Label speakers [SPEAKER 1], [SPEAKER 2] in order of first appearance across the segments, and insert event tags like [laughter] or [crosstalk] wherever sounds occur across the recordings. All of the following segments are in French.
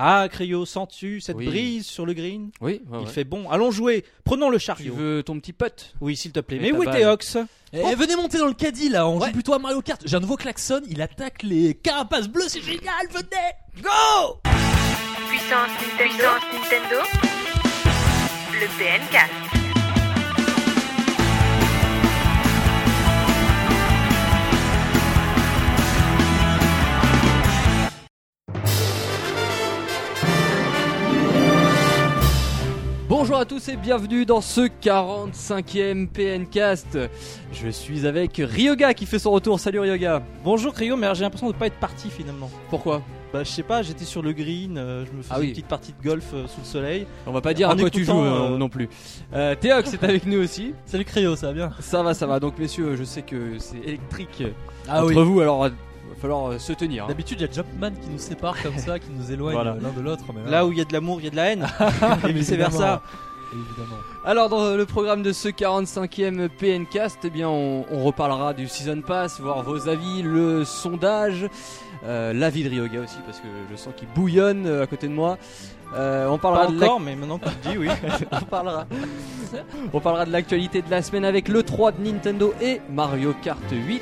[SPEAKER 1] Ah, Cryo, sens-tu cette
[SPEAKER 2] Oui.
[SPEAKER 1] brise sur le green
[SPEAKER 2] Oui, ouais,
[SPEAKER 1] Il
[SPEAKER 2] ouais.
[SPEAKER 1] fait bon. Allons jouer. Prenons le
[SPEAKER 2] Tu
[SPEAKER 1] chariot.
[SPEAKER 2] veux ton petit pote
[SPEAKER 1] Oui, s'il te plaît.
[SPEAKER 2] Mais
[SPEAKER 1] Mais
[SPEAKER 2] ta
[SPEAKER 1] où
[SPEAKER 2] balle.
[SPEAKER 1] était Ox
[SPEAKER 3] Eh, venez monter dans le caddie là, on joue plutôt à Mario Kart. J'ai un nouveau klaxon, il attaque les carapaces bleues, c'est génial, venez Go
[SPEAKER 4] Puissance Nintendo. Nintendo. Le BNK.
[SPEAKER 2] Bonjour à tous et bienvenue dans ce 45e PNcast. Je suis avec Ryoga qui fait son retour. Salut Ryoga.
[SPEAKER 1] Bonjour Cryo, mais j'ai l'impression de pas être parti finalement.
[SPEAKER 2] Pourquoi
[SPEAKER 1] Bah, je sais pas, j'étais sur le green, euh, je me faisais
[SPEAKER 2] Ah oui.
[SPEAKER 1] une petite partie de golf euh, sous le soleil.
[SPEAKER 2] On va pas dire
[SPEAKER 1] En
[SPEAKER 2] à quoi tu joues
[SPEAKER 1] écoutant,
[SPEAKER 2] euh,
[SPEAKER 1] euh,
[SPEAKER 2] non plus. Euh, Théox est avec nous aussi.
[SPEAKER 3] Salut Cryo, ça va bien
[SPEAKER 2] Ça va, ça va. Donc messieurs, je sais que c'est électrique
[SPEAKER 3] Ah
[SPEAKER 2] entre
[SPEAKER 3] oui
[SPEAKER 2] vous, alors euh, va falloir euh, se tenir. hein.
[SPEAKER 3] D'habitude, il y a Jumpman qui nous sépare comme ça, qui nous éloigne
[SPEAKER 2] Voilà.
[SPEAKER 3] l'un de l'autre. Mais là,
[SPEAKER 1] Là où il y a de l'amour, il y a de
[SPEAKER 3] [laughs]
[SPEAKER 1] la haine. et vice
[SPEAKER 3] évidemment.
[SPEAKER 1] versa.
[SPEAKER 3] évidemment.
[SPEAKER 2] Alors dans le programme de ce 45e PNcast, eh bien on, on reparlera du Season Pass, voir vos avis, le sondage, euh, l'avis de Ryoga aussi parce que je sens qu'il bouillonne euh, à côté de moi. Euh, on
[SPEAKER 1] Pas
[SPEAKER 2] parlera de
[SPEAKER 1] encore, mais maintenant que tu le dis, oui.
[SPEAKER 2] [laughs] on parlera. On parlera de l'actualité de la semaine avec le 3 de Nintendo et Mario Kart 8.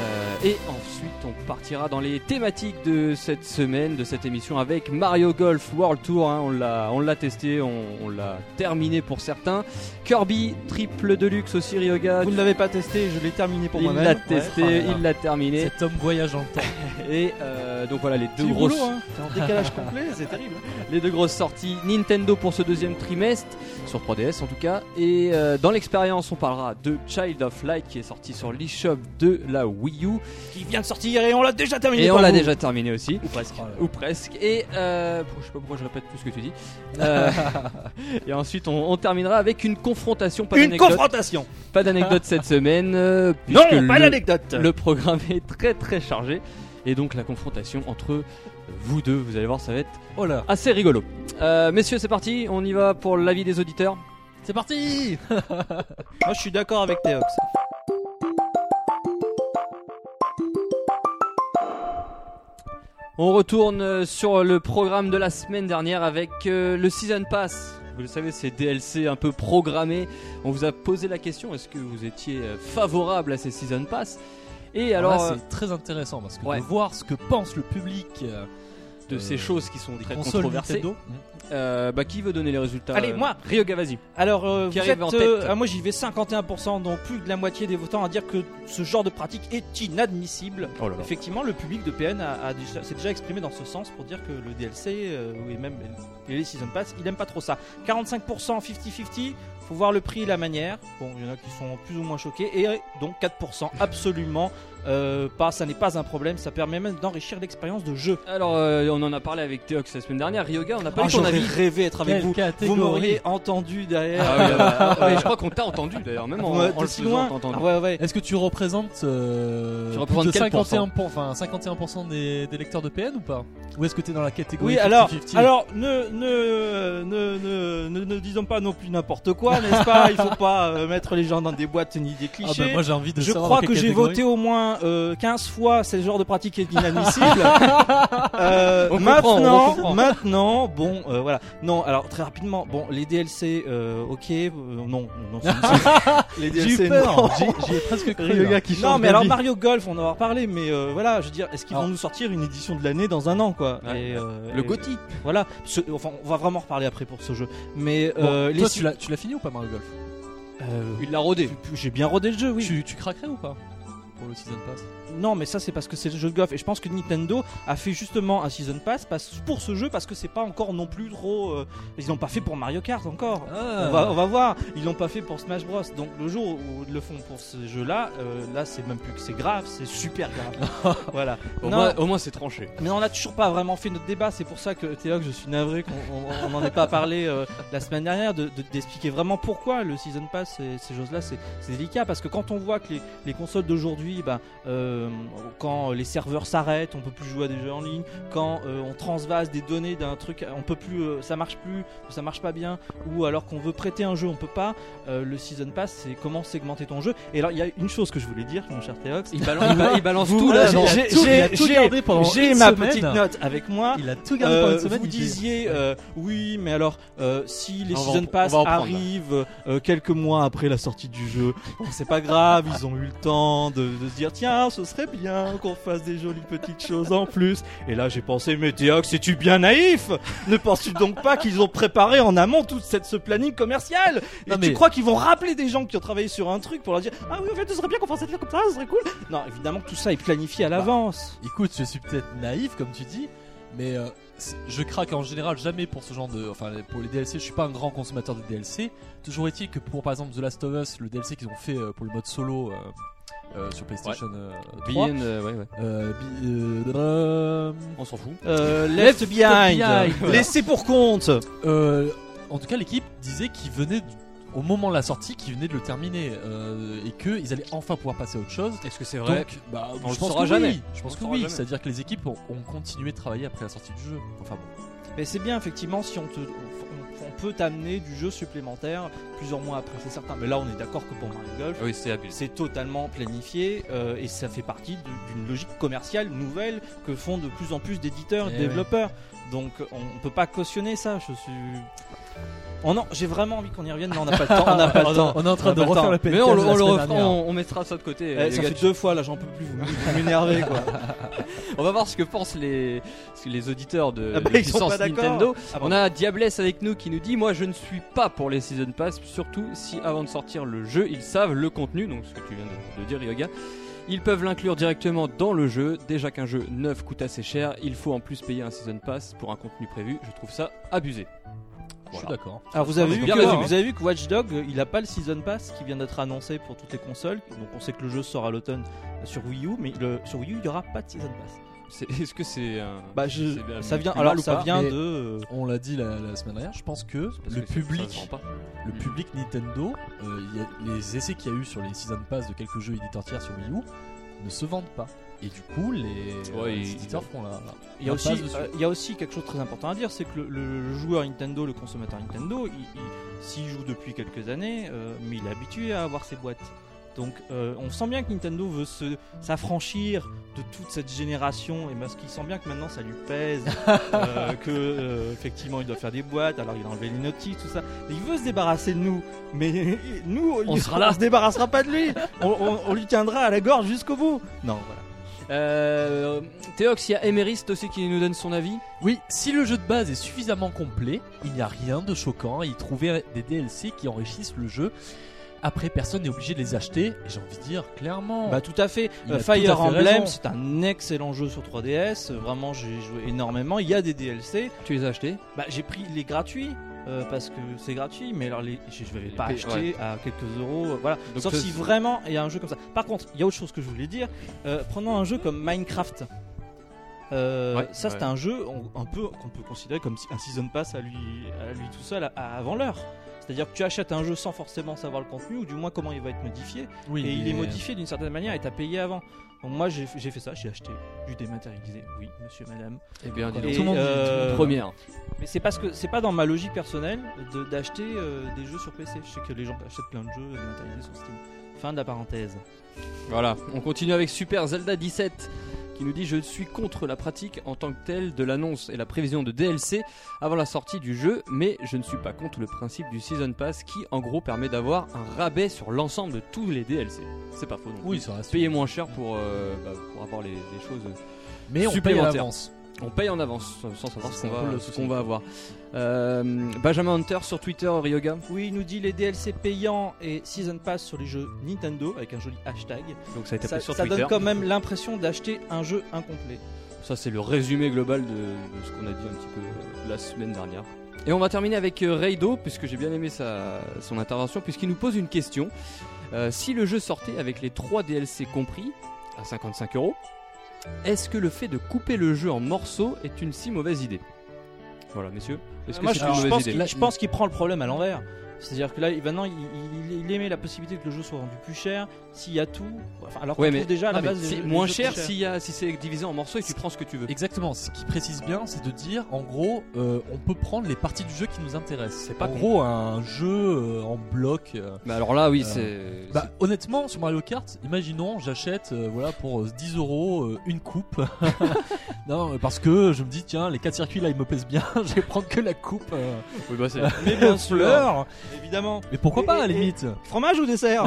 [SPEAKER 2] Euh, et ensuite, on partira dans les thématiques de cette semaine, de cette émission, avec Mario Golf World Tour. hein. on l'a, on l'a testé, on, on l'a terminé pour certains. Kirby Triple Deluxe aussi, Ryoga.
[SPEAKER 1] Vous ne l'avez pas testé, je l'ai terminé pour
[SPEAKER 2] il
[SPEAKER 1] moi-même.
[SPEAKER 2] l'a testé,
[SPEAKER 1] Ouais. Oh
[SPEAKER 2] il l'a terminé.
[SPEAKER 3] Cet homme voyage dans le temps.
[SPEAKER 2] Et euh, donc voilà les deux
[SPEAKER 1] Petit
[SPEAKER 2] grosses,
[SPEAKER 1] boulot, hein. T'es en
[SPEAKER 2] [laughs]
[SPEAKER 1] décalage complet, c'est terrible. hein.
[SPEAKER 2] les deux grosses sorties Nintendo pour ce deuxième trimestre, sur 3DS en tout cas. Et euh, dans l'expérience, on parlera de Child of Light qui est sorti sur l'eShop de la Wii U.
[SPEAKER 1] Qui vient de sortir et on l'a déjà terminé.
[SPEAKER 2] Et on
[SPEAKER 1] pour
[SPEAKER 2] l'a
[SPEAKER 1] vous.
[SPEAKER 2] déjà terminé aussi.
[SPEAKER 3] Ou presque.
[SPEAKER 2] Ou presque. Et euh, je sais pas pourquoi je répète tout ce que tu dis. Euh,
[SPEAKER 1] [laughs]
[SPEAKER 2] et ensuite, on, on terminera avec une confrontation. Pas
[SPEAKER 1] Une
[SPEAKER 2] d'anecdote.
[SPEAKER 1] confrontation.
[SPEAKER 2] Pas d'anecdote cette semaine. euh,
[SPEAKER 1] Non,
[SPEAKER 2] puisque
[SPEAKER 1] pas
[SPEAKER 2] le-
[SPEAKER 1] l'anecdote.
[SPEAKER 2] le programme est très très chargé. Et donc la confrontation entre vous deux, vous allez voir, ça va être
[SPEAKER 3] Oh là,
[SPEAKER 2] assez rigolo. Euh, messieurs, c'est parti, on y va pour l'avis des auditeurs.
[SPEAKER 3] [laughs] c'est parti
[SPEAKER 1] Moi, je suis d'accord avec Théox.
[SPEAKER 2] On retourne euh, sur le programme de la semaine dernière avec euh, le Season Pass. Vous le savez, c'est DLC un peu programmé. On vous a posé la question, est-ce que vous étiez euh, favorable à ces Season Pass Et
[SPEAKER 3] Alors,
[SPEAKER 2] alors,
[SPEAKER 3] là,
[SPEAKER 2] euh,
[SPEAKER 3] c'est très intéressant parce que
[SPEAKER 2] ouais.
[SPEAKER 3] de voir ce que pense le public euh,
[SPEAKER 2] de ces
[SPEAKER 3] euh,
[SPEAKER 2] choses qui sont
[SPEAKER 3] des
[SPEAKER 2] très
[SPEAKER 3] consoles
[SPEAKER 2] controversées,
[SPEAKER 3] Nintendo.
[SPEAKER 2] euh, bah, qui veut donner les résultats
[SPEAKER 1] Allez,
[SPEAKER 2] euh,
[SPEAKER 1] moi.
[SPEAKER 2] Ryoga, vas-y.
[SPEAKER 1] Alors, euh,
[SPEAKER 2] Qui
[SPEAKER 1] vous
[SPEAKER 2] arrive
[SPEAKER 1] êtes,
[SPEAKER 2] en tête.
[SPEAKER 1] euh, ah, moi j'y vais 51%, donc plus de la moitié des votants à dire que ce genre de pratique est inadmissible.
[SPEAKER 2] Oh là là.
[SPEAKER 1] Effectivement, le public de PN a, a déjà- s'est déjà exprimé dans ce sens pour dire que le DLC euh, et même et les Season Pass, il aime pas trop ça. 45%, 50-50, faut voir le prix et la manière. Bon, il y en a qui sont plus ou moins choqués. Et euh, donc 4%, [laughs] absolument euh, pas, ça n'est pas un problème, ça permet même d'enrichir l'expérience de jeu.
[SPEAKER 2] Alors, euh, on en a parlé avec Théox la semaine dernière. Ryoga, on n'a pas
[SPEAKER 1] Ah,
[SPEAKER 2] eu ton
[SPEAKER 1] j'aurais
[SPEAKER 2] avis.
[SPEAKER 1] rêvé être avec
[SPEAKER 3] Quelle
[SPEAKER 1] vous. Vous
[SPEAKER 3] catégorie.
[SPEAKER 1] m'auriez entendu derrière.
[SPEAKER 2] [laughs]
[SPEAKER 1] Ah,
[SPEAKER 2] Ah oui, ah bah, mais je crois qu'on t'a entendu d'ailleurs, même en,
[SPEAKER 1] Ouais,
[SPEAKER 2] en
[SPEAKER 1] de
[SPEAKER 2] le
[SPEAKER 1] si
[SPEAKER 2] faisant,
[SPEAKER 1] loin.
[SPEAKER 2] t'as entendu.
[SPEAKER 1] Ah ouais, ouais.
[SPEAKER 3] Est-ce que tu représentes, euh,
[SPEAKER 2] Tu représentes
[SPEAKER 3] plus de
[SPEAKER 2] quel
[SPEAKER 3] 51%, pour- enfin, 51 des, des lecteurs de PN ou pas Ou est-ce que t'es dans la catégorie
[SPEAKER 1] Oui, alors,
[SPEAKER 3] 50-50?
[SPEAKER 1] alors ne, ne, ne, ne, ne, ne disons pas non plus n'importe quoi, n'est-ce pas Il faut pas euh, mettre les gens dans des boîtes ni des
[SPEAKER 3] Ah bah,
[SPEAKER 1] clichés.
[SPEAKER 3] moi j'ai envie de
[SPEAKER 1] je
[SPEAKER 3] savoir
[SPEAKER 1] crois
[SPEAKER 3] dans
[SPEAKER 1] que
[SPEAKER 3] quelle
[SPEAKER 1] j'ai
[SPEAKER 3] catégorie.
[SPEAKER 1] voté au moins euh, 15 fois ce genre de pratique est
[SPEAKER 3] [laughs]
[SPEAKER 1] inadmissible. Euh,
[SPEAKER 2] On comprend,
[SPEAKER 1] maintenant,
[SPEAKER 2] on comprend.
[SPEAKER 1] maintenant, bon, euh, voilà. Non, alors très rapidement, bon, les DLC, euh, ok, euh, non, non, c'est- c'est- les
[SPEAKER 3] J'ai eu
[SPEAKER 1] DLC, non.
[SPEAKER 3] [laughs] peur, J'ai- j'y ai presque cru. hein. là.
[SPEAKER 1] Non mais alors Mario Golf on en a parlé mais euh, voilà je veux dire est-ce qu'ils vont nous sortir une édition de l'année dans un an quoi
[SPEAKER 2] Ouais.
[SPEAKER 1] Et, euh,
[SPEAKER 2] Le
[SPEAKER 1] et-
[SPEAKER 2] Gotti.
[SPEAKER 1] voilà, ce- enfin, on va vraiment reparler après pour ce jeu. Mais
[SPEAKER 3] Bon,
[SPEAKER 1] euh,
[SPEAKER 3] toi,
[SPEAKER 1] les-
[SPEAKER 3] tu l'as- tu l'as fini ou pas Mario Golf
[SPEAKER 1] Euh,
[SPEAKER 2] Il l'a rodé.
[SPEAKER 1] j'ai bien rodé le jeu, oui.
[SPEAKER 3] tu, tu craquerais ou pas pour le season pass
[SPEAKER 1] Non, mais ça c'est parce que c'est le jeu de golf et je pense que Nintendo a fait justement un season pass parce- pour ce jeu parce que c'est pas encore non plus trop. euh, ils l'ont pas fait pour Mario Kart encore.
[SPEAKER 3] Ah,
[SPEAKER 1] On va, on va voir, ils l'ont pas fait pour Smash Bros. Donc le jour où ils le font pour ce jeu-là, euh, là c'est même plus que c'est grave, c'est super
[SPEAKER 3] [laughs]
[SPEAKER 1] grave. voilà.
[SPEAKER 2] Au
[SPEAKER 1] Non.
[SPEAKER 2] moins, au moins, c'est tranché.
[SPEAKER 1] Mais on n'a toujours pas vraiment fait notre débat, c'est pour ça que Théoc, je suis navré qu'on n'en ait pas parlé euh, la semaine dernière, de- de- d'expliquer vraiment pourquoi le Season Pass, et ces choses-là, c'est c'est délicat, parce que quand on voit que les, les consoles d'aujourd'hui, ben, euh, euh, quand les serveurs s'arrêtent, on peut plus jouer à des jeux en ligne, quand euh, on transvase des données d'un truc, on peut plus, euh, ça marche plus, ou ça marche pas bien, ou alors qu'on veut prêter un jeu, on peut pas. Euh, le season pass, c'est comment segmenter ton jeu. Et alors il y a une chose que je voulais dire, mon cher Théox.
[SPEAKER 2] Il balance, il ba- il balance
[SPEAKER 1] Vous-
[SPEAKER 2] tout là.
[SPEAKER 1] j'ai-
[SPEAKER 3] non,
[SPEAKER 2] dedans
[SPEAKER 1] j'ai-
[SPEAKER 3] tout- il a
[SPEAKER 1] j'ai-
[SPEAKER 3] tout
[SPEAKER 1] j'ai-
[SPEAKER 3] gardé pendant
[SPEAKER 1] J'ai
[SPEAKER 3] une
[SPEAKER 1] ma
[SPEAKER 3] semaine.
[SPEAKER 1] petite note avec moi.
[SPEAKER 3] Il a tout gardé pendant
[SPEAKER 1] Euh,
[SPEAKER 3] une semaine.
[SPEAKER 1] vous
[SPEAKER 3] il fait-
[SPEAKER 1] disiez euh, oui, mais alors euh, si les
[SPEAKER 2] On va en-
[SPEAKER 1] season
[SPEAKER 2] on
[SPEAKER 1] pass
[SPEAKER 2] va en prendre, là.
[SPEAKER 1] arrivent euh, quelques mois après la sortie du jeu, bon, c'est pas grave, ils ont eu le temps de, de se dire tiens, ce serait bien qu'on fasse des jolies petites choses en plus. Et là, j'ai pensé mais Théox, es-tu bien naïf Ne penses-tu donc pas qu'ils ont préparé en amont tout cette, ce planning commercial Et
[SPEAKER 3] Non,
[SPEAKER 1] tu
[SPEAKER 3] mais-
[SPEAKER 1] crois qu'ils vont rappeler des gens qui ont travaillé sur un truc pour leur dire ah oui, en fait, ce serait bien qu'on fasse cette truc comme ça, ce serait cool. Non, évidemment, tout ça est planifié à
[SPEAKER 2] Bah.
[SPEAKER 1] l'avance.
[SPEAKER 3] Écoute, je suis peut-être naïf comme tu dis, mais euh, c'est- je craque en général jamais pour ce genre de, enfin pour les DLC. Je suis pas un grand consommateur de DLC. Toujours est-il que pour par exemple The Last of Us, le DLC qu'ils ont fait euh, pour le mode solo euh, euh, sur PlayStation euh, 3,
[SPEAKER 2] Bien, euh, ouais, ouais.
[SPEAKER 3] euh, bi- euh, euh,
[SPEAKER 2] On s'en fout.
[SPEAKER 1] Euh, left,
[SPEAKER 2] behind.
[SPEAKER 1] behind.
[SPEAKER 2] Voilà.
[SPEAKER 1] laissé pour compte.
[SPEAKER 3] Euh, en tout cas, l'équipe disait qu'ils venaient du- au moment de la sortie, qu'ils venaient de le terminer euh, et qu'ils allaient enfin pouvoir passer à autre chose.
[SPEAKER 2] Est-ce que c'est
[SPEAKER 3] Donc, bah,
[SPEAKER 2] on
[SPEAKER 3] je
[SPEAKER 2] le
[SPEAKER 3] pense
[SPEAKER 2] saura
[SPEAKER 3] que
[SPEAKER 2] jamais.
[SPEAKER 3] oui. Je pense
[SPEAKER 2] le
[SPEAKER 3] que
[SPEAKER 2] saura
[SPEAKER 3] oui.
[SPEAKER 2] jamais.
[SPEAKER 3] C'est-à-dire que les équipes ont, ont continué de travailler après la sortie du jeu. Enfin
[SPEAKER 2] [laughs]
[SPEAKER 3] bon.
[SPEAKER 1] Mais c'est bien effectivement si on te, on, on peut t'amener du jeu supplémentaire plusieurs mois après, c'est certain. Mais là, on est d'accord que pour Mario Golf,
[SPEAKER 2] Oui, c'est abusé.
[SPEAKER 1] c'est totalement planifié euh, et ça fait partie de- d'une logique commerciale nouvelle que font de plus en plus d'éditeurs, et de
[SPEAKER 3] Eh ouais.
[SPEAKER 1] développeurs. Donc, on ne peut pas cautionner ça. Je suis. Oh non, j'ai vraiment envie qu'on y revienne, mais on n'a pas le
[SPEAKER 2] [laughs] Ah,
[SPEAKER 1] temps. On n'a pas le temps.
[SPEAKER 3] On est en train
[SPEAKER 1] On
[SPEAKER 3] de
[SPEAKER 1] n'a pas le
[SPEAKER 3] refaire
[SPEAKER 1] temps.
[SPEAKER 3] la PNK.
[SPEAKER 2] Mais on, le-
[SPEAKER 3] de la
[SPEAKER 2] on le
[SPEAKER 3] semaine
[SPEAKER 2] refera-
[SPEAKER 3] dernière.
[SPEAKER 2] on, on mettra ça de côté.
[SPEAKER 1] Eh,
[SPEAKER 2] les
[SPEAKER 1] ça
[SPEAKER 2] gars,
[SPEAKER 1] fait
[SPEAKER 2] tu-
[SPEAKER 1] deux fois là, j'en peux plus. Vous m- vous m'énervez quoi.
[SPEAKER 2] On va voir ce que pensent les, ce que [laughs] les auditeurs de,
[SPEAKER 1] Ah bah,
[SPEAKER 2] de
[SPEAKER 1] ils sont
[SPEAKER 2] Puissance
[SPEAKER 1] pas d'accord.
[SPEAKER 2] Nintendo.
[SPEAKER 1] Ah,
[SPEAKER 2] On
[SPEAKER 1] pardon.
[SPEAKER 2] a Diablesse avec nous qui nous dit Moi je ne suis pas pour les Season Pass, surtout si avant de sortir le jeu, ils savent le contenu, donc ce que tu viens de, de dire, Yoga. Ils peuvent l'inclure directement dans le jeu. Déjà qu'un jeu neuf coûte assez cher, il faut en plus payer un Season Pass pour un contenu prévu. Je trouve ça abusé.
[SPEAKER 3] Je suis
[SPEAKER 2] Voilà.
[SPEAKER 3] d'accord.
[SPEAKER 1] Alors vous avez,
[SPEAKER 2] c'est
[SPEAKER 1] vu
[SPEAKER 2] bien
[SPEAKER 1] que,
[SPEAKER 2] résumé.
[SPEAKER 1] vous avez vu que Watch Dog, euh, il a pas le season pass qui vient d'être annoncé pour toutes les consoles. Donc on sait que le jeu sort à l'automne sur Wii U, mais le, sur Wii U il y aura pas de season pass.
[SPEAKER 2] C'est- Est-ce que c'est. un-
[SPEAKER 1] Bah je,
[SPEAKER 2] c'est bien-
[SPEAKER 1] ça vient
[SPEAKER 2] plus
[SPEAKER 1] alors
[SPEAKER 2] mal ou
[SPEAKER 1] ça
[SPEAKER 2] pas
[SPEAKER 1] vient
[SPEAKER 3] mais-
[SPEAKER 1] de euh,
[SPEAKER 3] On l'a dit la, la semaine dernière. Je pense que
[SPEAKER 2] Parce
[SPEAKER 3] le
[SPEAKER 2] que ça- ça se
[SPEAKER 3] public,
[SPEAKER 2] vend pas.
[SPEAKER 3] le
[SPEAKER 2] Mm.
[SPEAKER 3] public Nintendo, euh, il y a- les essais qu'il y a eu sur les season pass de quelques jeux éditeurs tiers sur Wii U ne se vendent pas. Et du coup, les, euh, les
[SPEAKER 2] ils-
[SPEAKER 3] éditeurs font la.
[SPEAKER 1] Il y, a
[SPEAKER 3] la
[SPEAKER 1] aussi,
[SPEAKER 3] passe dessus.
[SPEAKER 1] euh, il y a aussi quelque chose de très important à dire, c'est que le, le joueur Nintendo, le consommateur Nintendo, il- il- s'il joue depuis quelques années, euh, mais il est habitué à avoir ses boîtes. Donc euh, on sent bien que Nintendo veut se- s'affranchir de toute cette génération, et parce qu'il sent bien que maintenant ça lui
[SPEAKER 2] [laughs]
[SPEAKER 1] pèse, euh, que euh, effectivement il doit faire des boîtes, alors il a enlevé les notices, tout ça. Et il veut se débarrasser de nous, mais [laughs] nous
[SPEAKER 2] On
[SPEAKER 1] il-
[SPEAKER 2] sera là.
[SPEAKER 1] on se débarrassera pas de lui, on, on- on lui tiendra à la gorge jusqu'au bout. Non, voilà.
[SPEAKER 2] Euh, Théox, il y a Emerist aussi qui nous donne son avis.
[SPEAKER 3] Oui, si le jeu de base est suffisamment complet, il n'y a rien de choquant à y trouver des DLC qui enrichissent le jeu. Après, personne n'est obligé de les acheter, et j'ai envie de dire clairement.
[SPEAKER 1] Bah tout à fait.
[SPEAKER 3] Il
[SPEAKER 1] Euh,
[SPEAKER 3] a
[SPEAKER 1] Fire
[SPEAKER 3] tout à fait
[SPEAKER 1] Emblem,
[SPEAKER 3] raison.
[SPEAKER 1] c'est un excellent jeu sur 3DS. Euh, Vraiment, j'ai joué énormément. Il y a des DLC.
[SPEAKER 2] Tu les as achetés
[SPEAKER 1] Bah j'ai pris les gratuits. euh, parce que c'est gratuit, mais alors les, je je vais
[SPEAKER 2] Les
[SPEAKER 1] pas
[SPEAKER 2] P-
[SPEAKER 1] acheter à quelques euros, euh, voilà.
[SPEAKER 2] Donc
[SPEAKER 1] Sauf
[SPEAKER 2] ce-
[SPEAKER 1] si vraiment il y a un jeu comme ça. Par contre, il y a autre chose que je voulais dire. Euh, prenons un jeu comme Minecraft. Euh,
[SPEAKER 2] Ouais,
[SPEAKER 1] ça, c'est
[SPEAKER 2] ouais.
[SPEAKER 1] un jeu on- un peu qu'on peut considérer comme si- un season pass à lui, à lui tout seul à- à- avant l'heure. C'est-à-dire que tu achètes un jeu sans forcément savoir le contenu ou du moins comment il va être modifié
[SPEAKER 3] oui,
[SPEAKER 1] et il est
[SPEAKER 3] mais- euh,
[SPEAKER 1] modifié d'une certaine manière et t'as payé avant. Donc moi j'ai j'ai fait ça, j'ai acheté du dématérialisé, oui monsieur madame.
[SPEAKER 2] Eh bien, dis
[SPEAKER 3] Tout
[SPEAKER 2] donc.
[SPEAKER 1] Et,
[SPEAKER 3] le monde dit-
[SPEAKER 1] euh,
[SPEAKER 3] tout le monde dit.
[SPEAKER 2] Première.
[SPEAKER 1] Mais c'est parce que c'est pas dans ma logique personnelle de- d'acheter euh, des jeux sur PC. Je sais que les gens achètent plein de jeux dématérialisés sur Steam. Fin de la parenthèse.
[SPEAKER 2] Voilà, on continue avec Super Zelda 17 qui nous dit je suis contre la pratique en tant que telle de l'annonce et la prévision de DLC avant la sortie du jeu, mais je ne suis pas contre le principe du Season Pass qui en gros permet d'avoir un rabais sur l'ensemble de tous les DLC. C'est pas faux non
[SPEAKER 3] euh, Oui,
[SPEAKER 2] plus.
[SPEAKER 3] ça reste.
[SPEAKER 2] Payer moins cher pour, euh, bah, pour avoir les, les choses.
[SPEAKER 3] Mais on paye à
[SPEAKER 2] supplémentaire.
[SPEAKER 3] l'avance.
[SPEAKER 2] On paye en avance sans savoir ce
[SPEAKER 3] C'est
[SPEAKER 2] qu'on
[SPEAKER 3] un peu
[SPEAKER 2] va,
[SPEAKER 3] le
[SPEAKER 2] ce
[SPEAKER 3] souci.
[SPEAKER 2] qu'on va avoir. Euh, Benjamin Hunter sur Twitter, Ryoga.
[SPEAKER 1] Oui, il nous dit les DLC payants et Season Pass sur les jeux Nintendo avec un joli hashtag.
[SPEAKER 2] Donc ça a été
[SPEAKER 1] Ça,
[SPEAKER 2] pris sur
[SPEAKER 1] ça
[SPEAKER 2] Twitter.
[SPEAKER 1] donne quand même l'impression d'acheter un jeu incomplet.
[SPEAKER 2] Ça, c'est le résumé global de, de ce qu'on a dit un petit peu euh, la semaine dernière. Et on va terminer avec euh, Reido, puisque j'ai bien aimé sa, son intervention, puisqu'il nous pose une question. Euh, si le jeu sortait avec les 3 DLC compris, à 55 euros, est-ce que le fait de couper le jeu en morceaux est une si mauvaise idée Voilà, messieurs. Est-ce
[SPEAKER 1] Euh,
[SPEAKER 2] que
[SPEAKER 1] Moi,
[SPEAKER 2] c'est
[SPEAKER 1] je,
[SPEAKER 2] une
[SPEAKER 1] je
[SPEAKER 2] mauvaise
[SPEAKER 1] pense
[SPEAKER 2] idée
[SPEAKER 1] qu'il- je pense qu'il prend le problème à l'envers. C'est-à-dire que là, il- maintenant, il, il- il aimait la possibilité que le jeu soit vendu plus cher, s'il y a tout. Enfin, alors qu'on
[SPEAKER 2] Ouais, mais-
[SPEAKER 1] trouve déjà à la
[SPEAKER 3] non, mais
[SPEAKER 1] base des
[SPEAKER 2] C'est
[SPEAKER 1] jeux- des
[SPEAKER 2] moins
[SPEAKER 1] jeux
[SPEAKER 2] cher
[SPEAKER 1] plus chers.
[SPEAKER 2] s'il y a- si c'est divisé en morceaux et tu prends ce que tu veux.
[SPEAKER 3] Exactement, ce qui précise bien, c'est de dire en gros, euh, on peut prendre les parties du jeu qui nous intéressent. C'est pas
[SPEAKER 2] En
[SPEAKER 3] en gros un jeu euh, en bloc. euh.
[SPEAKER 2] Mais alors là, oui,
[SPEAKER 3] Euh,
[SPEAKER 2] c'est.
[SPEAKER 3] Bah, honnêtement, sur Mario Kart, imaginons, j'achète euh, voilà pour euh, 10 euros euh, une coupe. [laughs] non, euh, parce que je me dis, tiens, les quatre circuits là, ils me plaisent bien, [laughs] je vais prendre que la coupe. euh.
[SPEAKER 2] c'est- oui,
[SPEAKER 1] [laughs]
[SPEAKER 2] bah, c'est-
[SPEAKER 1] Mais bien sûr, évidemment.
[SPEAKER 3] Mais pourquoi
[SPEAKER 1] Et-
[SPEAKER 3] pas à
[SPEAKER 1] et-
[SPEAKER 3] la
[SPEAKER 1] et- [laughs]
[SPEAKER 3] limite
[SPEAKER 1] Fromage ou
[SPEAKER 2] [laughs]
[SPEAKER 1] dessert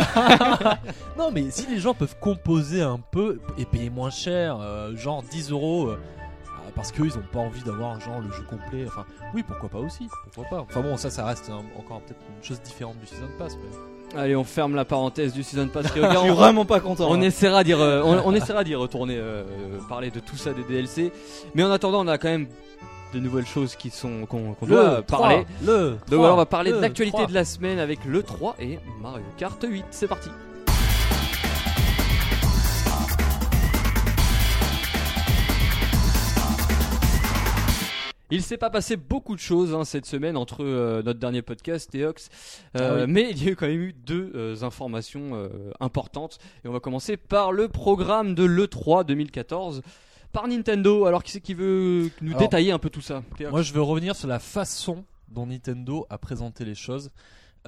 [SPEAKER 3] Non, mais si les gens peuvent composer un peu et payer moins cher, euh, genre 10 euros, euh, euh, parce qu'ils ont pas envie d'avoir genre le jeu complet, enfin, oui, pourquoi pas aussi, pourquoi pas. Enfin bon, ça, ça reste un- encore peut-être une chose différente du season pass. Mais...
[SPEAKER 2] Allez, on ferme la parenthèse du season
[SPEAKER 1] [laughs]
[SPEAKER 2] pass Ryoga.
[SPEAKER 1] Je suis
[SPEAKER 2] On-
[SPEAKER 1] vraiment pas content.
[SPEAKER 2] On
[SPEAKER 1] hein.
[SPEAKER 2] essaiera d'y re- on, on essaiera d'y retourner, euh, euh, parler de tout ça des DLC. Mais en attendant, on a quand même de nouvelles choses qui sont qu'on qu'on doit
[SPEAKER 3] trois,
[SPEAKER 2] parler.
[SPEAKER 3] Le.
[SPEAKER 2] Donc
[SPEAKER 3] trois,
[SPEAKER 2] voilà, on va parler de
[SPEAKER 3] le
[SPEAKER 2] l'actualité
[SPEAKER 3] trois.
[SPEAKER 2] de la semaine avec le 3 et Mario Kart 8. C'est parti. Il s'est pas passé beaucoup de choses hein, cette semaine entre euh, notre dernier podcast et Ox, Euh,
[SPEAKER 3] Ah oui.
[SPEAKER 2] mais il y a eu quand même eu deux euh, informations euh, importantes. Et on va commencer par le programme de l'E3 2014 par Nintendo. Alors qui c'est qui veut nous
[SPEAKER 3] Alors,
[SPEAKER 2] détailler un peu tout ça Théox
[SPEAKER 3] Moi, je veux revenir sur la façon dont Nintendo a présenté les choses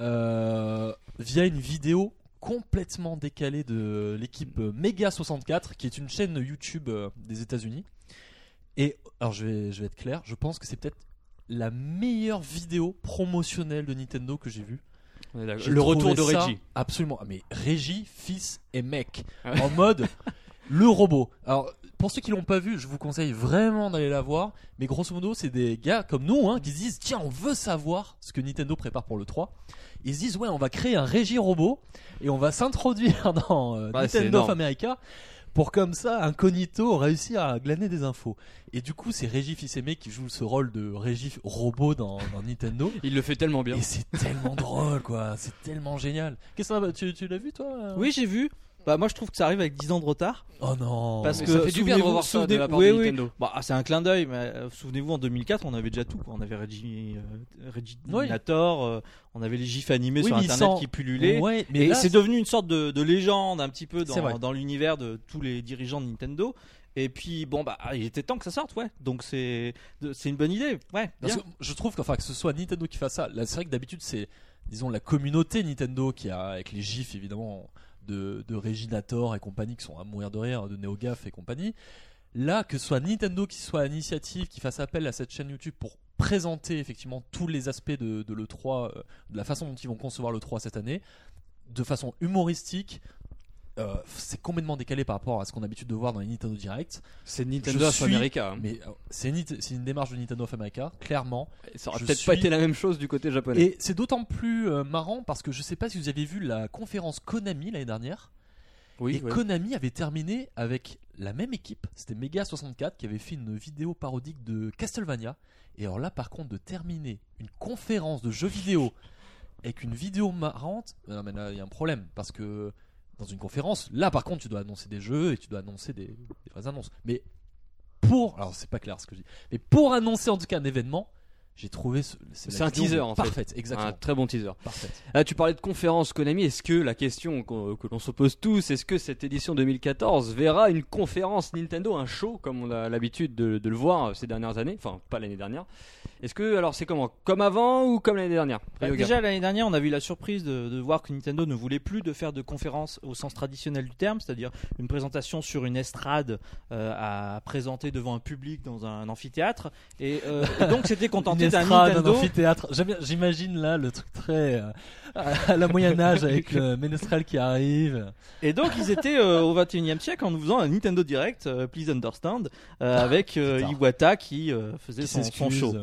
[SPEAKER 3] euh, via une vidéo complètement décalée de l'équipe euh, Mega 64, qui est une chaîne YouTube euh, des États-Unis. Et alors, je vais, je vais être clair, je pense que c'est peut-être la meilleure vidéo promotionnelle de Nintendo que j'ai vue.
[SPEAKER 2] On est d'accord.
[SPEAKER 3] J'ai
[SPEAKER 2] Le retour
[SPEAKER 3] trouvé
[SPEAKER 2] de
[SPEAKER 3] ça
[SPEAKER 2] Reggie.
[SPEAKER 3] Absolument. Ah, Mais Reggie, fils et mec.
[SPEAKER 2] Ah ouais. [laughs]
[SPEAKER 3] En mode le robot. Alors, pour ceux qui l'ont pas vu, je vous conseille vraiment d'aller la voir. Mais grosso modo, c'est des gars comme nous hein, qui se disent tiens, on veut savoir ce que Nintendo prépare pour le 3. Ils se disent ouais, on va créer un Régie robot et on va s'introduire [laughs] dans euh,
[SPEAKER 2] Ouais, c'est
[SPEAKER 3] Nintendo of
[SPEAKER 2] énorme.
[SPEAKER 3] America pour comme ça, incognito, réussir à glaner des infos. Et du coup, c'est Reggie fils et mec qui joue ce rôle de Régie robot dans- dans Nintendo.
[SPEAKER 2] Il le fait tellement bien.
[SPEAKER 3] Et c'est tellement drôle, quoi. C'est tellement génial. Qu'est-ce que ça va Tu, tu l'as vu, toi euh
[SPEAKER 1] Oui, j'ai vu. Bah, moi, je trouve que ça arrive avec 10 ans de retard.
[SPEAKER 3] Oh non.
[SPEAKER 1] Parce
[SPEAKER 2] Mais
[SPEAKER 1] que
[SPEAKER 2] ça fait du bien de
[SPEAKER 1] souvenez-vous-
[SPEAKER 2] revoir ça de
[SPEAKER 1] souvenez-
[SPEAKER 2] la part
[SPEAKER 1] oui,
[SPEAKER 2] de
[SPEAKER 1] oui.
[SPEAKER 2] Nintendo.
[SPEAKER 1] Bah, ah, c'est un clin d'œil, mais euh, souvenez-vous, en 2004, on avait déjà tout. quoi. On avait Reggie, euh, Reggie
[SPEAKER 3] Oui.
[SPEAKER 1] Nator, euh, on avait les gifs animés
[SPEAKER 3] Oui,
[SPEAKER 1] sur
[SPEAKER 3] mais
[SPEAKER 1] Internet
[SPEAKER 3] sans-
[SPEAKER 1] qui pullulaient.
[SPEAKER 3] Ouais, mais
[SPEAKER 1] Et
[SPEAKER 3] là,
[SPEAKER 1] c'est devenu une sorte de, de légende un petit peu
[SPEAKER 3] C'est
[SPEAKER 1] dans,
[SPEAKER 3] vrai.
[SPEAKER 1] dans l'univers de tous les dirigeants de Nintendo. Et puis bon bah ah, il était temps que ça sorte ouais donc c'est de- c'est une bonne idée ouais
[SPEAKER 3] parce
[SPEAKER 1] bien.
[SPEAKER 3] que je trouve que, enfin, que ce soit Nintendo qui fasse ça. là, C'est vrai que d'habitude, c'est, disons, la communauté Nintendo qui a, avec les gifs, évidemment, de, de Reginator et compagnie, qui sont à mourir de rire, de NeoGaf et compagnie. Là, que ce soit Nintendo qui soit à l'initiative, qui fasse appel à cette chaîne YouTube pour présenter effectivement tous les aspects de, de l'E3, euh, de la façon dont ils vont concevoir l'E3 cette année, de façon humoristique, euh, c'est complètement décalé par rapport à ce qu'on a l'habitude de voir dans les Nintendo Direct.
[SPEAKER 2] C'est
[SPEAKER 3] Je
[SPEAKER 2] Nintendo of
[SPEAKER 3] suis-
[SPEAKER 2] America. hein.
[SPEAKER 3] Mais euh, c'est une, c'est une démarche de Nintendo of America, clairement.
[SPEAKER 2] Ça aurait
[SPEAKER 3] je
[SPEAKER 2] peut-être
[SPEAKER 3] suis-
[SPEAKER 2] pas été la même chose du côté japonais.
[SPEAKER 3] Et c'est d'autant plus euh, marrant parce que je sais pas si vous avez vu la conférence Konami l'année dernière. et
[SPEAKER 2] ouais.
[SPEAKER 3] Konami avait terminé avec la même équipe, c'était Mega64 qui avait fait une vidéo parodique de Castlevania. Et alors là, par contre, de terminer une conférence de jeux vidéo avec une vidéo marrante, euh, non mais là, il y a un problème parce que dans une conférence, là par contre, tu dois annoncer des jeux et tu dois annoncer des, des vraies annonces. Mais pour, alors c'est pas clair ce que je dis, mais pour annoncer en tout cas un événement, j'ai trouvé ce-
[SPEAKER 2] C'est
[SPEAKER 3] la
[SPEAKER 2] un
[SPEAKER 3] vidéo
[SPEAKER 2] teaser, en fait.
[SPEAKER 3] parfaite, exactement,
[SPEAKER 2] Un très bon teaser.
[SPEAKER 3] parfaite.
[SPEAKER 2] Ah, tu parlais de conférence Konami. Est-ce que la question qu'on- que l'on se pose tous, est-ce que cette édition 2014 verra une conférence Nintendo, un show comme on a l'habitude de, de le voir euh, ces dernières années Enfin, pas l'année dernière. Est-ce que alors c'est comment Comme avant ou comme l'année dernière
[SPEAKER 1] Bah,
[SPEAKER 2] Ryoga.
[SPEAKER 1] déjà l'année dernière, on a eu la surprise de, de voir que Nintendo ne voulait plus de faire de conférences au sens traditionnel du terme, c'est-à-dire une présentation sur une estrade euh, à présenter devant un public dans un amphithéâtre. Et, euh, et donc
[SPEAKER 3] [laughs]
[SPEAKER 1] c'était contenté
[SPEAKER 3] Une
[SPEAKER 1] d'un
[SPEAKER 3] estrade,
[SPEAKER 1] Nintendo.
[SPEAKER 3] un amphithéâtre. J'aime bien- J'imagine là le truc très euh, à la Moyen Âge avec
[SPEAKER 1] [laughs]
[SPEAKER 3] le ménestrel qui arrive.
[SPEAKER 1] Et donc ils étaient euh, au 21e siècle en nous faisant un Nintendo Direct, euh, please understand, euh, avec euh,
[SPEAKER 3] Putain.
[SPEAKER 1] Iwata qui euh, faisait
[SPEAKER 3] qui
[SPEAKER 1] son, son
[SPEAKER 3] s'excuse.
[SPEAKER 1] show.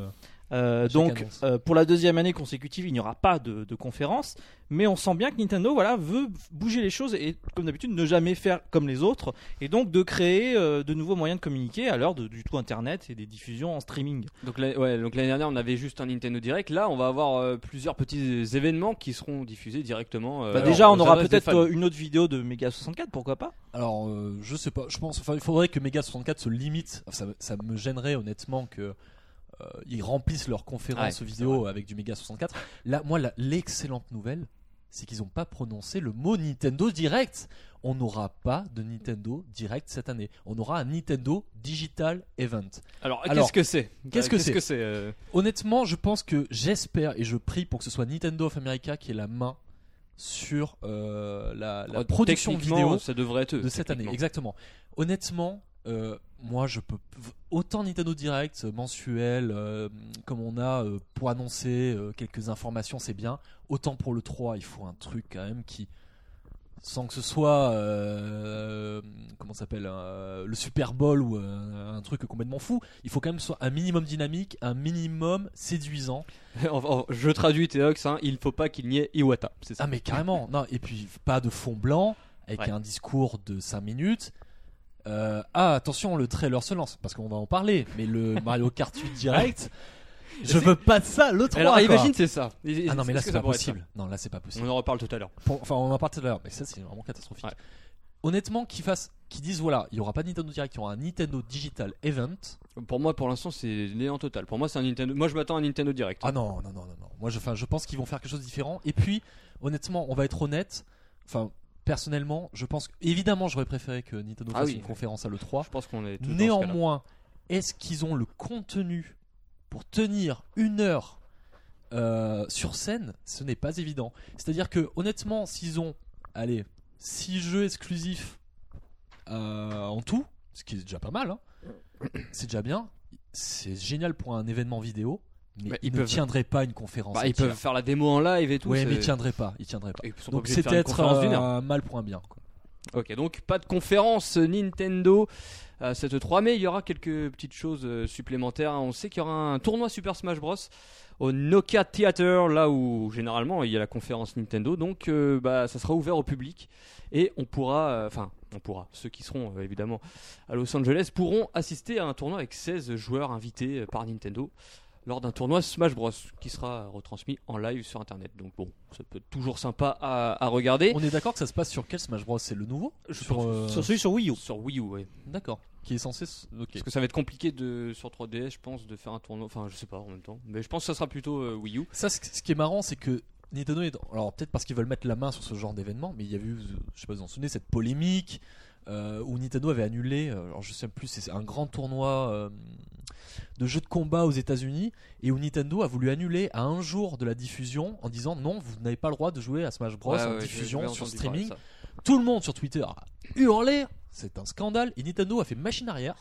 [SPEAKER 1] Euh,
[SPEAKER 3] Chaque
[SPEAKER 1] donc
[SPEAKER 3] annonce.
[SPEAKER 1] euh, pour la deuxième année consécutive, il n'y aura pas de, de conférence, mais on sent bien que Nintendo voilà veut bouger les choses et comme d'habitude ne jamais faire comme les autres et donc de créer euh, de nouveaux moyens de communiquer à l'heure de- du tout internet et des diffusions en streaming.
[SPEAKER 2] Donc la- ouais, donc l'année dernière on avait juste un Nintendo Direct. Là, on va avoir euh, plusieurs petits événements qui seront diffusés directement. euh,
[SPEAKER 1] Bah, déjà,
[SPEAKER 2] aux
[SPEAKER 1] on aura
[SPEAKER 2] adresses des
[SPEAKER 1] peut-être
[SPEAKER 2] fans.
[SPEAKER 1] euh, une autre vidéo de Mega 64, pourquoi pas
[SPEAKER 3] Alors, euh, je sais pas, je pense, enfin, il faudrait que Mega 64 se limite. Ça, ça me gênerait honnêtement que euh, ils remplissent leurs conférences
[SPEAKER 2] Ouais,
[SPEAKER 3] vidéo avec du Mega 64. Là, moi, la- l'excellente nouvelle, c'est qu'ils n'ont pas prononcé le mot Nintendo Direct. On n'aura pas de Nintendo Direct cette année. On aura un Nintendo Digital Event.
[SPEAKER 2] Alors,
[SPEAKER 3] Alors,
[SPEAKER 2] qu'est-ce que c'est
[SPEAKER 3] qu'est-ce que c'est
[SPEAKER 2] euh,
[SPEAKER 3] Honnêtement, je pense que j'espère et je prie pour que ce soit Nintendo of America qui ait la main sur euh, la, la
[SPEAKER 2] euh,
[SPEAKER 3] production
[SPEAKER 2] techniquement,
[SPEAKER 3] vidéo
[SPEAKER 2] ça devrait être eux,
[SPEAKER 3] de cette année.
[SPEAKER 2] techniquement.
[SPEAKER 3] Exactement. Honnêtement, euh, moi je peux autant Nintendo Direct euh, mensuel euh, comme on a euh, pour annoncer euh, quelques informations, c'est bien. Autant pour le 3, il faut un truc quand même qui sans que ce soit euh, comment ça s'appelle euh, le Super Bowl ou euh, un truc complètement fou, il faut quand même soit un minimum dynamique, un minimum séduisant
[SPEAKER 2] [laughs] Enfin, enfin, je traduis Théox, hein, il faut pas qu'il n'y ait Iwata, c'est ça
[SPEAKER 3] Ah mais carrément, non, et puis pas de fond blanc, avec
[SPEAKER 2] Ouais.
[SPEAKER 3] un discours de 5 minutes. Euh, ah attention, le trailer se lance, parce qu'on va en parler,
[SPEAKER 2] [laughs]
[SPEAKER 3] mais le Mario Kart 8 direct, je veux pas de ça, le 3
[SPEAKER 2] Alors
[SPEAKER 3] quoi.
[SPEAKER 2] imagine c'est ça.
[SPEAKER 3] Ah non mais
[SPEAKER 2] Est-ce que
[SPEAKER 3] là c'est
[SPEAKER 2] ça
[SPEAKER 3] pas
[SPEAKER 2] pourrait être
[SPEAKER 3] possible, non là c'est pas
[SPEAKER 2] ça
[SPEAKER 3] possible.
[SPEAKER 2] On en reparle tout à l'heure.
[SPEAKER 3] Pour- enfin on en parle tout à l'heure, mais ça c'est vraiment catastrophique.
[SPEAKER 2] Ouais.
[SPEAKER 3] Honnêtement qu'ils fassent, qu'ils disent voilà, il y aura pas de Nintendo Direct, il y aura un Nintendo Digital Event.
[SPEAKER 2] Pour moi, pour l'instant, c'est néant total. Pour moi, c'est un Nintendo. Moi, je m'attends à un Nintendo Direct.
[SPEAKER 3] Ah non, non, non, non, non. Moi, je, enfin, je pense qu'ils vont faire quelque chose de différent. Et puis, honnêtement, on va être honnête. Enfin, personnellement, je pense. que- Évidemment, j'aurais préféré que Nintendo
[SPEAKER 2] Ah
[SPEAKER 3] fasse
[SPEAKER 2] oui.
[SPEAKER 3] une conférence à l'E3.
[SPEAKER 2] je pense qu'on est tous dans ce cas-là.
[SPEAKER 3] Néanmoins, est-ce qu'ils ont le contenu pour tenir une heure euh, sur scène Ce n'est pas évident. C'est-à-dire que, honnêtement, s'ils ont, allez, 6 jeux exclusifs euh, en tout, ce qui est déjà pas mal, hein, c'est déjà bien. C'est génial pour un événement vidéo, mais
[SPEAKER 2] Ouais,
[SPEAKER 3] ils,
[SPEAKER 2] ils
[SPEAKER 3] ne
[SPEAKER 2] peuvent-
[SPEAKER 3] tiendraient pas une conférence.
[SPEAKER 2] Bah, ils
[SPEAKER 3] entière.
[SPEAKER 2] peuvent faire la démo en live et tout.
[SPEAKER 3] Ouais,
[SPEAKER 2] c'est-
[SPEAKER 3] mais ils tiendraient pas, ils tiendraient pas.
[SPEAKER 2] Ils sont pas
[SPEAKER 3] Donc
[SPEAKER 2] obligés de
[SPEAKER 3] c'est
[SPEAKER 2] faire une
[SPEAKER 3] peut-être
[SPEAKER 2] conférence d'une heure.
[SPEAKER 3] euh, un mal pour un bien. quoi.
[SPEAKER 2] Ok, donc pas de conférence Nintendo euh, cette 3 mai. Il y aura quelques petites choses euh, supplémentaires. On sait qu'il y aura un tournoi Super Smash Bros. au Nokia Theater, là où généralement il y a la conférence Nintendo. Donc euh, bah, ça sera ouvert au public et on pourra, euh, enfin on pourra, ceux qui seront euh, évidemment à Los Angeles pourront assister à un tournoi avec 16 joueurs invités euh, par Nintendo lors d'un tournoi Smash Bros qui sera retransmis en live sur Internet. Donc bon, ça peut être toujours sympa à, à regarder.
[SPEAKER 3] On est d'accord que ça se passe sur quel Smash Bros C'est le nouveau
[SPEAKER 2] Je
[SPEAKER 3] Sur,
[SPEAKER 2] pense-
[SPEAKER 3] euh,
[SPEAKER 1] Sur celui sur Wii U.
[SPEAKER 2] Sur Wii U, ouais.
[SPEAKER 3] D'accord. Qui est censé. s- Ok.
[SPEAKER 2] Parce que ça va être compliqué de, sur 3DS, je pense, de faire un tournoi. Enfin, je sais pas en même temps. Mais je pense que ça sera plutôt euh, Wii U.
[SPEAKER 3] Ça, ce ce qui est marrant, c'est que Nintendo est. Alors, peut-être parce qu'ils veulent mettre la main sur ce genre d'événement, mais il y a eu, euh, je sais pas si vous en souvenez, cette polémique euh, où Nintendo avait annulé, euh, alors je sais plus, c'est un grand tournoi euh, de jeux de combat aux États-Unis, et où Nintendo a voulu annuler à un jour de la diffusion en disant non, vous n'avez pas le droit de jouer à Smash Bros
[SPEAKER 2] Ouais,
[SPEAKER 3] en
[SPEAKER 2] ouais,
[SPEAKER 3] diffusion
[SPEAKER 2] j'avais
[SPEAKER 3] sur
[SPEAKER 2] entendu parler de
[SPEAKER 3] streaming.
[SPEAKER 2] ça.
[SPEAKER 3] Tout le monde sur Twitter a hurlé, c'est un scandale, et Nintendo a fait machine arrière,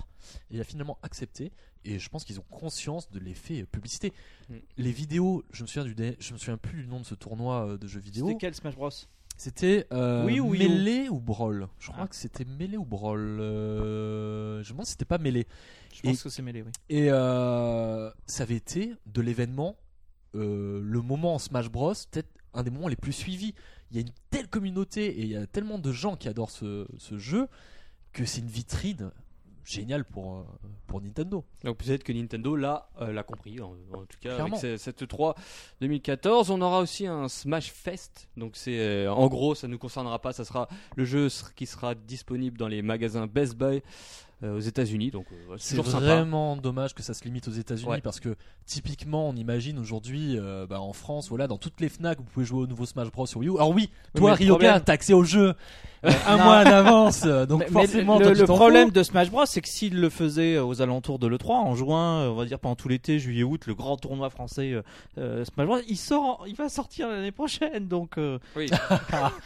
[SPEAKER 3] et a finalement accepté, et je pense qu'ils ont conscience de l'effet euh, publicité.
[SPEAKER 2] Mm.
[SPEAKER 3] Les vidéos, je me souviens, du, dé- je me souviens plus du nom de ce tournoi euh, de jeux
[SPEAKER 1] C'était
[SPEAKER 3] vidéo,
[SPEAKER 1] quel Smash Bros
[SPEAKER 3] c'était euh,
[SPEAKER 1] Wii ou Wii U
[SPEAKER 3] Melee ou Brawl Je crois
[SPEAKER 1] Ah.
[SPEAKER 3] que c'était Melee ou Brawl, euh, je me demande si c'était pas Melee.
[SPEAKER 1] Je
[SPEAKER 3] Et-
[SPEAKER 1] pense que c'est mêlé, oui.
[SPEAKER 3] Et euh, ça avait été de l'événement, euh, le moment en Smash Bros, peut-être un des moments les plus suivis. Il y a une telle communauté et il y a tellement de gens qui adorent ce, ce jeu que c'est une vitrine géniale pour, euh, pour Nintendo.
[SPEAKER 2] Donc peut-être que Nintendo, là, euh, l'a compris. En, en tout cas,
[SPEAKER 3] Clairement.
[SPEAKER 2] avec ce- cette 3 2014, on aura aussi un Smash Fest. Donc c'est, euh, en gros, ça ne nous concernera pas. Ça sera le jeu s- qui sera disponible dans les magasins Best Buy euh, aux États-Unis. Donc euh, ouais,
[SPEAKER 3] C'est
[SPEAKER 2] toujours sympa.
[SPEAKER 3] vraiment dommage que ça se limite aux États-Unis
[SPEAKER 2] Ouais.
[SPEAKER 3] parce que typiquement on imagine aujourd'hui euh, bah, en France voilà dans toutes les Fnac vous pouvez jouer au nouveau Smash Bros sur Wii U. Alors oui,
[SPEAKER 1] mais
[SPEAKER 3] toi
[SPEAKER 1] le
[SPEAKER 3] Ryoga
[SPEAKER 1] problème-
[SPEAKER 3] t'as accès au jeu euh, un
[SPEAKER 1] Non.
[SPEAKER 3] mois d'avance euh, donc
[SPEAKER 1] Mais- mais
[SPEAKER 3] forcément
[SPEAKER 1] le,
[SPEAKER 3] toi,
[SPEAKER 1] le
[SPEAKER 3] tu t'en
[SPEAKER 1] problème de Smash Bros, c'est que s'il le faisait euh, aux alentours de l'E3, en juin, euh, on va dire pendant tout l'été, juillet, août, le grand tournoi français euh, euh, Smash Bros, il, sort, en- il va sortir l'année prochaine. Donc, euh,
[SPEAKER 2] Oui.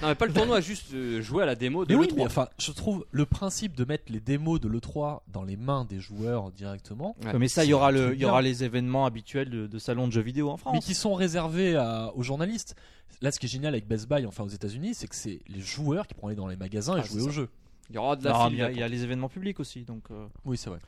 [SPEAKER 2] non, mais pas le tournoi, [laughs] juste euh, jouer à la démo de
[SPEAKER 3] Mais oui,
[SPEAKER 2] l'E3.
[SPEAKER 3] mais enfin, je trouve le principe de mettre les démos de l'E3 dans les mains des joueurs directement,
[SPEAKER 2] Ouais.
[SPEAKER 1] mais ça, il y, aura le, il y
[SPEAKER 3] bien.
[SPEAKER 1] aura les événements habituels de, de salons de jeux vidéo en
[SPEAKER 3] mais
[SPEAKER 1] France.
[SPEAKER 3] qui sont réservés à- aux journalistes. Là, ce qui est génial avec Best Buy, enfin aux États-Unis, c'est que c'est les joueurs qui pourront aller dans les magasins
[SPEAKER 2] Ah,
[SPEAKER 3] et jouer
[SPEAKER 2] c'est
[SPEAKER 3] au jeu.
[SPEAKER 2] Il y aura de la
[SPEAKER 1] Non, mais
[SPEAKER 2] file
[SPEAKER 1] il y a-
[SPEAKER 2] d'attente.
[SPEAKER 1] il y a les événements publics aussi. Donc, euh,
[SPEAKER 3] Oui, c'est vrai.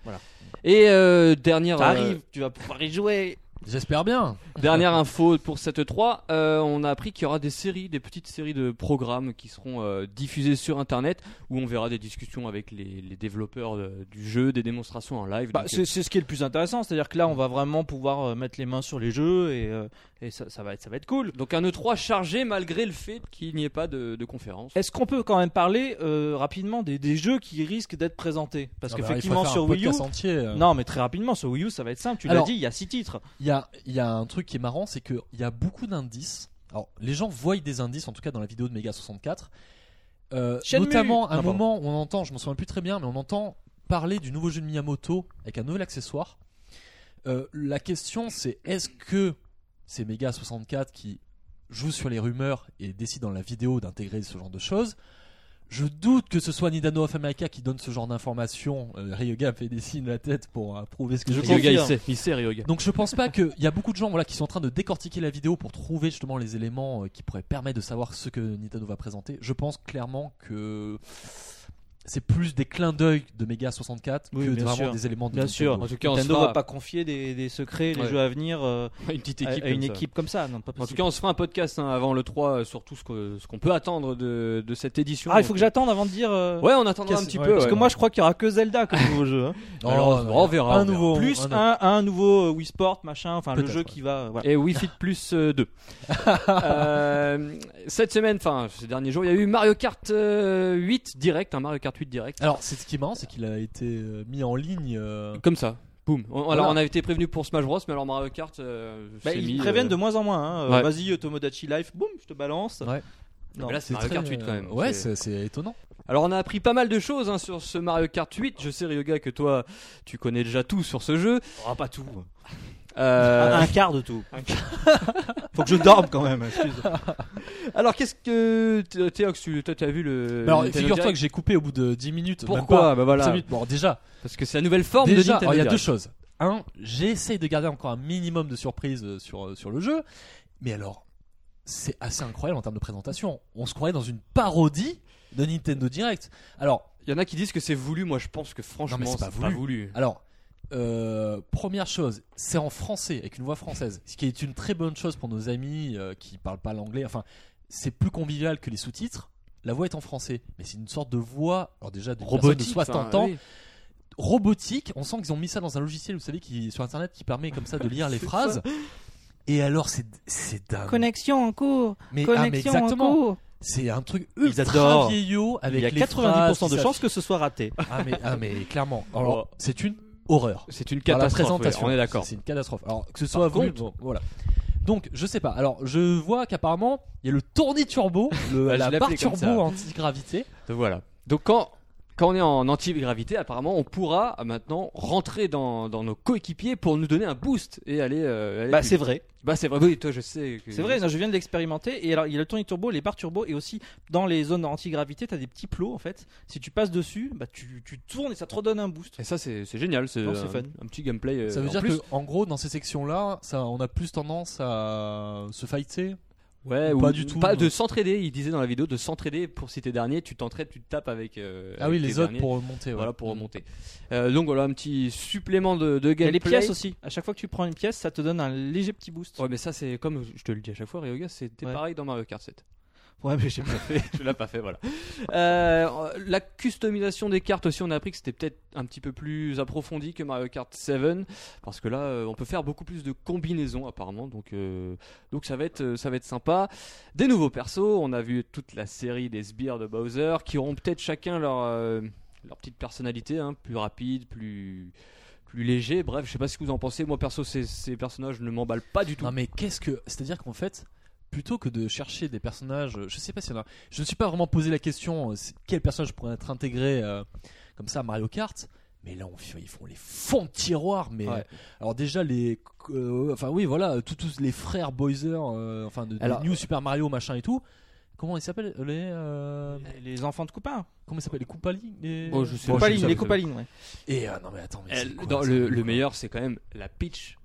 [SPEAKER 2] Et euh, dernière. euh,
[SPEAKER 1] t'arrives, tu vas pouvoir y jouer.
[SPEAKER 3] J'espère bien.
[SPEAKER 2] Dernière info pour cette 3, euh, on a appris qu'il y aura des séries, des petites séries de programmes qui seront euh, diffusées sur internet où on verra des discussions avec les, les développeurs euh, du jeu, des démonstrations en live.
[SPEAKER 1] Bah,
[SPEAKER 2] donc, euh,
[SPEAKER 1] c'est c'est ce qui est le plus intéressant, c'est-à-dire que là, on va vraiment pouvoir euh, mettre les mains sur les jeux et, euh, et ça, ça va être, ça va être cool.
[SPEAKER 2] Donc un E3 chargé malgré le fait qu'il n'y ait pas de, de conférence.
[SPEAKER 1] Est-ce qu'on peut quand même parler euh, rapidement des, des jeux qui risquent d'être présentés Parce
[SPEAKER 3] Ah bah,
[SPEAKER 1] qu'effectivement,
[SPEAKER 3] il faudrait faire
[SPEAKER 1] sur
[SPEAKER 3] un
[SPEAKER 1] Wii U.
[SPEAKER 3] podcast Entier, euh.
[SPEAKER 1] Non, mais très rapidement, sur Wii U, ça va être simple. Tu l'as
[SPEAKER 3] Alors-
[SPEAKER 1] dit, il y a 6 titres.
[SPEAKER 3] Il y a, il y a un truc qui est marrant, c'est qu'il y a beaucoup d'indices. Alors, les gens voient des indices, en tout cas dans la vidéo de Mega 64. Euh,
[SPEAKER 1] Shenmue.
[SPEAKER 3] notamment,
[SPEAKER 1] Ah,
[SPEAKER 3] un
[SPEAKER 1] pardon.
[SPEAKER 3] moment où on entend, je m'en souviens plus très bien, mais on entend parler du nouveau jeu de Miyamoto avec un nouvel accessoire. Euh, la question, c'est est-ce que c'est Mega 64 qui joue sur les rumeurs et décide dans la vidéo d'intégrer ce genre de choses je doute que ce soit Nidano of America qui donne ce genre d'informations. Euh, Ryoga fait des signes de la tête pour euh, prouver ce que je
[SPEAKER 1] Ryoga,
[SPEAKER 3] pense.
[SPEAKER 2] Ryoga, il
[SPEAKER 1] confirme.
[SPEAKER 2] sait, il sait Ryoga.
[SPEAKER 3] Donc je pense pas qu'il y a beaucoup de gens voilà, qui sont en train de décortiquer la vidéo pour trouver justement les éléments euh, qui pourraient permettre de savoir ce que Nintendo va présenter. Je pense clairement que c'est plus des clins d'œil de Mega 64
[SPEAKER 1] Oui,
[SPEAKER 3] que
[SPEAKER 1] bien
[SPEAKER 3] vraiment
[SPEAKER 1] sûr.
[SPEAKER 3] des éléments de
[SPEAKER 1] Bien
[SPEAKER 3] Nintendo.
[SPEAKER 1] sûr.
[SPEAKER 2] En tout cas, on se
[SPEAKER 1] Nintendo
[SPEAKER 2] fera
[SPEAKER 1] va pas confier des, des secrets, les
[SPEAKER 2] Ouais.
[SPEAKER 1] jeux à venir euh,
[SPEAKER 2] [laughs] une petite
[SPEAKER 1] à,
[SPEAKER 2] équipe.
[SPEAKER 1] à une
[SPEAKER 2] comme ça.
[SPEAKER 1] équipe comme ça. Non, pas
[SPEAKER 2] En tout
[SPEAKER 1] possible.
[SPEAKER 2] cas, on se fera un podcast hein, avant le 3 euh, sur tout ce que- ce qu'on peut attendre de, de cette édition.
[SPEAKER 1] ah, il faut
[SPEAKER 2] Donc,
[SPEAKER 1] que j'attende avant de dire. euh,
[SPEAKER 2] Ouais, on attendra un petit
[SPEAKER 3] ouais,
[SPEAKER 2] peu.
[SPEAKER 1] Parce
[SPEAKER 2] ouais.
[SPEAKER 1] que moi, je crois qu'il y aura que Zelda comme nouveau jeu. hein.
[SPEAKER 3] Non,
[SPEAKER 2] Alors,
[SPEAKER 3] non,
[SPEAKER 2] on verra, on
[SPEAKER 3] Un nouveau.
[SPEAKER 1] Plus
[SPEAKER 3] un-
[SPEAKER 1] un, un nouveau euh, Wii Sport, machin, enfin le
[SPEAKER 3] Peut-être,
[SPEAKER 1] jeu
[SPEAKER 3] ouais.
[SPEAKER 1] qui va. euh, voilà.
[SPEAKER 2] Et Wii Fit
[SPEAKER 1] [laughs]
[SPEAKER 2] Plus 2. cette semaine, enfin ces derniers jours, il y a eu Mario Kart euh, 8 direct, un Mario Kart 8 direct.
[SPEAKER 3] Alors c'est ce qui est marrant, c'est qu'il a été euh, mis en ligne. euh,
[SPEAKER 2] Comme ça, boum. On-
[SPEAKER 3] Voilà.
[SPEAKER 2] Alors on a été prévenu pour Smash Bros, mais alors Mario Kart. euh,
[SPEAKER 1] Bah,
[SPEAKER 2] s'est
[SPEAKER 1] ils
[SPEAKER 2] mis,
[SPEAKER 1] préviennent
[SPEAKER 2] euh,
[SPEAKER 1] de moins en moins. hein. Euh,
[SPEAKER 2] ouais.
[SPEAKER 1] Vas-y, euh, Tomodachi Life, boum, je te balance.
[SPEAKER 3] Ouais.
[SPEAKER 1] Non.
[SPEAKER 2] Mais là, c'est Mario
[SPEAKER 3] très,
[SPEAKER 2] Kart 8
[SPEAKER 3] euh,
[SPEAKER 2] quand même.
[SPEAKER 3] Ouais,
[SPEAKER 2] C'est- Euh,
[SPEAKER 3] c'est c'est étonnant.
[SPEAKER 2] Alors on a appris pas mal de choses hein, sur ce Mario Kart 8. Je sais Ryoga que toi, tu connais déjà tout sur ce jeu.
[SPEAKER 1] Ah, pas tout.
[SPEAKER 2] Euh,
[SPEAKER 3] Ah,
[SPEAKER 1] Un quart [laughs] de tout. Faut que je dorme quand même.
[SPEAKER 2] alors qu'est-ce que t- Théox, tu toi, tu as vu le
[SPEAKER 3] Bah, Alors
[SPEAKER 2] Nintendo
[SPEAKER 3] figure-toi que
[SPEAKER 2] Direct
[SPEAKER 3] j'ai coupé au bout de 10 minutes. même
[SPEAKER 2] pourquoi
[SPEAKER 3] pas,
[SPEAKER 2] Bah
[SPEAKER 3] 10
[SPEAKER 2] voilà,
[SPEAKER 3] minutes. Bon, alors, déjà,
[SPEAKER 2] parce que c'est la nouvelle forme de
[SPEAKER 3] Déjà,
[SPEAKER 2] Nintendo.
[SPEAKER 3] alors, il y a deux
[SPEAKER 2] Direct.
[SPEAKER 3] choses. Un, j'essaye de garder encore un minimum de surprise euh, sur, euh, sur le jeu, mais alors, c'est assez incroyable en termes de présentation. On se croirait dans une parodie de Nintendo Direct. Alors,
[SPEAKER 2] Il y en a qui disent que c'est voulu. Moi, je pense que franchement,
[SPEAKER 3] c'est pas
[SPEAKER 2] pas voulu.
[SPEAKER 3] alors euh, première chose, c'est en français, avec une voix française, ce qui est une très bonne chose pour nos amis euh, qui parlent pas l'anglais. Enfin, c'est plus convivial que les sous-titres. La voix est en français, mais c'est une sorte de voix, alors déjà d'une personne de
[SPEAKER 2] Robotique,
[SPEAKER 3] 60
[SPEAKER 2] enfin,
[SPEAKER 3] ans,
[SPEAKER 2] oui.
[SPEAKER 3] robotique. On sent qu'ils ont mis ça dans un logiciel, vous savez, qui sur internet qui permet comme ça
[SPEAKER 2] [laughs]
[SPEAKER 3] de lire les
[SPEAKER 1] C'est
[SPEAKER 3] phrases. Et alors c'est c'est dingue.
[SPEAKER 1] Connexion en cours.
[SPEAKER 3] mais, ah, mais exactement, c'est un truc
[SPEAKER 1] Ils
[SPEAKER 3] ultra
[SPEAKER 1] adorent.
[SPEAKER 3] vieillot avec
[SPEAKER 1] Il y a
[SPEAKER 3] les phrases
[SPEAKER 1] 90% de
[SPEAKER 3] qui
[SPEAKER 1] chances que ce soit raté.
[SPEAKER 3] s'affichent. [laughs] Ah mais ah, mais
[SPEAKER 2] [laughs]
[SPEAKER 3] clairement. Alors
[SPEAKER 2] Oh.
[SPEAKER 3] c'est une horreur.
[SPEAKER 2] C'est une
[SPEAKER 3] Dans la
[SPEAKER 2] catastrophe.
[SPEAKER 3] présentation,
[SPEAKER 2] ouais, on est d'accord.
[SPEAKER 3] C'est une catastrophe. Alors que ce
[SPEAKER 2] Par
[SPEAKER 3] soit voulu,
[SPEAKER 2] contre-
[SPEAKER 3] bon, voilà. Donc je sais pas. Alors je vois qu'apparemment il y a le tourni turbo,
[SPEAKER 2] [laughs]
[SPEAKER 3] le,
[SPEAKER 2] Ah, je
[SPEAKER 3] la
[SPEAKER 2] l'appelais
[SPEAKER 3] barre
[SPEAKER 2] comme
[SPEAKER 3] turbo
[SPEAKER 2] ça.
[SPEAKER 3] anti-gravité.
[SPEAKER 2] Donc voilà. Donc quand quand on est en anti-gravité, apparemment, on pourra euh, maintenant rentrer dans, dans nos coéquipiers pour nous donner un boost et aller. euh, aller
[SPEAKER 1] Bah,
[SPEAKER 2] plus
[SPEAKER 1] c'est
[SPEAKER 2] vite.
[SPEAKER 1] vrai.
[SPEAKER 2] Bah c'est vrai. Oui, toi, je sais. que-
[SPEAKER 1] C'est vrai, non, je viens de l'expérimenter. Et alors, il y a le tourni turbo, les barres turbo, et aussi dans les zones anti-gravité, t'as des petits plots en fait. Si tu passes dessus, bah, tu, tu tournes et ça te redonne un boost.
[SPEAKER 2] Et ça, c'est c'est génial. C'est
[SPEAKER 1] Non, c'est
[SPEAKER 2] un,
[SPEAKER 1] fun.
[SPEAKER 2] un petit gameplay. euh,
[SPEAKER 3] Ça veut
[SPEAKER 2] en
[SPEAKER 3] dire
[SPEAKER 2] plus.
[SPEAKER 3] que en gros dans ces sections là, ça on a plus tendance à se fighter.
[SPEAKER 2] Ouais,
[SPEAKER 3] Ou
[SPEAKER 2] ou
[SPEAKER 3] pas du tout, hein.
[SPEAKER 2] Pas
[SPEAKER 3] non.
[SPEAKER 2] de s'entraider. Il disait dans la vidéo de s'entraider pour si t'es dernier, tu t'entraides, tu te tapes avec. euh,
[SPEAKER 3] Ah
[SPEAKER 2] avec
[SPEAKER 3] oui,
[SPEAKER 2] tes
[SPEAKER 3] les autres
[SPEAKER 2] derniers.
[SPEAKER 3] pour remonter. ouais.
[SPEAKER 2] Voilà pour remonter. Euh, donc voilà un petit supplément de, de
[SPEAKER 1] Il y
[SPEAKER 2] gameplay.
[SPEAKER 1] a les pièces aussi. À chaque fois que tu prends une pièce, ça te donne un léger petit boost.
[SPEAKER 2] Ouais, mais ça, c'est comme je te le dis à chaque fois, Ryoga, c'était
[SPEAKER 1] Ouais.
[SPEAKER 2] pareil dans Mario Kart 7.
[SPEAKER 1] Ouais, mais j'ai
[SPEAKER 2] [laughs] tu l'as pas fait, voilà. Euh, la customisation des cartes aussi, on a appris que c'était peut-être un petit peu plus approfondi que Mario Kart 7, parce que là, euh, on peut faire beaucoup plus de combinaisons apparemment, donc, euh, donc ça, va être, euh, ça va être sympa. Des nouveaux persos, on a vu toute la série des sbires de Bowser, qui auront peut-être chacun leur, euh, leur petite personnalité, hein, plus rapide, plus... Plus léger, bref, je sais pas ce que vous en pensez. Moi perso, ces, ces personnages ne m'emballent pas du tout.
[SPEAKER 3] Non mais qu'est-ce que c'est-à-dire qu'en fait plutôt que de chercher des personnages, euh, je sais pas s'il y en a. Je ne suis pas vraiment posé la question euh, c'est- quel personnage pourrait être intégré euh, comme ça à Mario Kart. Mais là, on fait- ils font les fonds de tiroir. Mais
[SPEAKER 2] Ouais.
[SPEAKER 3] euh, alors déjà les, euh, enfin oui, voilà, tous tous les frères Bowser, euh, enfin de, des
[SPEAKER 2] Alors,
[SPEAKER 3] New Super Mario machin et tout. Comment ils s'appellent les, euh,
[SPEAKER 1] Les enfants de copains.
[SPEAKER 3] comment ils s'appellent les Koopalings les...
[SPEAKER 2] Oh, je sais
[SPEAKER 3] Bon,
[SPEAKER 2] pas,
[SPEAKER 1] Coupalines,
[SPEAKER 2] je sais
[SPEAKER 1] les
[SPEAKER 2] pas.
[SPEAKER 1] coupalines, ouais.
[SPEAKER 3] Et euh, non mais attends, mais
[SPEAKER 2] Elle-
[SPEAKER 3] c'est quoi,
[SPEAKER 2] dans
[SPEAKER 3] ça,
[SPEAKER 2] le,
[SPEAKER 3] quoi
[SPEAKER 2] le meilleur, c'est quand même la Peach.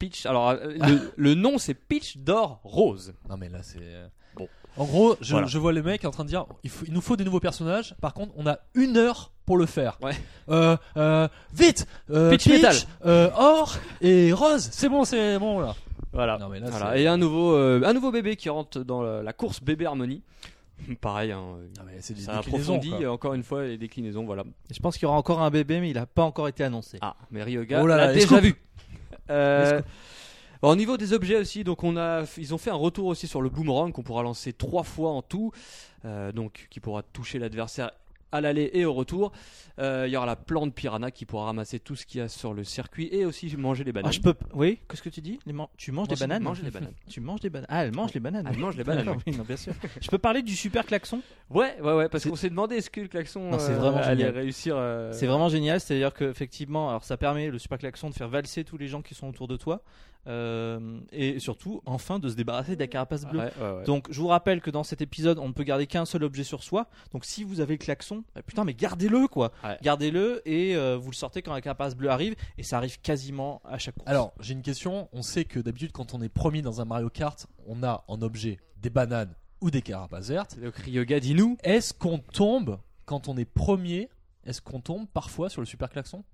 [SPEAKER 2] Peach. Alors, euh,
[SPEAKER 3] Ah.
[SPEAKER 2] le, le nom, c'est Peach d'or rose.
[SPEAKER 3] Non mais là c'est. euh,
[SPEAKER 2] Bon.
[SPEAKER 3] En gros, je,
[SPEAKER 2] Voilà.
[SPEAKER 3] je vois les mecs en train de dire il, faut- il nous faut des nouveaux personnages. Par contre, on a une heure pour le faire.
[SPEAKER 2] Ouais.
[SPEAKER 3] Euh, euh, vite. Euh,
[SPEAKER 2] Pitch
[SPEAKER 3] Peach,
[SPEAKER 2] Metal.
[SPEAKER 3] euh, or et rose. C'est bon, c'est bon là.
[SPEAKER 1] Voilà.
[SPEAKER 3] Non, mais là,
[SPEAKER 2] Voilà.
[SPEAKER 3] c'est-
[SPEAKER 2] Et un nouveau, euh, un nouveau bébé qui rentre dans la, la course bébé harmonie. [laughs] Pareil, hein, euh,
[SPEAKER 3] Non, mais c'est des
[SPEAKER 2] ça
[SPEAKER 3] déclinaisons,
[SPEAKER 2] approfondit
[SPEAKER 3] quoi.
[SPEAKER 2] euh, encore une fois les déclinaisons. Voilà.
[SPEAKER 1] Je pense qu'il y aura encore un bébé, mais il n'a pas encore été annoncé.
[SPEAKER 2] Ah, mais Ryoga
[SPEAKER 3] Oh là
[SPEAKER 2] l'a
[SPEAKER 3] là,
[SPEAKER 2] déjà
[SPEAKER 3] escope.
[SPEAKER 2] vu. Euh, bon, au niveau des objets aussi, donc on a, ils ont fait un retour aussi sur le boomerang qu'on pourra lancer trois fois en tout, euh, donc qui pourra toucher l'adversaire à l'aller et au retour. Euh, Il y aura la plante piranha qui pourra ramasser tout ce qu'il y a sur le circuit et aussi manger les bananes.
[SPEAKER 1] Ah, je peux. Oui, qu'est-ce que tu dis Les man- Tu manges
[SPEAKER 2] Moi,
[SPEAKER 1] des
[SPEAKER 2] c'est-
[SPEAKER 1] bananes
[SPEAKER 2] manger les bananes.
[SPEAKER 1] [laughs] Tu manges des bananes. [laughs] Ah, elle mange les bananes.
[SPEAKER 2] Elle
[SPEAKER 1] oui.
[SPEAKER 2] mange les bananes,
[SPEAKER 1] D'accord, oui, non, bien sûr. Je peux parler du super klaxon
[SPEAKER 2] Ouais, ouais, ouais, parce qu'on s'est demandé est-ce que le klaxon
[SPEAKER 1] Non, c'est
[SPEAKER 2] euh,
[SPEAKER 1] vraiment
[SPEAKER 2] allait
[SPEAKER 1] génial.
[SPEAKER 2] réussir. euh,
[SPEAKER 1] C'est vraiment génial, c'est-à-dire que effectivement, alors ça permet le super klaxon de faire valser tous les gens qui sont autour de toi, euh, et surtout enfin de se débarrasser de la carapace bleue.
[SPEAKER 2] Ah, Ouais, ouais, ouais.
[SPEAKER 1] Donc je vous rappelle que dans cet épisode, on ne peut garder qu'un seul objet sur soi. Donc si vous avez le klaxon, bah, putain mais gardez-le quoi.
[SPEAKER 2] Ouais.
[SPEAKER 1] Gardez-le et euh, vous le sortez quand la carapace bleue arrive et ça arrive quasiment à chaque course.
[SPEAKER 3] Alors, j'ai une question. On sait que d'habitude, quand on est premier dans un Mario Kart, on a en objet des bananes ou des carapaces vertes.
[SPEAKER 2] Donc Ryoga, dis-nous.
[SPEAKER 3] Est-ce qu'on tombe quand on est premier Est-ce qu'on tombe parfois sur le super klaxon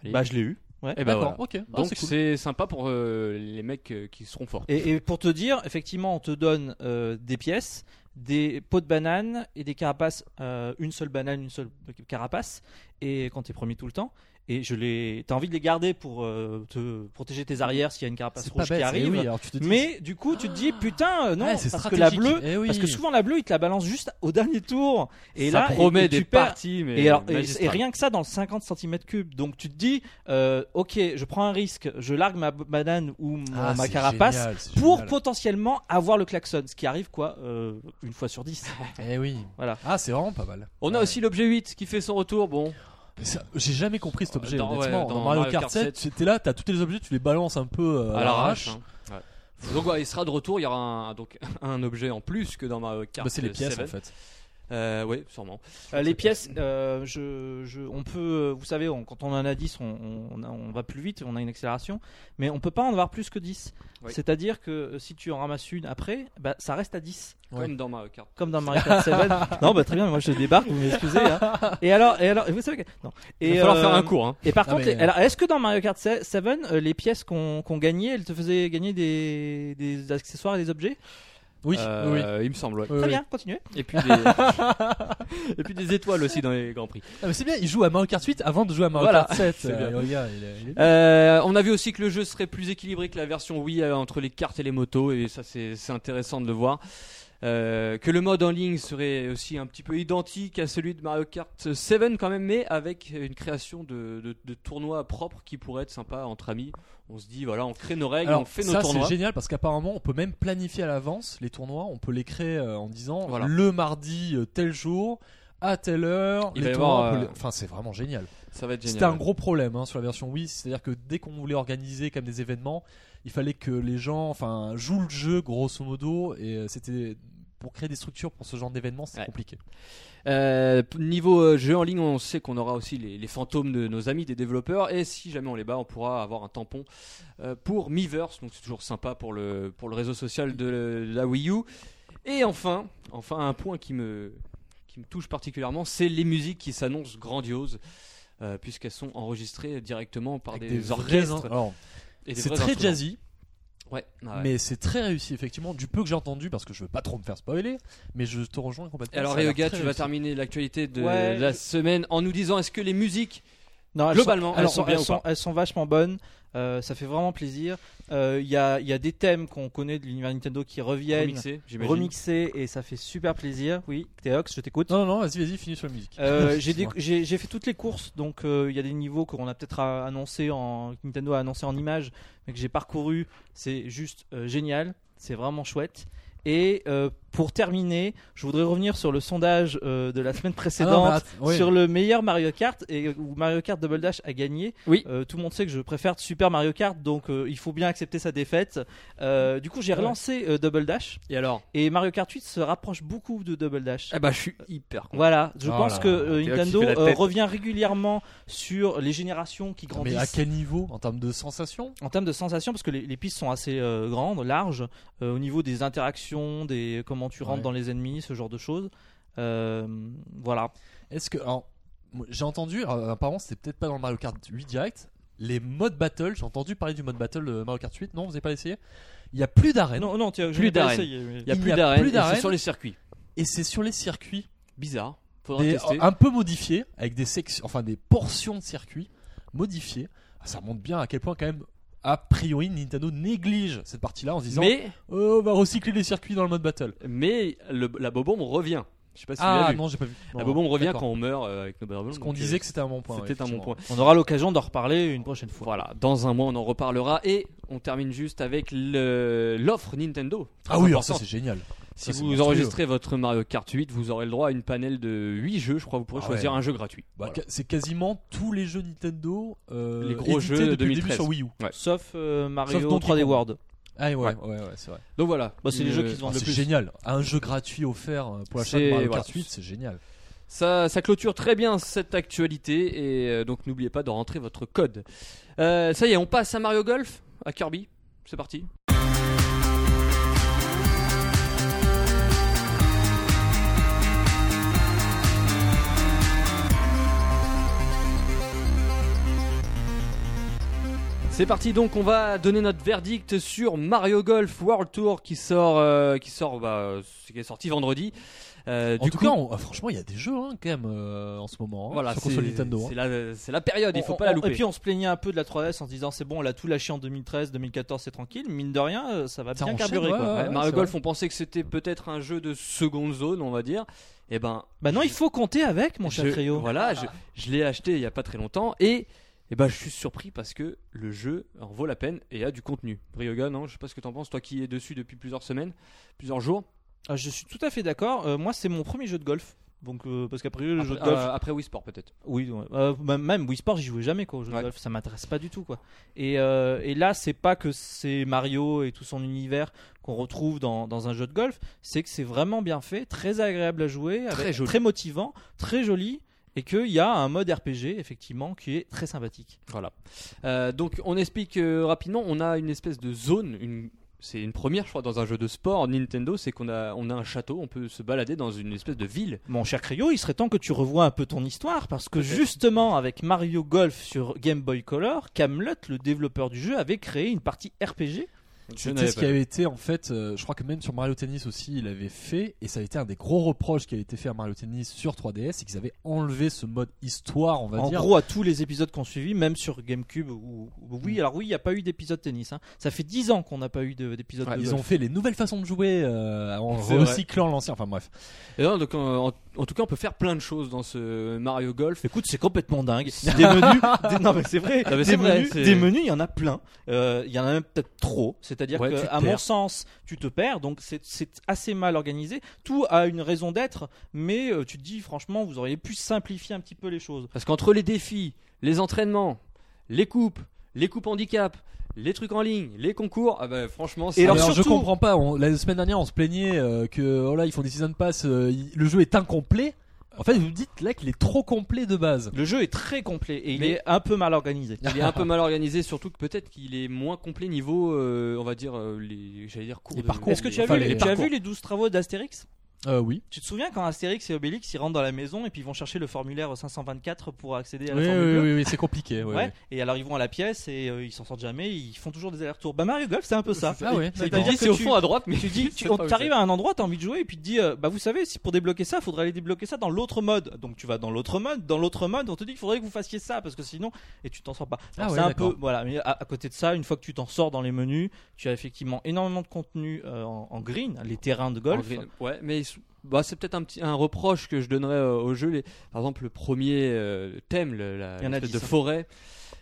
[SPEAKER 2] Allez.
[SPEAKER 1] bah je l'ai eu. Ouais.
[SPEAKER 2] Eh ben
[SPEAKER 3] D'accord,
[SPEAKER 2] voilà.
[SPEAKER 3] ok. Ah,
[SPEAKER 2] Donc
[SPEAKER 3] c'est cool.
[SPEAKER 2] c'est sympa pour euh, les mecs euh, qui seront forts.
[SPEAKER 1] Et, et pour te dire, effectivement, on te donne euh, des pièces, des pots de bananes et des carapaces. euh, une seule banane, une seule carapace. Et quand t'es premier tout le temps. Et je les, t'as envie de les garder pour euh, te protéger tes arrières s'il y a une carapace
[SPEAKER 3] C'est
[SPEAKER 1] rouge
[SPEAKER 3] pas
[SPEAKER 1] qui
[SPEAKER 3] bête. eh
[SPEAKER 1] arrive.
[SPEAKER 3] oui, alors tu te dis-
[SPEAKER 1] Mais du coup, tu te dis putain, euh, non,
[SPEAKER 3] Ouais,
[SPEAKER 1] parce
[SPEAKER 3] c'est
[SPEAKER 1] que la
[SPEAKER 3] stratégique.
[SPEAKER 1] bleue,
[SPEAKER 3] Eh oui.
[SPEAKER 1] parce que souvent la bleue, il te la balance juste au dernier tour. Et
[SPEAKER 2] ça
[SPEAKER 1] là, et-
[SPEAKER 2] promet
[SPEAKER 1] et
[SPEAKER 2] des
[SPEAKER 1] tu perds.
[SPEAKER 2] parties, mais
[SPEAKER 1] Et, alors, et-
[SPEAKER 2] magistrales.
[SPEAKER 1] et rien que ça dans le 50 cm3, donc tu te dis, euh, ok, je prends un risque, je largue ma b- banane ou mon-
[SPEAKER 3] Ah,
[SPEAKER 1] ma
[SPEAKER 3] c'est
[SPEAKER 1] carapace
[SPEAKER 3] génial, c'est
[SPEAKER 1] pour
[SPEAKER 3] génial.
[SPEAKER 1] potentiellement avoir le klaxon, ce qui arrive quoi, euh, une fois sur dix.
[SPEAKER 3] Eh oui.
[SPEAKER 1] Voilà.
[SPEAKER 3] Ah, c'est vraiment pas mal.
[SPEAKER 2] On a aussi l'objet 8 qui fait son retour. Bon,
[SPEAKER 3] Mais ça, J'ai jamais compris cet objet,
[SPEAKER 2] Euh, Dans- ouais,
[SPEAKER 3] honnêtement.
[SPEAKER 2] dans
[SPEAKER 3] dans Mario
[SPEAKER 2] Mario
[SPEAKER 3] Kart
[SPEAKER 2] Kart
[SPEAKER 3] 7, tu- t'es là, t'as tous les objets, tu les balances un peu euh,
[SPEAKER 2] à l'arrache.
[SPEAKER 3] Bah,
[SPEAKER 2] hein. Donc ouais, il sera de retour. Il y aura un, donc [laughs] un objet en plus que dans Mario Kart.
[SPEAKER 3] Bah, c'est les pièces,
[SPEAKER 2] 7.
[SPEAKER 3] en fait.
[SPEAKER 2] Euh, oui, sûrement.
[SPEAKER 1] Euh, les pièces, euh, je, je- on peut, euh, vous savez, on- quand on en a 10, on, on- on a- on va plus vite, on a une accélération, mais on peut pas en avoir plus que 10.
[SPEAKER 2] Oui.
[SPEAKER 1] C'est-à-dire que euh, si tu en ramasses une après, bah, ça reste à 10,
[SPEAKER 3] Ouais.
[SPEAKER 2] Comme dans Mario Kart.
[SPEAKER 1] comme dans Mario Kart 7. non, bah très bien, moi je débarque, vous m'excusez. hein. Et alors, et alors, et vous savez que. Non.
[SPEAKER 2] Il
[SPEAKER 1] Et,
[SPEAKER 2] va falloir
[SPEAKER 1] euh,
[SPEAKER 2] faire un cours. Hein.
[SPEAKER 1] Et par
[SPEAKER 3] Non,
[SPEAKER 1] contre,
[SPEAKER 3] mais-
[SPEAKER 1] les- alors, est-ce que dans Mario Kart 7, euh, les pièces qu'on qu'on gagnait, elles te faisaient gagner des, des accessoires et des objets
[SPEAKER 3] Oui, oui.
[SPEAKER 2] Euh, Il me semble. ouais.
[SPEAKER 3] Oui,
[SPEAKER 1] Très
[SPEAKER 3] oui.
[SPEAKER 1] bien, continuez.
[SPEAKER 2] Et puis des...
[SPEAKER 3] [laughs]
[SPEAKER 2] et puis des [laughs] étoiles aussi dans les grands prix.
[SPEAKER 3] Ah, mais c'est bien, il joue à Mario Kart 8 avant de jouer à Mario
[SPEAKER 2] Voilà.
[SPEAKER 3] Kart 7.
[SPEAKER 2] [laughs] C'est bien.
[SPEAKER 3] Euh, regarde, il est- il est-
[SPEAKER 2] Euh, on a vu aussi que le jeu serait plus équilibré que la version Wii euh, entre les cartes et les motos, et ça c'est c'est intéressant de le voir. Euh, que le mode en ligne serait aussi un petit peu identique à celui de Mario Kart 7 quand même, mais avec une création de, de, de tournois propres qui pourrait être sympa entre amis. On se dit voilà, on crée nos règles, on fait nos
[SPEAKER 3] ça c'est
[SPEAKER 2] tournois.
[SPEAKER 3] génial parce qu'apparemment on peut même planifier à l'avance les tournois, on peut les créer euh, en disant
[SPEAKER 2] Voilà.
[SPEAKER 3] le mardi euh, tel jour à telle heure.
[SPEAKER 2] Il
[SPEAKER 3] les
[SPEAKER 2] va y
[SPEAKER 3] tournois,
[SPEAKER 2] avoir,
[SPEAKER 3] on peut
[SPEAKER 2] euh,
[SPEAKER 3] les- enfin c'est vraiment génial.
[SPEAKER 2] Ça va être génial.
[SPEAKER 3] C'était un gros problème hein, sur la version Wii, c'est-à-dire que dès qu'on voulait organiser comme des événements, il fallait que les gens, enfin jouent le jeu grosso modo et euh, c'était pour créer des structures pour ce genre d'événement c'est
[SPEAKER 2] Ouais.
[SPEAKER 3] compliqué.
[SPEAKER 2] Euh, p- niveau euh, jeu en ligne, on sait qu'on aura aussi les, les fantômes de nos amis des développeurs et si jamais on les bat, on pourra avoir un tampon euh, pour Miiverse, donc c'est toujours sympa pour le, pour le réseau social de, de la Wii U. Et enfin, enfin un point qui me, qui me touche particulièrement, c'est les musiques qui s'annoncent grandioses. euh, puisqu'elles sont enregistrées directement par des,
[SPEAKER 3] Avec vrais
[SPEAKER 2] orchestres.
[SPEAKER 3] in- alors,
[SPEAKER 2] et des
[SPEAKER 3] c'est
[SPEAKER 2] vrais
[SPEAKER 3] très
[SPEAKER 2] instruments.
[SPEAKER 3] jazzy,
[SPEAKER 2] Ouais, ouais.
[SPEAKER 3] mais c'est très réussi effectivement. Du peu que j'ai entendu, parce que je veux pas trop me faire spoiler, mais je te rejoins
[SPEAKER 2] Et
[SPEAKER 3] complètement.
[SPEAKER 2] Alors
[SPEAKER 3] ça a l'air
[SPEAKER 2] Ryoga,
[SPEAKER 3] très
[SPEAKER 2] tu vas
[SPEAKER 3] réussi.
[SPEAKER 2] terminer l'actualité de
[SPEAKER 1] Ouais,
[SPEAKER 2] la
[SPEAKER 1] je-
[SPEAKER 2] semaine en nous disant est-ce que les musiques
[SPEAKER 1] Non, elles
[SPEAKER 2] Globalement,
[SPEAKER 1] sont,
[SPEAKER 2] elles
[SPEAKER 1] elles,
[SPEAKER 2] sont
[SPEAKER 1] sont,
[SPEAKER 2] bien
[SPEAKER 1] elles
[SPEAKER 2] ou
[SPEAKER 1] sont-
[SPEAKER 2] pas
[SPEAKER 1] elles sont vachement bonnes. euh, ça fait vraiment plaisir. Euh, Il y, a, il y a des thèmes qu'on connaît de l'univers Nintendo qui reviennent remixés,
[SPEAKER 2] remixées, j'imagine
[SPEAKER 1] et ça fait super plaisir. Oui, Théox, je t'écoute.
[SPEAKER 2] Oh,
[SPEAKER 3] Non, non, non, vas-y, vas-y, finis sur la musique.
[SPEAKER 2] [laughs]
[SPEAKER 1] Euh, j'ai déc-
[SPEAKER 3] Excuse-moi.
[SPEAKER 1] j'ai j'ai fait toutes les courses, donc euh, il y a des niveaux qu'on a peut-être a- annoncé en que Nintendo a annoncé en images, mais que j'ai parcouru. C'est juste euh, génial, c'est vraiment chouette. Et euh, pour terminer, je voudrais revenir sur le sondage euh, de la semaine
[SPEAKER 3] Ah non,
[SPEAKER 1] précédente.
[SPEAKER 3] mais att- ouais.
[SPEAKER 1] Sur le meilleur Mario Kart et euh, où Mario Kart Double Dash a gagné.
[SPEAKER 2] Oui.
[SPEAKER 1] Euh, tout le monde sait que je préfère Super Mario Kart, donc euh, il faut bien accepter sa défaite. Euh, du coup, j'ai
[SPEAKER 3] Ouais.
[SPEAKER 1] relancé euh, Double Dash
[SPEAKER 2] Et alors
[SPEAKER 1] et Mario Kart 8 se rapproche beaucoup de Double Dash.
[SPEAKER 3] ben,
[SPEAKER 2] Eh bah, je suis hyper content.
[SPEAKER 1] Voilà, je
[SPEAKER 3] Ah Oh
[SPEAKER 1] pense
[SPEAKER 3] là
[SPEAKER 1] que
[SPEAKER 3] là.
[SPEAKER 1] euh,
[SPEAKER 5] Théo qui
[SPEAKER 1] Nintendo
[SPEAKER 5] fait la
[SPEAKER 1] euh,
[SPEAKER 5] tête.
[SPEAKER 1] revient régulièrement sur les générations qui
[SPEAKER 3] Non, Ah, mais à
[SPEAKER 1] grandissent.
[SPEAKER 3] quel niveau En termes de sensation
[SPEAKER 1] En termes de sensations, parce que les, les pistes sont assez euh, grandes, larges, euh, au niveau des interactions, des comment tu rentres
[SPEAKER 3] Ouais.
[SPEAKER 1] dans les ennemis, ce genre de choses. Euh, voilà.
[SPEAKER 3] euh, Est-ce que. Alors, moi, j'ai entendu, alors, apparemment, c'était peut-être pas dans le Mario Kart 8 direct, les modes battle. J'ai entendu parler du mode battle de Mario Kart 8. Non, vous n'avez pas essayé Il n'y a plus d'arène.
[SPEAKER 1] Non, non, tiens, je
[SPEAKER 2] Plus
[SPEAKER 1] l'ai pas
[SPEAKER 2] d'arène.
[SPEAKER 1] essayé. mais-
[SPEAKER 2] Il n'y a
[SPEAKER 3] Il
[SPEAKER 2] plus
[SPEAKER 3] n'y a
[SPEAKER 2] d'arène
[SPEAKER 3] plus
[SPEAKER 2] et c'est
[SPEAKER 3] d'arène.
[SPEAKER 2] sur les circuits.
[SPEAKER 3] Et c'est sur les circuits,
[SPEAKER 2] Bizarre. hein. Faudra
[SPEAKER 3] des-
[SPEAKER 2] tester.
[SPEAKER 3] un peu modifiés, avec des sections, enfin des portions de circuits modifiées. Ah, Ça montre bien à quel point quand même. A priori, Nintendo néglige cette partie-là en se disant
[SPEAKER 2] Mais,
[SPEAKER 3] Oh, on va recycler les circuits dans le mode battle.
[SPEAKER 2] mais le- la bobombe revient. Je sais pas si tu l'as
[SPEAKER 3] Ah
[SPEAKER 2] vu.
[SPEAKER 3] non, j'ai pas vu.
[SPEAKER 2] la
[SPEAKER 3] Non,
[SPEAKER 2] bobombe revient
[SPEAKER 3] d'accord.
[SPEAKER 2] quand on meurt euh, avec nos bobombes.
[SPEAKER 3] Parce qu'on
[SPEAKER 2] donc,
[SPEAKER 3] disait
[SPEAKER 2] euh,
[SPEAKER 3] que c'était un bon point.
[SPEAKER 2] c'était un bon
[SPEAKER 3] effectivement.
[SPEAKER 2] point.
[SPEAKER 1] On aura l'occasion d'en reparler une prochaine fois.
[SPEAKER 2] Voilà, dans un mois on en reparlera et on termine juste avec le- l'offre Nintendo. Très
[SPEAKER 3] Ah oui, alors
[SPEAKER 2] importante.
[SPEAKER 3] ça c'est génial.
[SPEAKER 2] si
[SPEAKER 3] ça, c'est
[SPEAKER 2] vous
[SPEAKER 3] monstrueux.
[SPEAKER 2] enregistrez votre Mario Kart 8, vous aurez le droit à une panel de 8 jeux, je crois, vous pourrez
[SPEAKER 3] Ah
[SPEAKER 2] choisir
[SPEAKER 3] ouais.
[SPEAKER 2] un jeu gratuit.
[SPEAKER 3] Bah,
[SPEAKER 2] Voilà.
[SPEAKER 3] ca- C'est quasiment tous les jeux Nintendo. euh,
[SPEAKER 2] Les gros
[SPEAKER 3] édités
[SPEAKER 2] jeux de
[SPEAKER 3] depuis le début
[SPEAKER 2] 2013.
[SPEAKER 3] sur Wii U.
[SPEAKER 1] Sauf euh, Mario
[SPEAKER 3] Sauf Donkey
[SPEAKER 1] 3D
[SPEAKER 3] Kong.
[SPEAKER 1] World.
[SPEAKER 3] Ah ouais,
[SPEAKER 2] Ouais.
[SPEAKER 3] ouais, ouais, c'est vrai.
[SPEAKER 2] Donc voilà,
[SPEAKER 1] Bah, c'est les
[SPEAKER 2] Euh,
[SPEAKER 1] jeux qui se vendent
[SPEAKER 3] Ah,
[SPEAKER 1] le
[SPEAKER 3] c'est
[SPEAKER 1] plus.
[SPEAKER 3] génial. Un jeu gratuit offert euh, pour l'achat de
[SPEAKER 2] C'est-
[SPEAKER 3] Mario
[SPEAKER 2] voilà.
[SPEAKER 3] Kart 8, c'est génial.
[SPEAKER 2] Ça, ça clôture très bien cette actualité et euh, donc n'oubliez pas de rentrer votre code. Euh, ça y est, on passe à Mario Golf, à Kirby. C'est parti. C'est parti donc, on va donner notre verdict sur Mario Golf World Tour qui sort, euh, qui sort, bah, qui est sorti vendredi. Euh,
[SPEAKER 3] en
[SPEAKER 2] du
[SPEAKER 3] tout
[SPEAKER 2] coup,
[SPEAKER 3] cas, on- ah, franchement, il y a des jeux hein, quand même euh, en ce moment. hein,
[SPEAKER 2] voilà,
[SPEAKER 3] sur
[SPEAKER 2] c'est
[SPEAKER 3] console Nintendo. hein. Oh,
[SPEAKER 2] c'est la, c'est la période, il faut
[SPEAKER 1] On-
[SPEAKER 2] pas la
[SPEAKER 1] on-
[SPEAKER 2] louper.
[SPEAKER 1] Et puis on se plaignait un peu de la 3DS en se disant c'est bon, on l'a tout lâché en 2013, 2014, c'est tranquille. Mine de rien, euh, ça va
[SPEAKER 3] Ça
[SPEAKER 1] bien
[SPEAKER 3] enchaîne,
[SPEAKER 1] carburer
[SPEAKER 3] ouais,
[SPEAKER 1] quoi.
[SPEAKER 3] ouais.
[SPEAKER 2] Ouais, Mario
[SPEAKER 3] c'est
[SPEAKER 2] Golf, on pensait que c'était peut-être un jeu de seconde zone, on va dire. Et ben,
[SPEAKER 1] Bah non, il faut compter avec, mon cher
[SPEAKER 2] je-
[SPEAKER 1] Cryo.
[SPEAKER 2] Voilà, je, je l'ai acheté il y a pas très longtemps et eh ben, je suis surpris parce que le jeu en vaut la peine et a du contenu. Ryoga, non, je sais pas ce que t'en penses, toi qui es dessus depuis plusieurs semaines, plusieurs jours,
[SPEAKER 1] Ah, je suis tout à fait d'accord. Euh, moi, c'est mon premier jeu de golf. Donc, euh, parce qu'après
[SPEAKER 3] Ah,
[SPEAKER 1] le jeu de
[SPEAKER 2] après,
[SPEAKER 1] golf,
[SPEAKER 2] euh, après Wii Sport peut-être.
[SPEAKER 1] oui, ouais. Euh, bah, même Wii Sport, j'y jouais jamais quoi. Au jeu
[SPEAKER 2] Ouais.
[SPEAKER 1] de golf, ça m'intéresse pas du tout quoi. Et, euh, et là, c'est pas que c'est Mario et tout son univers qu'on retrouve dans, dans un jeu de golf, c'est que c'est vraiment bien fait, très agréable à jouer,
[SPEAKER 2] Très
[SPEAKER 1] avec-
[SPEAKER 2] joli.
[SPEAKER 1] motivant, très joli, et qu'il y a un mode RPG effectivement qui est très sympathique.
[SPEAKER 2] Voilà. Euh, donc on explique euh, rapidement, on a une espèce de zone, une- c'est une première je crois dans un jeu de sport Nintendo, c'est qu'on a, on a un château, on peut se balader dans une espèce de ville.
[SPEAKER 1] Mon cher Cryo, il serait temps que tu revoies un peu ton histoire parce que justement avec Mario Golf sur Game Boy Color, Camelot, le développeur du jeu, avait créé une partie RPG.
[SPEAKER 2] Je
[SPEAKER 3] C'était
[SPEAKER 2] n'avais
[SPEAKER 3] ce
[SPEAKER 2] pas-
[SPEAKER 3] qui avait été en fait, euh, je crois que même sur Mario Tennis aussi, il avait fait, et ça a été un des gros reproches qui avait été fait à Mario Tennis sur 3DS, c'est qu'ils avaient enlevé ce mode histoire, on va
[SPEAKER 1] En
[SPEAKER 3] dire.
[SPEAKER 1] gros, à tous les épisodes qu'on suivit, même sur GameCube. Ou, ou- oui, alors oui, il n'y a pas eu d'épisode tennis. hein. Ça fait 10 ans qu'on n'a pas eu de- d'épisode
[SPEAKER 3] Ouais,
[SPEAKER 1] de
[SPEAKER 3] ils
[SPEAKER 1] golf.
[SPEAKER 3] ont fait les nouvelles façons de jouer euh, en
[SPEAKER 2] C'est vrai.
[SPEAKER 3] recyclant l'ancien. Enfin bref,
[SPEAKER 2] Et non, donc, en, en- en tout cas, on peut faire plein de choses dans ce Mario Golf.
[SPEAKER 1] Écoute, c'est complètement [laughs] dingue. Des menus, des- non mais c'est vrai.
[SPEAKER 2] Non, mais c'est
[SPEAKER 1] des,
[SPEAKER 2] vrai,
[SPEAKER 1] menus,
[SPEAKER 2] c'est-
[SPEAKER 1] des menus, il y en a plein. Euh, Il y en a même peut-être trop. C'est-à-dire
[SPEAKER 2] Ouais, tu
[SPEAKER 1] que,
[SPEAKER 2] te
[SPEAKER 1] à
[SPEAKER 2] perds.
[SPEAKER 1] mon sens, tu te perds. Donc c'est- c'est assez mal organisé. Tout a une raison d'être, mais euh, tu te dis franchement, vous auriez pu simplifier un petit peu les choses.
[SPEAKER 2] Parce qu'entre les défis, les entraînements, les coupes, les coupes handicap, les trucs en ligne, les concours, ah bah, franchement, c'est.
[SPEAKER 1] Et alors,
[SPEAKER 3] Alors, je
[SPEAKER 1] surtout-
[SPEAKER 3] comprends pas. on- la semaine dernière, on se plaignait euh, que oh là, ils font des season pass, euh, il- le jeu est incomplet. En fait, vous me dites là qu'il est trop complet de base.
[SPEAKER 1] Le jeu est très complet et
[SPEAKER 2] Mais-
[SPEAKER 1] il est un peu mal organisé.
[SPEAKER 2] [laughs] il est un peu mal organisé, surtout que peut-être qu'il est moins complet niveau, euh, on va dire, euh, les, j'allais dire cours.
[SPEAKER 3] Les
[SPEAKER 2] de-
[SPEAKER 3] parcours.
[SPEAKER 1] Est-ce que tu as,
[SPEAKER 3] Enfin,
[SPEAKER 1] vu, les,
[SPEAKER 3] les
[SPEAKER 1] tu as
[SPEAKER 3] parcours.
[SPEAKER 1] vu les 12 travaux d'Astérix
[SPEAKER 3] Euh, oui.
[SPEAKER 1] Tu te souviens quand Astérix et Obélix ils rentrent dans la maison et puis ils vont chercher le formulaire 524 pour accéder à la
[SPEAKER 3] Oui,
[SPEAKER 1] formule
[SPEAKER 3] oui,
[SPEAKER 1] bleue
[SPEAKER 3] oui, oui, c'est compliqué. ouais,
[SPEAKER 1] Ouais,
[SPEAKER 3] ouais.
[SPEAKER 1] Et alors ils vont à la pièce et euh, ils s'en sortent jamais, ils font toujours des allers-retours. Bah Mario Golf, c'est un peu ça.
[SPEAKER 3] Ah ouais,
[SPEAKER 2] Ils
[SPEAKER 1] C'est-à-dire
[SPEAKER 2] te disent,
[SPEAKER 1] que
[SPEAKER 2] c'est au
[SPEAKER 1] tu-
[SPEAKER 2] fond à droite, mais
[SPEAKER 1] Tu
[SPEAKER 2] [laughs]
[SPEAKER 1] dis, tu
[SPEAKER 2] sais pas où
[SPEAKER 1] arrives à un endroit, t'as envie de jouer et puis tu te dis, euh, bah vous savez, si pour débloquer ça, faudrait aller débloquer ça dans l'autre mode. Donc tu vas dans l'autre mode, dans l'autre mode, on te dit qu'il faudrait que vous fassiez ça parce que sinon, et tu t'en sors pas. Alors,
[SPEAKER 3] Ah ouais,
[SPEAKER 1] c'est un
[SPEAKER 3] d'accord.
[SPEAKER 1] peu, voilà. Mais à, à côté de ça, une fois que tu t'en sors dans les menus, tu as effectivement énormément de contenu euh, en, en green, les terrains de golf.
[SPEAKER 2] En green. Ouais, mais ils sont- bah, c'est peut-être un petit un reproche que je donnerais euh, au jeu. Les- par exemple, le premier euh, thème, le- la
[SPEAKER 1] Il y en a
[SPEAKER 2] l'espèce
[SPEAKER 1] dix,
[SPEAKER 2] de
[SPEAKER 1] hein.
[SPEAKER 2] forêt.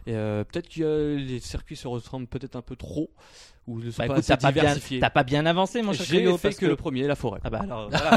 [SPEAKER 2] Et euh, peut-être que euh, les circuits se ressemblent peut-être un peu trop ou ne sont
[SPEAKER 1] Bah,
[SPEAKER 2] pas
[SPEAKER 1] écoute,
[SPEAKER 2] assez
[SPEAKER 1] t'as pas, bien-
[SPEAKER 2] diversifiés.
[SPEAKER 1] t'as pas bien avancé, mon cher
[SPEAKER 2] J'ai
[SPEAKER 1] Cryo,
[SPEAKER 2] fait
[SPEAKER 1] parce
[SPEAKER 2] que, le premier, la forêt.
[SPEAKER 1] Ah bah alors, voilà.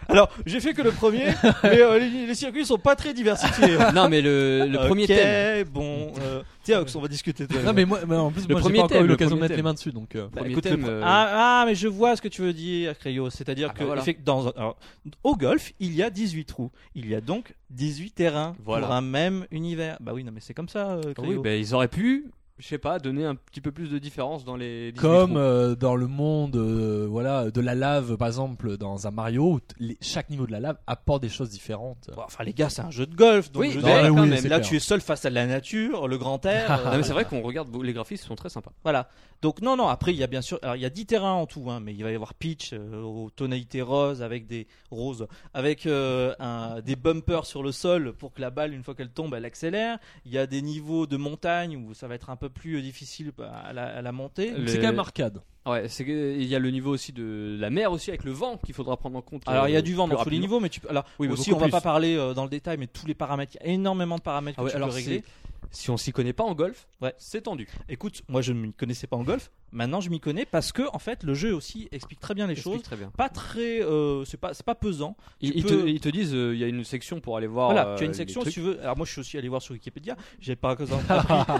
[SPEAKER 1] [laughs] alors j'ai fait que le premier, mais euh, les, les circuits sont pas très diversifiés.
[SPEAKER 2] non, mais
[SPEAKER 1] [laughs]
[SPEAKER 2] le, le premier
[SPEAKER 1] Ah. Ok,
[SPEAKER 2] thème.
[SPEAKER 1] bon, euh, tiens, Ox, on va discuter. De... Bah,
[SPEAKER 3] Non mais moi, mais en plus,
[SPEAKER 2] Le
[SPEAKER 3] moi, j'ai
[SPEAKER 2] premier
[SPEAKER 3] pas encore
[SPEAKER 2] thème,
[SPEAKER 3] eu
[SPEAKER 2] le
[SPEAKER 3] l'occasion de
[SPEAKER 2] premier
[SPEAKER 3] mettre les
[SPEAKER 2] thème.
[SPEAKER 3] mains dessus, donc. euh,
[SPEAKER 2] Premier
[SPEAKER 1] écoute,
[SPEAKER 2] thème,
[SPEAKER 1] le-
[SPEAKER 2] euh,
[SPEAKER 1] ah, ah, mais je vois ce que tu veux dire, Cryo. C'est-à-dire
[SPEAKER 2] Ah bah
[SPEAKER 1] que
[SPEAKER 2] voilà.
[SPEAKER 1] effect- dans, un- alors, au golf, il y a 18 trous. Il y a donc 18 terrains
[SPEAKER 2] Voilà.
[SPEAKER 1] pour un même univers. Bah oui, non, mais c'est comme ça, euh,
[SPEAKER 2] Oui, ben-
[SPEAKER 1] Cryo.
[SPEAKER 2] bah, ils auraient pu je sais pas, donner un petit peu plus de différence dans les. 18
[SPEAKER 3] Comme
[SPEAKER 2] trous.
[SPEAKER 3] euh, dans le monde euh, voilà, de la lave, par exemple, dans un Mario, où t- les- chaque niveau de la lave apporte des choses différentes. Ah,
[SPEAKER 1] Bon, enfin, les gars, c'est un jeu de golf. Donc
[SPEAKER 2] Oui,
[SPEAKER 1] je
[SPEAKER 2] non,
[SPEAKER 1] veux dire,
[SPEAKER 2] mais oui,
[SPEAKER 1] quand même,
[SPEAKER 3] ben, c'est
[SPEAKER 1] là,
[SPEAKER 3] clair.
[SPEAKER 1] tu es seul face à la nature, le grand air.
[SPEAKER 2] Non,
[SPEAKER 1] euh,
[SPEAKER 2] mais c'est vrai qu'on regarde, les graphismes sont très sympas.
[SPEAKER 1] Voilà. Donc non, non. Après, il y a bien sûr, alors, il y a 10 terrains en tout, hein, mais il va y avoir pitch euh, aux tonalités roses avec des roses, avec euh, un- des bumpers sur le sol pour que la balle, une fois qu'elle tombe, elle accélère. Il y a des niveaux de montagne où ça va être un peu plus euh, difficile bah, à la, à la montée.
[SPEAKER 2] Le-
[SPEAKER 3] C'est quand même arcade.
[SPEAKER 2] Ouais, c'est que- il y a le niveau aussi de la mer aussi avec le vent qu'il faudra prendre en compte.
[SPEAKER 1] Alors il y a
[SPEAKER 2] euh,
[SPEAKER 1] du vent
[SPEAKER 2] plus
[SPEAKER 1] dans tous les
[SPEAKER 2] rapidement.
[SPEAKER 1] niveaux, mais tu peux. Alors
[SPEAKER 2] Oui, mais
[SPEAKER 1] aussi, on
[SPEAKER 2] beaucoup
[SPEAKER 1] va pas
[SPEAKER 2] plus.
[SPEAKER 1] parler euh, dans le détail, mais tous les paramètres, il y a énormément de paramètres que
[SPEAKER 2] Ah ouais,
[SPEAKER 1] tu
[SPEAKER 2] alors
[SPEAKER 1] peux régler.
[SPEAKER 2] c'est- Si on s'y connaît pas en golf,
[SPEAKER 1] Ouais.
[SPEAKER 2] c'est tendu.
[SPEAKER 1] Écoute, moi je ne m'y connaissais pas en golf. Maintenant, je m'y connais parce que en fait, le jeu aussi explique très bien les
[SPEAKER 2] Explique
[SPEAKER 1] choses.
[SPEAKER 2] très bien.
[SPEAKER 1] Pas très, euh, c'est pas, c'est pas pesant.
[SPEAKER 2] Ils,
[SPEAKER 1] Tu
[SPEAKER 2] ils te,
[SPEAKER 1] peux-
[SPEAKER 2] ils te disent, euh, il y a une section pour aller voir.
[SPEAKER 1] Voilà,
[SPEAKER 2] euh,
[SPEAKER 1] tu as une
[SPEAKER 2] les
[SPEAKER 1] section si
[SPEAKER 2] trucs.
[SPEAKER 1] tu veux. Alors moi je suis aussi allé voir sur Wikipédia, j'ai pas [laughs] compris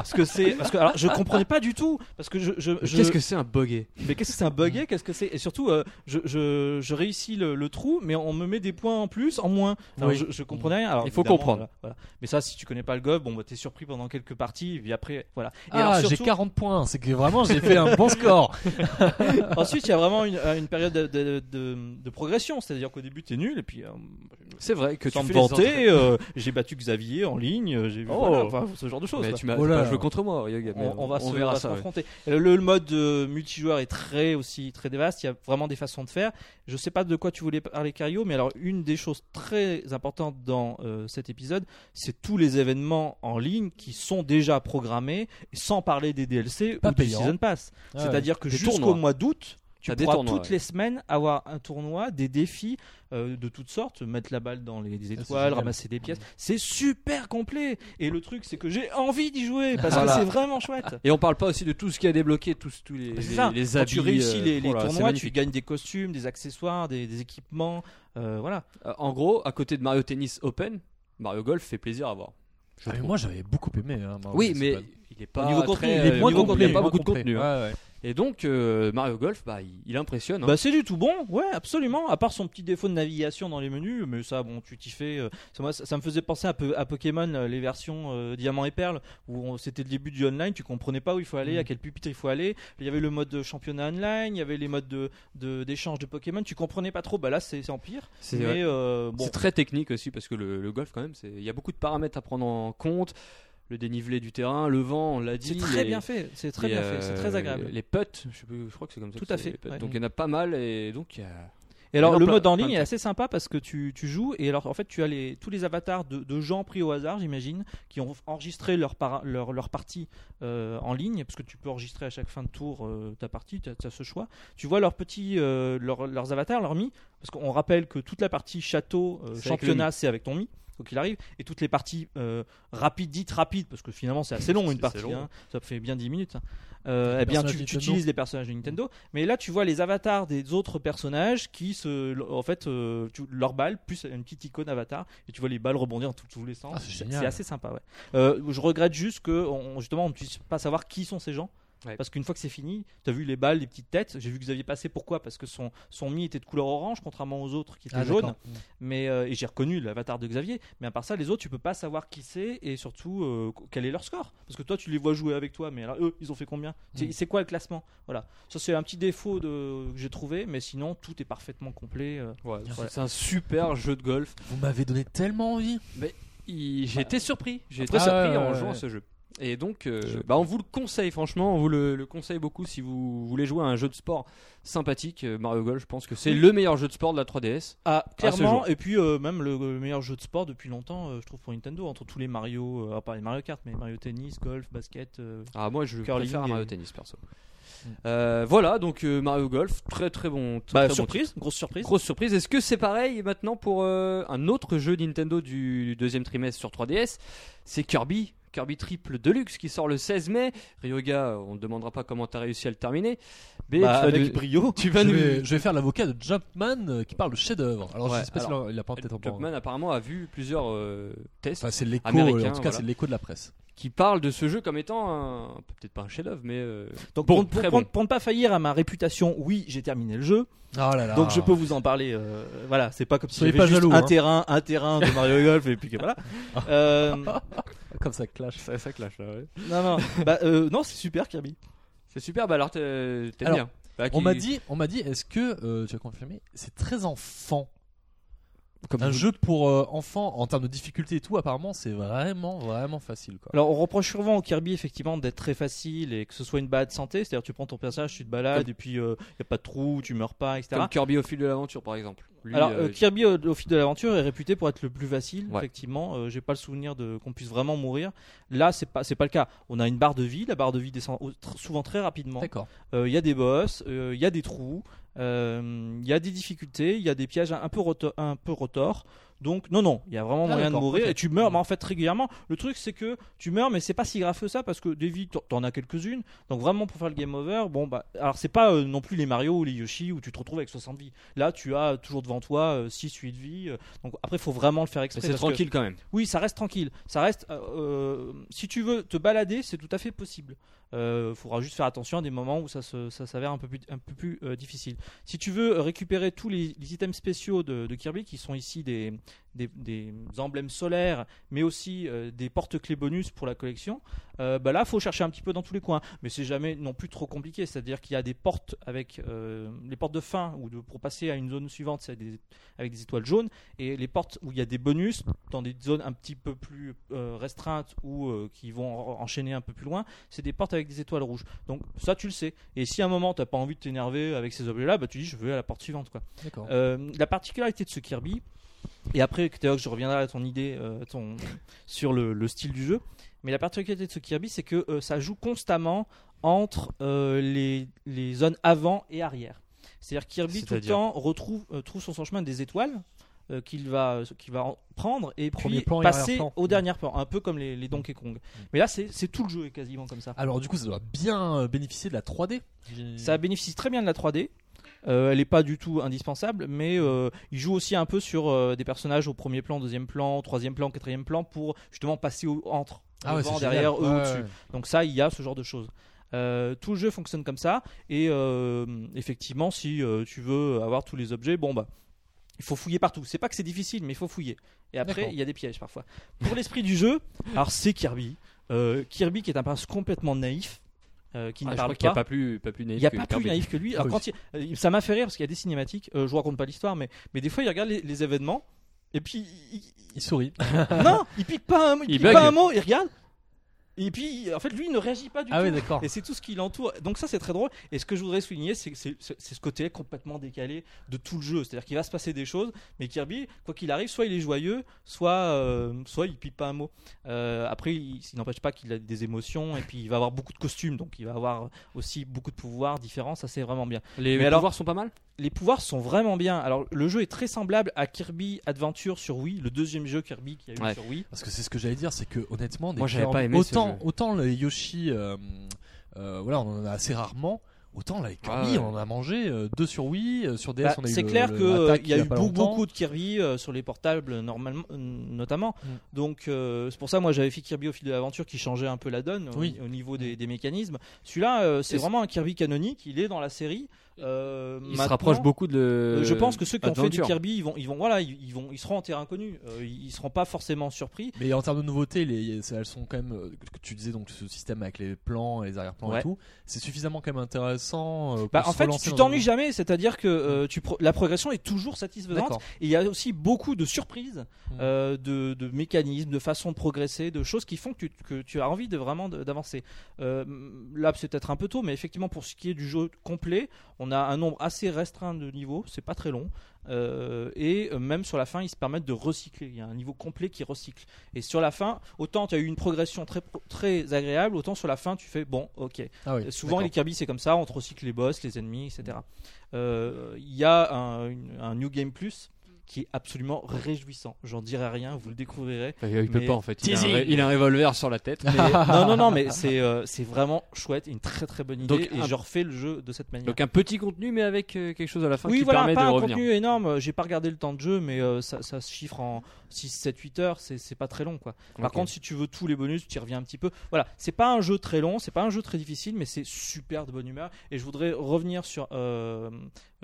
[SPEAKER 1] ce que c'est parce que alors je comprenais pas du tout parce que je, je, je-
[SPEAKER 2] Qu'est-ce que c'est un buggy
[SPEAKER 1] mais qu'est-ce que c'est un bugger, qu'est-ce que c'est et surtout euh, je, je, je réussis le, le trou mais on me met des points en plus, en moins. Alors,
[SPEAKER 3] Oui.
[SPEAKER 1] je, je comprenais rien. Alors,
[SPEAKER 2] Il faut
[SPEAKER 1] évidemment,
[SPEAKER 2] comprendre.
[SPEAKER 1] Voilà, voilà. Mais ça si tu connais pas le golf, bon bah t'es surpris pendant quelques parties et puis après voilà. Et alors,
[SPEAKER 3] Ah, j'ai
[SPEAKER 1] surtout-
[SPEAKER 3] 40 points, c'est que vraiment j'ai
[SPEAKER 1] [laughs]
[SPEAKER 3] fait un bon score.
[SPEAKER 1] Ensuite il y a vraiment une, euh, une période de, de, de, de progression, c'est-à-dire qu'au début t'es nul et puis euh,
[SPEAKER 2] C'est vrai que
[SPEAKER 1] sans
[SPEAKER 2] tu
[SPEAKER 1] me
[SPEAKER 2] fais les entrées.
[SPEAKER 1] vanter, euh, j'ai battu Xavier en ligne, euh, j'ai vu
[SPEAKER 2] Oh.
[SPEAKER 1] voilà, enfin, ce genre de choses.
[SPEAKER 2] Mais
[SPEAKER 1] quoi.
[SPEAKER 2] tu m'as
[SPEAKER 3] Oh là
[SPEAKER 2] pas
[SPEAKER 3] là.
[SPEAKER 2] joué contre moi, Ryoga, mais
[SPEAKER 1] on, on va se, on
[SPEAKER 2] verra
[SPEAKER 1] va se
[SPEAKER 2] ça. ouais.
[SPEAKER 1] confronter. Et Le, le mode euh, multijoueur est très aussi très vaste. Il y a vraiment des façons de faire. Je sais pas de quoi tu voulais parler, Cario, mais alors une des choses très importantes dans euh, cet épisode, c'est tous les événements en ligne qui sont déjà programmés, sans parler des DLC
[SPEAKER 3] Pas
[SPEAKER 1] ou du
[SPEAKER 3] payant. Ah
[SPEAKER 1] season pass. C'est-à-dire que
[SPEAKER 2] Des
[SPEAKER 1] jusqu'au
[SPEAKER 2] tournois.
[SPEAKER 1] mois d'août. Tu
[SPEAKER 2] T'as des
[SPEAKER 1] pourras
[SPEAKER 2] tournois,
[SPEAKER 1] toutes
[SPEAKER 2] ouais.
[SPEAKER 1] les semaines avoir un tournoi, des défis euh, de toutes sortes, mettre la balle dans les, les étoiles,
[SPEAKER 3] génial.
[SPEAKER 1] ramasser des pièces. C'est super complet. Et le truc, c'est que j'ai envie d'y jouer parce
[SPEAKER 2] Voilà.
[SPEAKER 1] que c'est vraiment chouette.
[SPEAKER 2] Et on parle pas aussi de tout ce qui a débloqué, tous, tous les,
[SPEAKER 1] Bah, c'est
[SPEAKER 2] les,
[SPEAKER 1] ça.
[SPEAKER 2] les
[SPEAKER 1] Quand
[SPEAKER 2] habits.
[SPEAKER 1] tu réussis
[SPEAKER 2] euh,
[SPEAKER 1] les, les
[SPEAKER 2] oh là là, c'est
[SPEAKER 1] tournois, tu
[SPEAKER 2] magnifique.
[SPEAKER 1] gagnes des costumes, des accessoires, des, des équipements. euh, voilà.
[SPEAKER 2] Euh, En gros, à côté de Mario Tennis Open, Mario Golf fait plaisir à voir.
[SPEAKER 3] Ah, mais moi j'avais beaucoup aimé. hein, Mario
[SPEAKER 2] Oui,
[SPEAKER 3] Tennis
[SPEAKER 2] mais
[SPEAKER 3] Open.
[SPEAKER 2] il est pas
[SPEAKER 1] niveau contenu,
[SPEAKER 2] très,
[SPEAKER 1] il est
[SPEAKER 2] euh,
[SPEAKER 1] moins
[SPEAKER 2] niveau
[SPEAKER 1] complet,
[SPEAKER 2] contenu, il y a pas
[SPEAKER 3] moins
[SPEAKER 2] beaucoup de
[SPEAKER 3] complet.
[SPEAKER 2] contenu. hein.
[SPEAKER 3] Ouais, ouais.
[SPEAKER 2] Et donc euh, Mario Golf, bah, il, il impressionne. hein.
[SPEAKER 1] Bah, c'est du tout bon, ouais, absolument. À part son petit défaut de navigation dans les menus, mais ça, bon, tu t'y fais. euh, ça, moi, ça, ça me faisait penser un peu à Pokémon, euh, les versions euh, Diamant et Perle, où on- c'était le début du online, tu comprenais pas où il faut aller,
[SPEAKER 3] Mm.
[SPEAKER 1] à quel pupitre il faut aller. Il y avait le mode de championnat online, il y avait les modes d'échange de, d'échange de Pokémon, tu comprenais pas trop. Bah là, c'est c'est en pire.
[SPEAKER 2] c'est
[SPEAKER 1] Mais
[SPEAKER 2] ouais.
[SPEAKER 1] euh, bon,
[SPEAKER 2] C'est très technique aussi parce que le, le golf quand même, c'est- il y a beaucoup de paramètres à prendre en compte. Le dénivelé du terrain, le vent, on l'a dit.
[SPEAKER 1] c'est très
[SPEAKER 2] les-
[SPEAKER 1] bien fait, c'est très
[SPEAKER 2] les,
[SPEAKER 1] bien fait, c'est
[SPEAKER 2] euh,
[SPEAKER 1] très agréable.
[SPEAKER 2] Les putts, je, sais plus, je crois que c'est comme ça.
[SPEAKER 1] Tout
[SPEAKER 2] que
[SPEAKER 1] à
[SPEAKER 2] c'est,
[SPEAKER 1] fait,
[SPEAKER 2] les putts.
[SPEAKER 1] ouais.
[SPEAKER 2] Donc il y en a pas mal et donc il y a-
[SPEAKER 1] Et alors,
[SPEAKER 2] Alors,
[SPEAKER 1] le
[SPEAKER 2] plein-
[SPEAKER 1] mode en
[SPEAKER 2] plein
[SPEAKER 1] ligne
[SPEAKER 2] de
[SPEAKER 1] est
[SPEAKER 2] trucs.
[SPEAKER 1] assez sympa parce que tu, tu joues et alors en fait tu as les, tous les avatars de, de gens pris au hasard, j'imagine, qui ont enregistré leur, par- leur, leur partie euh, en ligne parce que tu peux enregistrer à chaque fin de tour euh, ta partie, tu as, ce choix. Tu vois leurs petits, euh, leurs- leurs avatars, leurs mi, parce qu'on rappelle que toute la partie château, euh,
[SPEAKER 2] C'est avec le
[SPEAKER 1] championnat, c'est avec ton mi. Donc il arrive et toutes les parties euh, rapides, dites rapides, parce que finalement c'est assez long une
[SPEAKER 2] C'est
[SPEAKER 1] partie,
[SPEAKER 2] long.
[SPEAKER 1] hein. ça fait bien 10 minutes. hein. Euh,
[SPEAKER 3] Les
[SPEAKER 1] eh bien,
[SPEAKER 3] personnages
[SPEAKER 1] tu, tu
[SPEAKER 3] Nintendo.
[SPEAKER 1] utilises les personnages de Nintendo, mais là, tu vois les avatars des autres personnages qui se, en fait, euh, tu- leurs balles plus une petite icône avatar, et tu vois les balles rebondir dans tous- tous les sens.
[SPEAKER 3] Ah, c'est génial.
[SPEAKER 1] c'est assez sympa, ouais. Euh, je regrette juste que, on- justement, on ne puisse pas savoir qui sont ces gens.
[SPEAKER 2] Ouais.
[SPEAKER 1] Parce qu'une fois que c'est fini, tu as vu les balles, les petites têtes. J'ai vu que vous aviez passé. Pourquoi Parce que son, son mi était de couleur orange, contrairement aux autres qui étaient
[SPEAKER 3] Ah,
[SPEAKER 1] jaunes.
[SPEAKER 3] d'accord.
[SPEAKER 1] Mais, euh, et j'ai reconnu l'avatar de Xavier. Mais à part ça, les autres, tu peux pas savoir qui c'est et surtout euh, qu- quel est leur score. Parce que toi, tu les vois jouer avec toi, mais alors, eux, ils ont fait combien C'est
[SPEAKER 3] Mm.
[SPEAKER 1] c'est quoi le classement Voilà. Ça, c'est un petit défaut de, que j'ai trouvé, mais sinon, tout est parfaitement complet. euh.
[SPEAKER 2] ouais,
[SPEAKER 3] Bien.
[SPEAKER 2] c'est un super jeu de golf.
[SPEAKER 3] Vous m'avez donné tellement envie.
[SPEAKER 2] Il-
[SPEAKER 1] Bah.
[SPEAKER 2] J'ai été surpris, j'ai été
[SPEAKER 3] Après,
[SPEAKER 2] surpris
[SPEAKER 3] ouais,
[SPEAKER 2] en
[SPEAKER 3] ouais,
[SPEAKER 2] jouant à
[SPEAKER 3] ouais.
[SPEAKER 2] ce jeu. Et donc, euh,
[SPEAKER 3] Je-
[SPEAKER 2] bah, on vous le conseille, franchement, on vous le, le conseille beaucoup si vous voulez jouer à un jeu de sport sympathique. euh, Mario Golf, je pense que c'est le meilleur jeu de sport de la 3DS.
[SPEAKER 1] Ah, clairement.
[SPEAKER 2] jour.
[SPEAKER 1] et puis, euh, même le, le meilleur jeu de sport depuis longtemps, euh, je trouve, pour Nintendo, entre tous les Mario, euh, ah, pas les Mario Kart, mais Mario Tennis, Golf, Basket. euh,
[SPEAKER 2] Ah, moi, je
[SPEAKER 1] Curling
[SPEAKER 2] préfère à
[SPEAKER 1] et-
[SPEAKER 2] Mario Tennis, perso.
[SPEAKER 1] Mm.
[SPEAKER 2] Euh, voilà, donc euh, Mario Golf, très très bon. très,
[SPEAKER 1] bah,
[SPEAKER 2] très bon
[SPEAKER 1] surprise, grosse
[SPEAKER 2] titre.
[SPEAKER 1] surprise.
[SPEAKER 2] Grosse surprise. Est-ce que c'est pareil maintenant pour euh, un autre jeu Nintendo du deuxième trimestre sur 3DS C'est Kirby. Kirby Triple Deluxe qui sort le 16 mai. Ryoga, on ne demandera pas comment t'as réussi à le terminer. Mais
[SPEAKER 1] Bah,
[SPEAKER 2] tu vas
[SPEAKER 1] avec
[SPEAKER 2] nous-
[SPEAKER 1] brio.
[SPEAKER 2] Tu vas
[SPEAKER 3] Je
[SPEAKER 2] nous.
[SPEAKER 3] vais, je vais faire l'avocat de Jumpman euh, qui parle de chef-d'œuvre. Alors
[SPEAKER 2] Ouais,
[SPEAKER 3] je sais pas
[SPEAKER 2] alors,
[SPEAKER 3] s'il a- il a pas peut-être en hein.
[SPEAKER 2] Jumpman apparemment a vu plusieurs euh, tests.
[SPEAKER 3] Enfin, c'est l'écho,
[SPEAKER 2] Américain,
[SPEAKER 3] euh, en tout cas,
[SPEAKER 2] voilà.
[SPEAKER 3] c'est l'écho de la presse.
[SPEAKER 2] qui parle de ce jeu comme étant un. Peut-être pas un chef-d'œuvre, mais. euh,
[SPEAKER 1] Donc
[SPEAKER 2] Bon,
[SPEAKER 1] pour, pour-
[SPEAKER 2] très
[SPEAKER 1] pour-
[SPEAKER 2] bon.
[SPEAKER 1] pour ne pas faillir à ma réputation, oui, j'ai terminé le jeu.
[SPEAKER 3] Ah là là.
[SPEAKER 1] Donc je peux vous en parler. euh, voilà, c'est pas comme si
[SPEAKER 3] Soyez
[SPEAKER 1] j'avais
[SPEAKER 3] pas
[SPEAKER 1] juste
[SPEAKER 3] jaloux,
[SPEAKER 1] un
[SPEAKER 3] hein.
[SPEAKER 1] terrain, un terrain de Mario Golf et puis que
[SPEAKER 3] [laughs]
[SPEAKER 1] voilà. Euh,
[SPEAKER 3] Comme ça clash.
[SPEAKER 2] Ça, ça clash là, ouais.
[SPEAKER 1] non non, bah, euh, non c'est super Kirby.
[SPEAKER 2] C'est super, bah alors t'es- t'aimes
[SPEAKER 3] Alors,
[SPEAKER 2] bien. Bah,
[SPEAKER 3] On
[SPEAKER 2] qui-
[SPEAKER 3] m'a dit, on m'a dit, est-ce que euh, tu as confirmé C'est très enfant.
[SPEAKER 2] comme
[SPEAKER 3] Un
[SPEAKER 2] vous-
[SPEAKER 3] jeu pour euh, enfants en termes de difficulté et tout. Apparemment, c'est vraiment vraiment facile quoi.
[SPEAKER 1] Alors on reproche souvent au Kirby effectivement d'être très facile et que ce soit une balade santé, c'est-à-dire tu prends ton personnage, tu te balades et puis il y a pas de trou, tu meurs pas, etc.
[SPEAKER 2] Comme Kirby au fil de l'aventure, par exemple. Lui,
[SPEAKER 1] Alors
[SPEAKER 2] euh,
[SPEAKER 1] euh, Kirby euh, au fil de l'aventure est réputé pour être le plus facile
[SPEAKER 2] Ouais.
[SPEAKER 1] effectivement. Euh, J'ai pas le souvenir de qu'on puisse vraiment mourir. Là c'est pas c'est pas le cas. On a une barre de vie, la barre de vie descend au- tr- souvent très rapidement.
[SPEAKER 3] D'accord.
[SPEAKER 1] Euh, Il y a des boss, euh, il y a des trous, euh, il y a des difficultés, il y a des pièges un peu, roto- un peu rotors. Donc non, non, il y a vraiment
[SPEAKER 3] Ah,
[SPEAKER 1] moyen de
[SPEAKER 3] d'accord,
[SPEAKER 1] mourir
[SPEAKER 3] ok.
[SPEAKER 1] et tu meurs, mais en fait régulièrement. Le truc c'est que tu meurs, mais c'est pas si grave que ça parce que des vies, t'en- t'en as quelques-unes. Donc vraiment pour faire le game over, bon bah, alors c'est pas euh, non plus les Mario ou les Yoshi où tu te retrouves avec 60 vies. Là, tu as toujours devant toi 6-8 vies. euh, donc après, faut vraiment le faire
[SPEAKER 2] mais
[SPEAKER 1] exprès.
[SPEAKER 2] c'est
[SPEAKER 1] parce que-
[SPEAKER 2] tranquille quand même.
[SPEAKER 1] oui, ça reste tranquille. Ça reste. euh, euh, si tu veux te balader, c'est tout à fait possible. Euh, faudra juste faire attention à des moments où ça se- ça s'avère un peu plus, un peu plus euh, difficile. Si tu veux euh, récupérer tous les, les items spéciaux de, de Kirby, qui sont ici des, des, des emblèmes solaires, mais aussi euh, des porte-clés bonus pour la collection, euh, bah là, faut chercher un petit peu dans tous les coins. Mais c'est jamais non plus trop compliqué. C'est-à-dire qu'il y a des portes avec euh, les portes de fin ou de, pour passer à une zone suivante, c'est des- avec des étoiles jaunes et les portes où il y a des bonus dans des zones un petit peu plus euh, restreintes ou euh, qui vont en- enchaîner un peu plus loin, c'est des portes avec des étoiles rouges. Donc ça tu le sais. Et si à un moment t'as pas envie de t'énerver avec ces objets-là, bah tu dis je veux à la porte suivante quoi.
[SPEAKER 3] D'accord.
[SPEAKER 1] Euh, la particularité de ce Kirby, et après que je reviendrai à ton idée euh,
[SPEAKER 3] [laughs]
[SPEAKER 1] ton, sur le, le style du jeu, mais la particularité de ce Kirby, c'est que euh, ça joue constamment entre euh, les, les zones avant et arrière. C'est-à-dire que Kirby tout le
[SPEAKER 2] C'est-à-dire
[SPEAKER 1] temps retrouve, euh, trouve sur son chemin des étoiles euh, qu'il va, qu'il va en prendre et
[SPEAKER 3] Premier
[SPEAKER 1] puis
[SPEAKER 3] plan et
[SPEAKER 1] passer
[SPEAKER 3] arrière-plan. Mm.
[SPEAKER 1] au dernier plan, un peu comme les, les Donkey Kong. Mais là, c'est c'est tout le jeu est quasiment comme ça.
[SPEAKER 3] Alors du coup, ça doit bien euh, bénéficier de la 3D. J'ai-
[SPEAKER 1] Ça bénéficie très bien de la 3D. Euh, elle n'est pas du tout indispensable, mais euh, il joue aussi un peu sur euh, des personnages au premier plan, deuxième plan, troisième plan, quatrième plan pour justement passer au- entre,
[SPEAKER 3] Ah ouais,
[SPEAKER 1] devant,
[SPEAKER 3] c'est
[SPEAKER 1] derrière,
[SPEAKER 3] génial.
[SPEAKER 1] eux,
[SPEAKER 3] Ouais,
[SPEAKER 1] au-dessus.
[SPEAKER 3] ouais.
[SPEAKER 1] Donc ça, il y a ce genre de choses. Euh, tout le jeu fonctionne comme ça et euh, effectivement si euh, tu veux avoir tous les objets bon bah il faut fouiller partout c'est pas que c'est difficile mais il faut fouiller et après
[SPEAKER 3] D'accord.
[SPEAKER 1] il y a des pièges parfois pour l'esprit du jeu alors c'est Kirby Euh, Kirby qui est un prince complètement naïf euh, qui
[SPEAKER 2] Ah,
[SPEAKER 1] ne
[SPEAKER 2] je
[SPEAKER 1] parle
[SPEAKER 2] crois qu'il n'y a
[SPEAKER 1] pas
[SPEAKER 2] pas plus, pas plus naïf
[SPEAKER 1] il n'y a
[SPEAKER 2] que
[SPEAKER 1] pas
[SPEAKER 2] Kirby.
[SPEAKER 1] plus naïf que lui. Alors,
[SPEAKER 3] Ah oui.
[SPEAKER 1] quand il- euh, ça m'a fait rire parce qu'il y a des cinématiques. euh, je vous raconte pas l'histoire, mais, mais des fois, il regarde les, les événements. Et puis, il-
[SPEAKER 3] [laughs]
[SPEAKER 2] [laughs]
[SPEAKER 3] Il sourit.
[SPEAKER 1] il- non, il pique pas un, mot, il
[SPEAKER 2] Il
[SPEAKER 1] pique
[SPEAKER 2] bug.
[SPEAKER 1] pas un mot, il regarde. Et puis, en fait, lui, il ne réagit pas du
[SPEAKER 3] Ah
[SPEAKER 1] tout.
[SPEAKER 3] oui, d'accord.
[SPEAKER 1] Et c'est tout ce qui l'entoure. Donc ça, c'est très drôle. Et ce que je voudrais souligner, c'est que c'est c'est- c'est ce côté complètement décalé de tout le jeu. C'est-à-dire qu'il va se passer des choses, mais Kirby, quoi qu'il arrive, soit il est joyeux, soit, euh, soit il pipe pas un mot. Euh, après, il, il n'empêche pas qu'il a des émotions, et puis il va avoir beaucoup de costumes, donc il va avoir aussi beaucoup de pouvoirs différents. Ça, c'est vraiment bien.
[SPEAKER 2] Les
[SPEAKER 1] Mais
[SPEAKER 2] pouvoirs
[SPEAKER 1] alors-
[SPEAKER 2] sont pas mal
[SPEAKER 1] Les pouvoirs sont vraiment bien. Alors, le jeu est très semblable à Kirby Adventure sur Wii, le deuxième jeu Kirby qu'il y a eu
[SPEAKER 2] Ouais.
[SPEAKER 1] sur Wii.
[SPEAKER 3] Parce que c'est ce que j'allais dire, c'est que honnêtement, des
[SPEAKER 2] Moi, j'avais
[SPEAKER 3] Kirby-
[SPEAKER 2] pas aimé ce
[SPEAKER 3] autant
[SPEAKER 2] jeu.
[SPEAKER 3] autant les Yoshi, euh, euh, voilà, on en a assez rarement. Autant là, les Kirby,
[SPEAKER 2] Ouais, ouais.
[SPEAKER 3] on en a mangé euh, deux sur Wii, euh, sur DS,
[SPEAKER 1] Ah Bah,
[SPEAKER 3] on a eu
[SPEAKER 1] c'est
[SPEAKER 3] le-
[SPEAKER 1] clair
[SPEAKER 3] le
[SPEAKER 1] qu'il y,
[SPEAKER 3] Attack
[SPEAKER 1] a
[SPEAKER 3] il
[SPEAKER 1] eu
[SPEAKER 3] pas
[SPEAKER 1] beaucoup,
[SPEAKER 3] longtemps.
[SPEAKER 1] beaucoup de Kirby euh, sur les portables, euh, normalement, euh, notamment.
[SPEAKER 3] Mm.
[SPEAKER 1] Donc, euh, c'est pour ça, moi, j'avais fait Kirby au fil de l'aventure qui changeait un peu la donne au-
[SPEAKER 3] Oui. Mm.
[SPEAKER 1] au, niveau des, des mécanismes. Celui-là, euh, c'est
[SPEAKER 2] Et
[SPEAKER 1] vraiment un Kirby canonique. Il est dans la série. Euh,
[SPEAKER 2] Il se
[SPEAKER 1] maintenant,
[SPEAKER 2] rapproche beaucoup de.
[SPEAKER 1] euh, je pense que ceux qui ont fait du
[SPEAKER 2] Adventure.
[SPEAKER 1] Kirby, ils vont, ils vont, voilà, ils, ils vont, ils seront en terrain connu. Euh, ils ils seront pas forcément surpris.
[SPEAKER 3] Mais en termes de nouveautés, les, elles sont quand même. euh, que Tu disais donc ce système avec les plans et les arrière-plans
[SPEAKER 1] Ouais.
[SPEAKER 3] et tout. C'est suffisamment quand même intéressant. euh, pour
[SPEAKER 1] Bah,
[SPEAKER 3] se
[SPEAKER 1] en fait,
[SPEAKER 3] relancer
[SPEAKER 1] tu
[SPEAKER 3] dans
[SPEAKER 1] t'ennuies
[SPEAKER 3] un- Mm.
[SPEAKER 1] jamais. C'est-à-dire que euh, tu pro- la progression est toujours satisfaisante.
[SPEAKER 3] D'accord.
[SPEAKER 1] Et il y a aussi beaucoup de surprises,
[SPEAKER 3] Mm.
[SPEAKER 1] euh, de, de mécanismes, de façons de progresser, de choses qui font que tu, que tu as envie de vraiment de- d'avancer. Euh, là, c'est peut-être un peu tôt, mais effectivement, pour ce qui est du jeu complet, on a un nombre assez restreint de niveaux, c'est pas très long. Euh, et euh, même sur la fin, ils se permettent de recycler. Il y a un niveau complet qui recycle. Et sur la fin, autant tu as eu une progression très, pro- très agréable, autant sur la fin, tu fais bon, ok.
[SPEAKER 3] Ah oui,
[SPEAKER 1] Et Euh, Souvent,
[SPEAKER 3] d'accord.
[SPEAKER 1] les Kirby, c'est comme ça, on te recycle les boss, les ennemis, etc. Euh, Il y a un, une- un New Game Plus qui est absolument réjouissant. J'en dirai rien, vous le
[SPEAKER 2] [laughs]
[SPEAKER 1] découvrirez.
[SPEAKER 2] il peut
[SPEAKER 1] Mais-
[SPEAKER 2] pas en fait. Il a, un,
[SPEAKER 1] Teasing.
[SPEAKER 2] ré- il a un revolver sur la tête.
[SPEAKER 1] Mais- non, non, non, mais c'est euh, c'est vraiment chouette, une très très bonne idée.
[SPEAKER 2] Donc,
[SPEAKER 1] et
[SPEAKER 2] un-
[SPEAKER 1] je refais le jeu de cette manière.
[SPEAKER 2] Donc un petit contenu, mais avec euh, quelque chose à la fin
[SPEAKER 1] oui,
[SPEAKER 2] qui
[SPEAKER 1] voilà,
[SPEAKER 2] permet
[SPEAKER 1] pas
[SPEAKER 2] de
[SPEAKER 1] un
[SPEAKER 2] revenir.
[SPEAKER 1] contenu énorme. J'ai pas regardé le temps de jeu, mais euh, ça, ça se chiffre en 6, 7, 8 heures. C'est c'est pas très long, quoi. Par
[SPEAKER 2] Ok.
[SPEAKER 1] contre, si tu veux tous les bonus, tu y reviens un petit peu. Voilà, c'est pas un jeu très long, c'est pas un jeu très difficile, mais c'est super de bonne humeur. Et je voudrais revenir sur euh,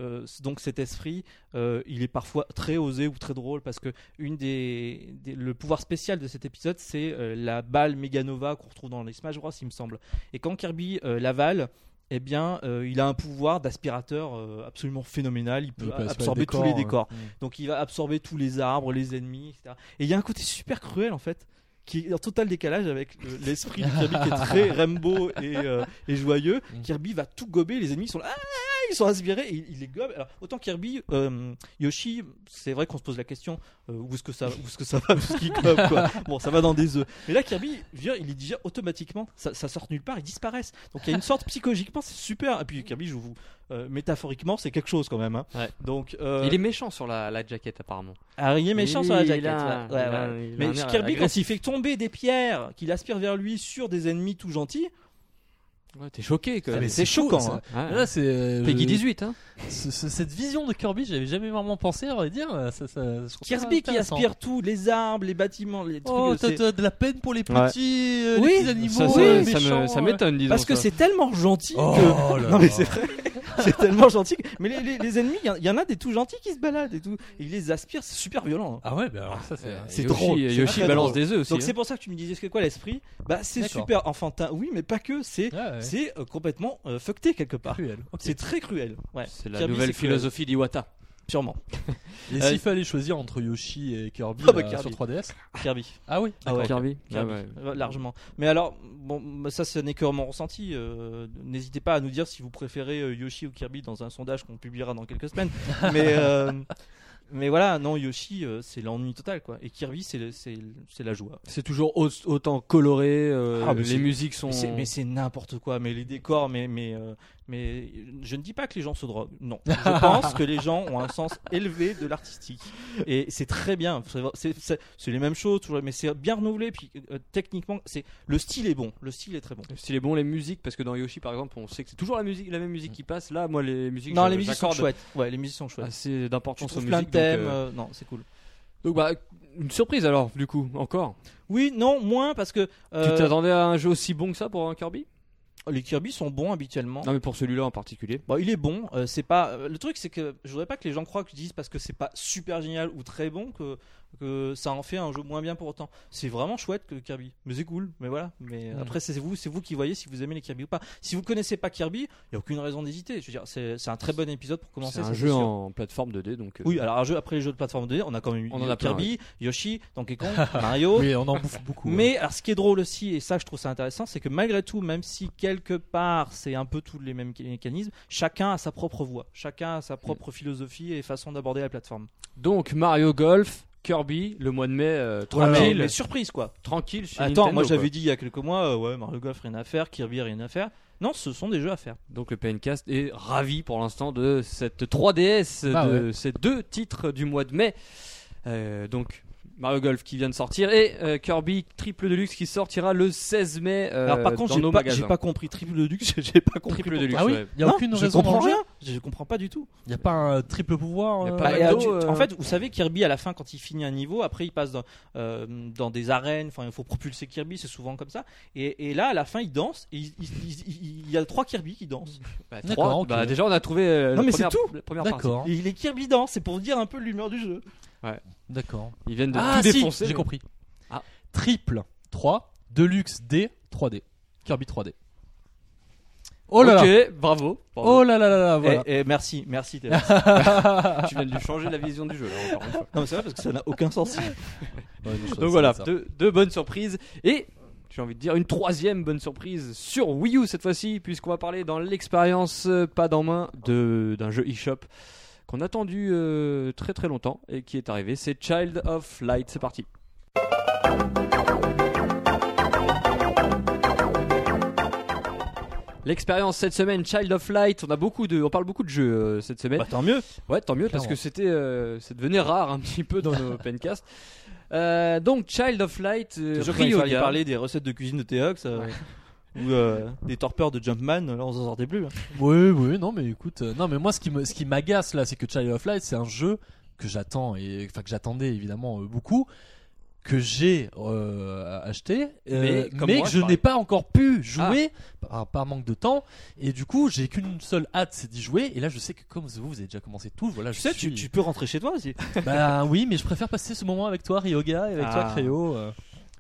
[SPEAKER 1] euh, donc cet esprit. Euh, il est parfois très osé ou très drôle parce que une des, des- le pouvoir spécial de cet épisode, c'est euh, la balle Meganova qu'on retrouve dans les Smash Bros, il me semble. Et quand Kirby euh, l'avale, eh bien, euh, il a un pouvoir d'aspirateur euh, absolument phénoménal. Il peut
[SPEAKER 3] Il peut assurer le
[SPEAKER 1] absorber tous
[SPEAKER 3] décor,
[SPEAKER 1] les
[SPEAKER 3] hein.
[SPEAKER 1] décors.
[SPEAKER 3] Mm.
[SPEAKER 1] Donc il va absorber tous les arbres, les ennemis, etc. Et il y a un côté super cruel en fait, qui est en total décalage avec euh, l'esprit de Kirby qui est
[SPEAKER 3] [laughs]
[SPEAKER 1] très Rainbow et, euh, et joyeux.
[SPEAKER 3] Mm.
[SPEAKER 1] Kirby va tout gober, les ennemis sont là, ah, ah, ils sont inspirés, et il, il les gobe. Alors autant Kirby, euh, Yoshi, c'est vrai qu'on se pose la question, euh, où est-ce que ça, où est-ce que ça va, ce qu'il gobe
[SPEAKER 2] [laughs]
[SPEAKER 1] quoi. Bon, ça va dans des œufs. Mais là Kirby vient, il les digère automatiquement, ça, ça sort nulle part, ils disparaissent. Donc il y a une sorte psychologiquement, c'est super. Et puis Kirby, je vous euh, métaphoriquement, c'est quelque chose quand même. hein.
[SPEAKER 2] Ouais.
[SPEAKER 1] Donc euh,
[SPEAKER 2] Il est méchant sur la, la jaquette apparemment.
[SPEAKER 1] alors il est méchant
[SPEAKER 2] Il-
[SPEAKER 1] sur la
[SPEAKER 2] il
[SPEAKER 1] jaquette.
[SPEAKER 2] a-
[SPEAKER 1] ouais, ouais,
[SPEAKER 2] il a-
[SPEAKER 1] ouais.
[SPEAKER 2] il a
[SPEAKER 1] Mais
[SPEAKER 2] un air
[SPEAKER 1] Kirby, quand il
[SPEAKER 2] agressif.
[SPEAKER 1] fait tomber des pierres qu'il aspire vers lui sur des ennemis tout gentils,
[SPEAKER 2] Ah, Ouais, T'es choqué quand
[SPEAKER 1] Ah,
[SPEAKER 2] même.
[SPEAKER 1] mais c'est choquant,
[SPEAKER 3] fou,
[SPEAKER 1] hein.
[SPEAKER 3] ça.
[SPEAKER 2] Ouais.
[SPEAKER 3] Là, c'est. euh,
[SPEAKER 2] Peggy
[SPEAKER 3] je-
[SPEAKER 2] 18, hein.
[SPEAKER 3] ce- ce- cette vision de Kirby, j'avais jamais vraiment pensé à vrai dire. Ça, ça- je trouve ça
[SPEAKER 1] Kirby qui
[SPEAKER 3] intéressant.
[SPEAKER 1] aspire tout, les arbres, les bâtiments, les trucs.
[SPEAKER 3] Oh,
[SPEAKER 1] c'est-
[SPEAKER 3] t'as t'as de la peine pour les petits, euh,
[SPEAKER 1] Oui,
[SPEAKER 3] les petits animaux.
[SPEAKER 2] Ça, ça-
[SPEAKER 3] euh,
[SPEAKER 2] ça me-
[SPEAKER 3] méchants,
[SPEAKER 2] ça
[SPEAKER 3] euh.
[SPEAKER 2] m'étonne, disons.
[SPEAKER 1] Parce que
[SPEAKER 2] ça.
[SPEAKER 1] c'est tellement gentil
[SPEAKER 2] [laughs]
[SPEAKER 1] que.
[SPEAKER 3] Oh là
[SPEAKER 1] Non mais
[SPEAKER 3] là.
[SPEAKER 1] c'est vrai, c'est tellement gentil. que- Mais les, les- les ennemis, il y en- il y, en a des tout gentils qui se baladent et tout. Et ils les aspirent, c'est super violent.
[SPEAKER 3] Ah ouais, ben alors ça c'est.
[SPEAKER 2] Euh,
[SPEAKER 1] c'est
[SPEAKER 2] Yoshi-
[SPEAKER 1] drôle, c'est
[SPEAKER 2] Yoshi
[SPEAKER 1] très
[SPEAKER 2] balance
[SPEAKER 1] drôle.
[SPEAKER 2] des œufs aussi.
[SPEAKER 1] Donc
[SPEAKER 2] hein.
[SPEAKER 1] c'est pour ça que tu me disais c'est quoi l'esprit Bah c'est
[SPEAKER 3] D'accord.
[SPEAKER 1] super enfantin, oui, mais pas que. C'est
[SPEAKER 3] Ah Ouais, ouais.
[SPEAKER 1] c'est euh, complètement euh, fuckté quelque part.
[SPEAKER 3] cruel. ok.
[SPEAKER 1] C'est très cruel. Ouais.
[SPEAKER 2] C'est la
[SPEAKER 1] Kirby,
[SPEAKER 2] nouvelle
[SPEAKER 1] c'est cruel.
[SPEAKER 2] philosophie d'Iwata.
[SPEAKER 1] Sûrement.
[SPEAKER 3] Et
[SPEAKER 2] Euh,
[SPEAKER 3] s'il fallait choisir entre Yoshi et Kirby,
[SPEAKER 1] Ah bah,
[SPEAKER 3] là,
[SPEAKER 1] Kirby.
[SPEAKER 3] sur 3DS
[SPEAKER 1] Kirby.
[SPEAKER 3] Ah oui.
[SPEAKER 1] Ah ouais.
[SPEAKER 2] Kirby.
[SPEAKER 1] Kirby, euh, largement. Mais alors, bon, bah, ça, ce n'est que mon ressenti. euh, N'hésitez pas à nous dire si vous préférez euh, Yoshi ou Kirby dans un sondage qu'on publiera dans quelques [laughs] semaines. mais, euh, mais voilà, non, Yoshi, euh, c'est l'ennui total, quoi. Et Kirby, c'est le- c'est le- c'est la joie.
[SPEAKER 2] C'est toujours au- autant coloré. euh,
[SPEAKER 1] Ah, mais
[SPEAKER 2] les
[SPEAKER 1] c'est-
[SPEAKER 2] musiques sont.
[SPEAKER 1] Mais c'est- Mais c'est n'importe quoi. Mais les décors, mais mais euh, mais je ne dis pas que les gens se droguent. Non, [laughs] je pense que les gens ont un sens élevé de l'artistique et c'est très bien. C'est- c'est- C'est c'est les mêmes choses, toujours, mais c'est bien renouvelé. Puis euh, techniquement, c'est le style est bon. Le style est très bon.
[SPEAKER 2] Le style est bon, les musiques, parce que dans Yoshi par exemple, on sait que c'est toujours la, musique, la même musique qui passe. Là, moi, les musiques.
[SPEAKER 1] Non,
[SPEAKER 2] je-
[SPEAKER 1] les musiques sont
[SPEAKER 2] j'accorde Ah,
[SPEAKER 1] chouettes. Ouais, les musiques sont chouettes.
[SPEAKER 2] Assez
[SPEAKER 1] tu
[SPEAKER 2] d'importance aux
[SPEAKER 1] trouves
[SPEAKER 2] musiques.
[SPEAKER 1] plein de
[SPEAKER 2] donc,
[SPEAKER 1] thèmes.
[SPEAKER 2] euh,
[SPEAKER 1] euh, non, c'est cool.
[SPEAKER 2] donc, bah, une surprise alors, du coup, encore.
[SPEAKER 1] Oui, non, moins parce que
[SPEAKER 2] Tu
[SPEAKER 1] euh,
[SPEAKER 2] t'attendais à un jeu aussi bon que ça pour un Kirby
[SPEAKER 1] les Kirby sont bons habituellement.
[SPEAKER 2] Non, mais pour celui-là en particulier.
[SPEAKER 1] Bon, il est bon. euh, c'est pas. euh, Le truc, c'est que je voudrais pas que les gens croient que je dise parce que c'est pas super génial ou très bon que que ça en fait un jeu moins bien pour autant. C'est vraiment chouette que Kirby. Mais c'est cool. Mais voilà. Mais euh,
[SPEAKER 3] Mm.
[SPEAKER 1] après, c'est vous, c'est vous qui voyez si vous aimez les Kirby ou pas. Si vous connaissez pas Kirby, il y a aucune raison d'hésiter. Je veux dire, c'est c'est un très bon épisode pour commencer.
[SPEAKER 2] C'est un
[SPEAKER 1] ça,
[SPEAKER 2] jeu
[SPEAKER 1] sûr.
[SPEAKER 2] en plateforme 2D, donc. euh,
[SPEAKER 1] Oui, alors un jeu après les jeux de plateforme 2D, on a quand même eu
[SPEAKER 2] On en a plein,
[SPEAKER 1] Kirby, Yoshi, Donkey
[SPEAKER 2] [laughs]
[SPEAKER 1] Kong, Mario.
[SPEAKER 3] Oui, on en bouffe beaucoup. ouais. Ah
[SPEAKER 1] Mais alors, ce qui est drôle aussi, et ça je trouve ça intéressant, c'est que malgré tout, même si quelque part c'est un peu tous les mêmes mé- mécanismes, chacun a sa propre voix, chacun a sa propre philosophie et façon d'aborder la plateforme.
[SPEAKER 2] Donc Mario Golf, Kirby, le mois de mai, euh,
[SPEAKER 1] Voilà, Ah, mais,
[SPEAKER 2] tranquille,
[SPEAKER 1] mais surprise quoi.
[SPEAKER 2] tranquille. Chez
[SPEAKER 1] Attends,
[SPEAKER 2] Nintendo,
[SPEAKER 1] moi
[SPEAKER 2] quoi.
[SPEAKER 1] j'avais dit il y a quelques mois, euh, ouais, Mario Golf rien à faire, Kirby rien à faire. Non, ce sont des jeux à faire.
[SPEAKER 2] Donc le PNcast est ravi pour l'instant de cette 3DS,
[SPEAKER 3] Bah
[SPEAKER 2] de ces deux titres du mois de mai. Euh, donc Mario Golf qui vient de sortir et euh, Kirby Triple Deluxe qui sortira le 16 mai euh,
[SPEAKER 1] alors par contre,
[SPEAKER 2] dans nos
[SPEAKER 1] j'ai pas, j'ai
[SPEAKER 2] magasins.
[SPEAKER 1] pas compris Triple Deluxe, [laughs] j'ai pas compris. pourquoi.
[SPEAKER 2] Triple Deluxe.
[SPEAKER 3] Ah oui,
[SPEAKER 2] ouais.
[SPEAKER 3] il y a
[SPEAKER 1] Non,
[SPEAKER 3] aucune
[SPEAKER 1] je
[SPEAKER 3] raison.
[SPEAKER 1] comprends
[SPEAKER 3] dans le jeu.
[SPEAKER 1] rien, je comprends pas du tout.
[SPEAKER 3] Il y a pas un triple pouvoir.
[SPEAKER 2] Il y a
[SPEAKER 3] euh,
[SPEAKER 2] pas
[SPEAKER 1] Bah,
[SPEAKER 2] McDo,
[SPEAKER 1] alors, tu-
[SPEAKER 2] euh,
[SPEAKER 1] En fait, vous savez, Kirby, à la fin, quand il finit un niveau, après, il passe dans, euh, dans des arènes. Enfin, il faut propulser Kirby, c'est souvent comme ça. Et, et là, à la fin, il danse. Et il, il- il- il- il y a trois Kirby qui dansent.
[SPEAKER 2] Bah,
[SPEAKER 3] D'accord,
[SPEAKER 2] trois.
[SPEAKER 3] ok.
[SPEAKER 2] Bah, déjà on a trouvé euh,
[SPEAKER 1] Non,
[SPEAKER 2] la
[SPEAKER 1] mais c'est
[SPEAKER 2] première,
[SPEAKER 1] tout.
[SPEAKER 2] la première partie.
[SPEAKER 3] D'accord,
[SPEAKER 1] Et les Kirby dansent, c'est pour dire un peu l'humeur du jeu.
[SPEAKER 3] d'accord.
[SPEAKER 2] Ils viennent de
[SPEAKER 3] Ah,
[SPEAKER 2] tout
[SPEAKER 3] si,
[SPEAKER 2] défoncer.
[SPEAKER 3] j'ai compris.
[SPEAKER 2] Ah.
[SPEAKER 3] Triple 3, Deluxe D, 3D. Kirby 3D. Oh là là
[SPEAKER 2] Ok, bravo.
[SPEAKER 3] [laughs]
[SPEAKER 2] bravo.
[SPEAKER 3] Oh là là là là, voilà.
[SPEAKER 1] Et, et merci, merci. Taylor.
[SPEAKER 2] tu viens de lui changer la vision du jeu. là, encore une fois.
[SPEAKER 1] non, mais c'est vrai parce que ça n'a aucun sens.
[SPEAKER 3] Ouais, non, ça-
[SPEAKER 2] Eh. Donc
[SPEAKER 3] ça-
[SPEAKER 2] voilà,
[SPEAKER 3] ça-
[SPEAKER 2] deux, deux bonnes surprises et j'ai envie de dire une troisième bonne surprise sur Wii U cette fois-ci, puisqu'on va parler dans l'expérience euh, pas dans main de- d'un jeu eShop qu'on a attendu euh, très très longtemps et qui est arrivé. C'est Child of Light, c'est parti. L'expérience cette semaine, Child of Light. On a beaucoup de, on parle beaucoup de jeux euh, cette semaine.
[SPEAKER 1] Bah, tant mieux.
[SPEAKER 2] Ouais, tant mieux parce
[SPEAKER 3] Clairement.
[SPEAKER 2] que c'était, euh, ça devenait rare un petit peu dans [laughs] nos opencasts. Euh, donc Child of Light, euh,
[SPEAKER 1] Je quand il fallait
[SPEAKER 2] Ryoga.
[SPEAKER 1] parler des recettes de cuisine de Théox euh, ou euh, des torpeurs de Jumpman, là on s'en sortait plus. hein.
[SPEAKER 3] Oui, oui, non, mais écoute, euh, non, mais moi, ce qui me, ce qui m'agace là, c'est que Child of Light, c'est un jeu que j'attends et enfin que j'attendais évidemment euh, beaucoup, que j'ai euh, acheté, euh,
[SPEAKER 2] Mais, comme moi,
[SPEAKER 3] que
[SPEAKER 2] je parlais.
[SPEAKER 3] je
[SPEAKER 2] Ah.
[SPEAKER 3] n'ai pas encore pu jouer par, par manque de temps. Et du coup, j'ai qu'une seule hâte, c'est d'y jouer. Et là, je sais que comme vous, vous avez déjà commencé tout, voilà,
[SPEAKER 1] Tu
[SPEAKER 3] Ah, je
[SPEAKER 1] sais,
[SPEAKER 3] suis-
[SPEAKER 1] tu, tu peux rentrer chez toi aussi.
[SPEAKER 3] Bah oui, mais je préfère passer ce moment avec toi, Ryoga, et avec toi,
[SPEAKER 1] Ah.
[SPEAKER 3] Créo. euh.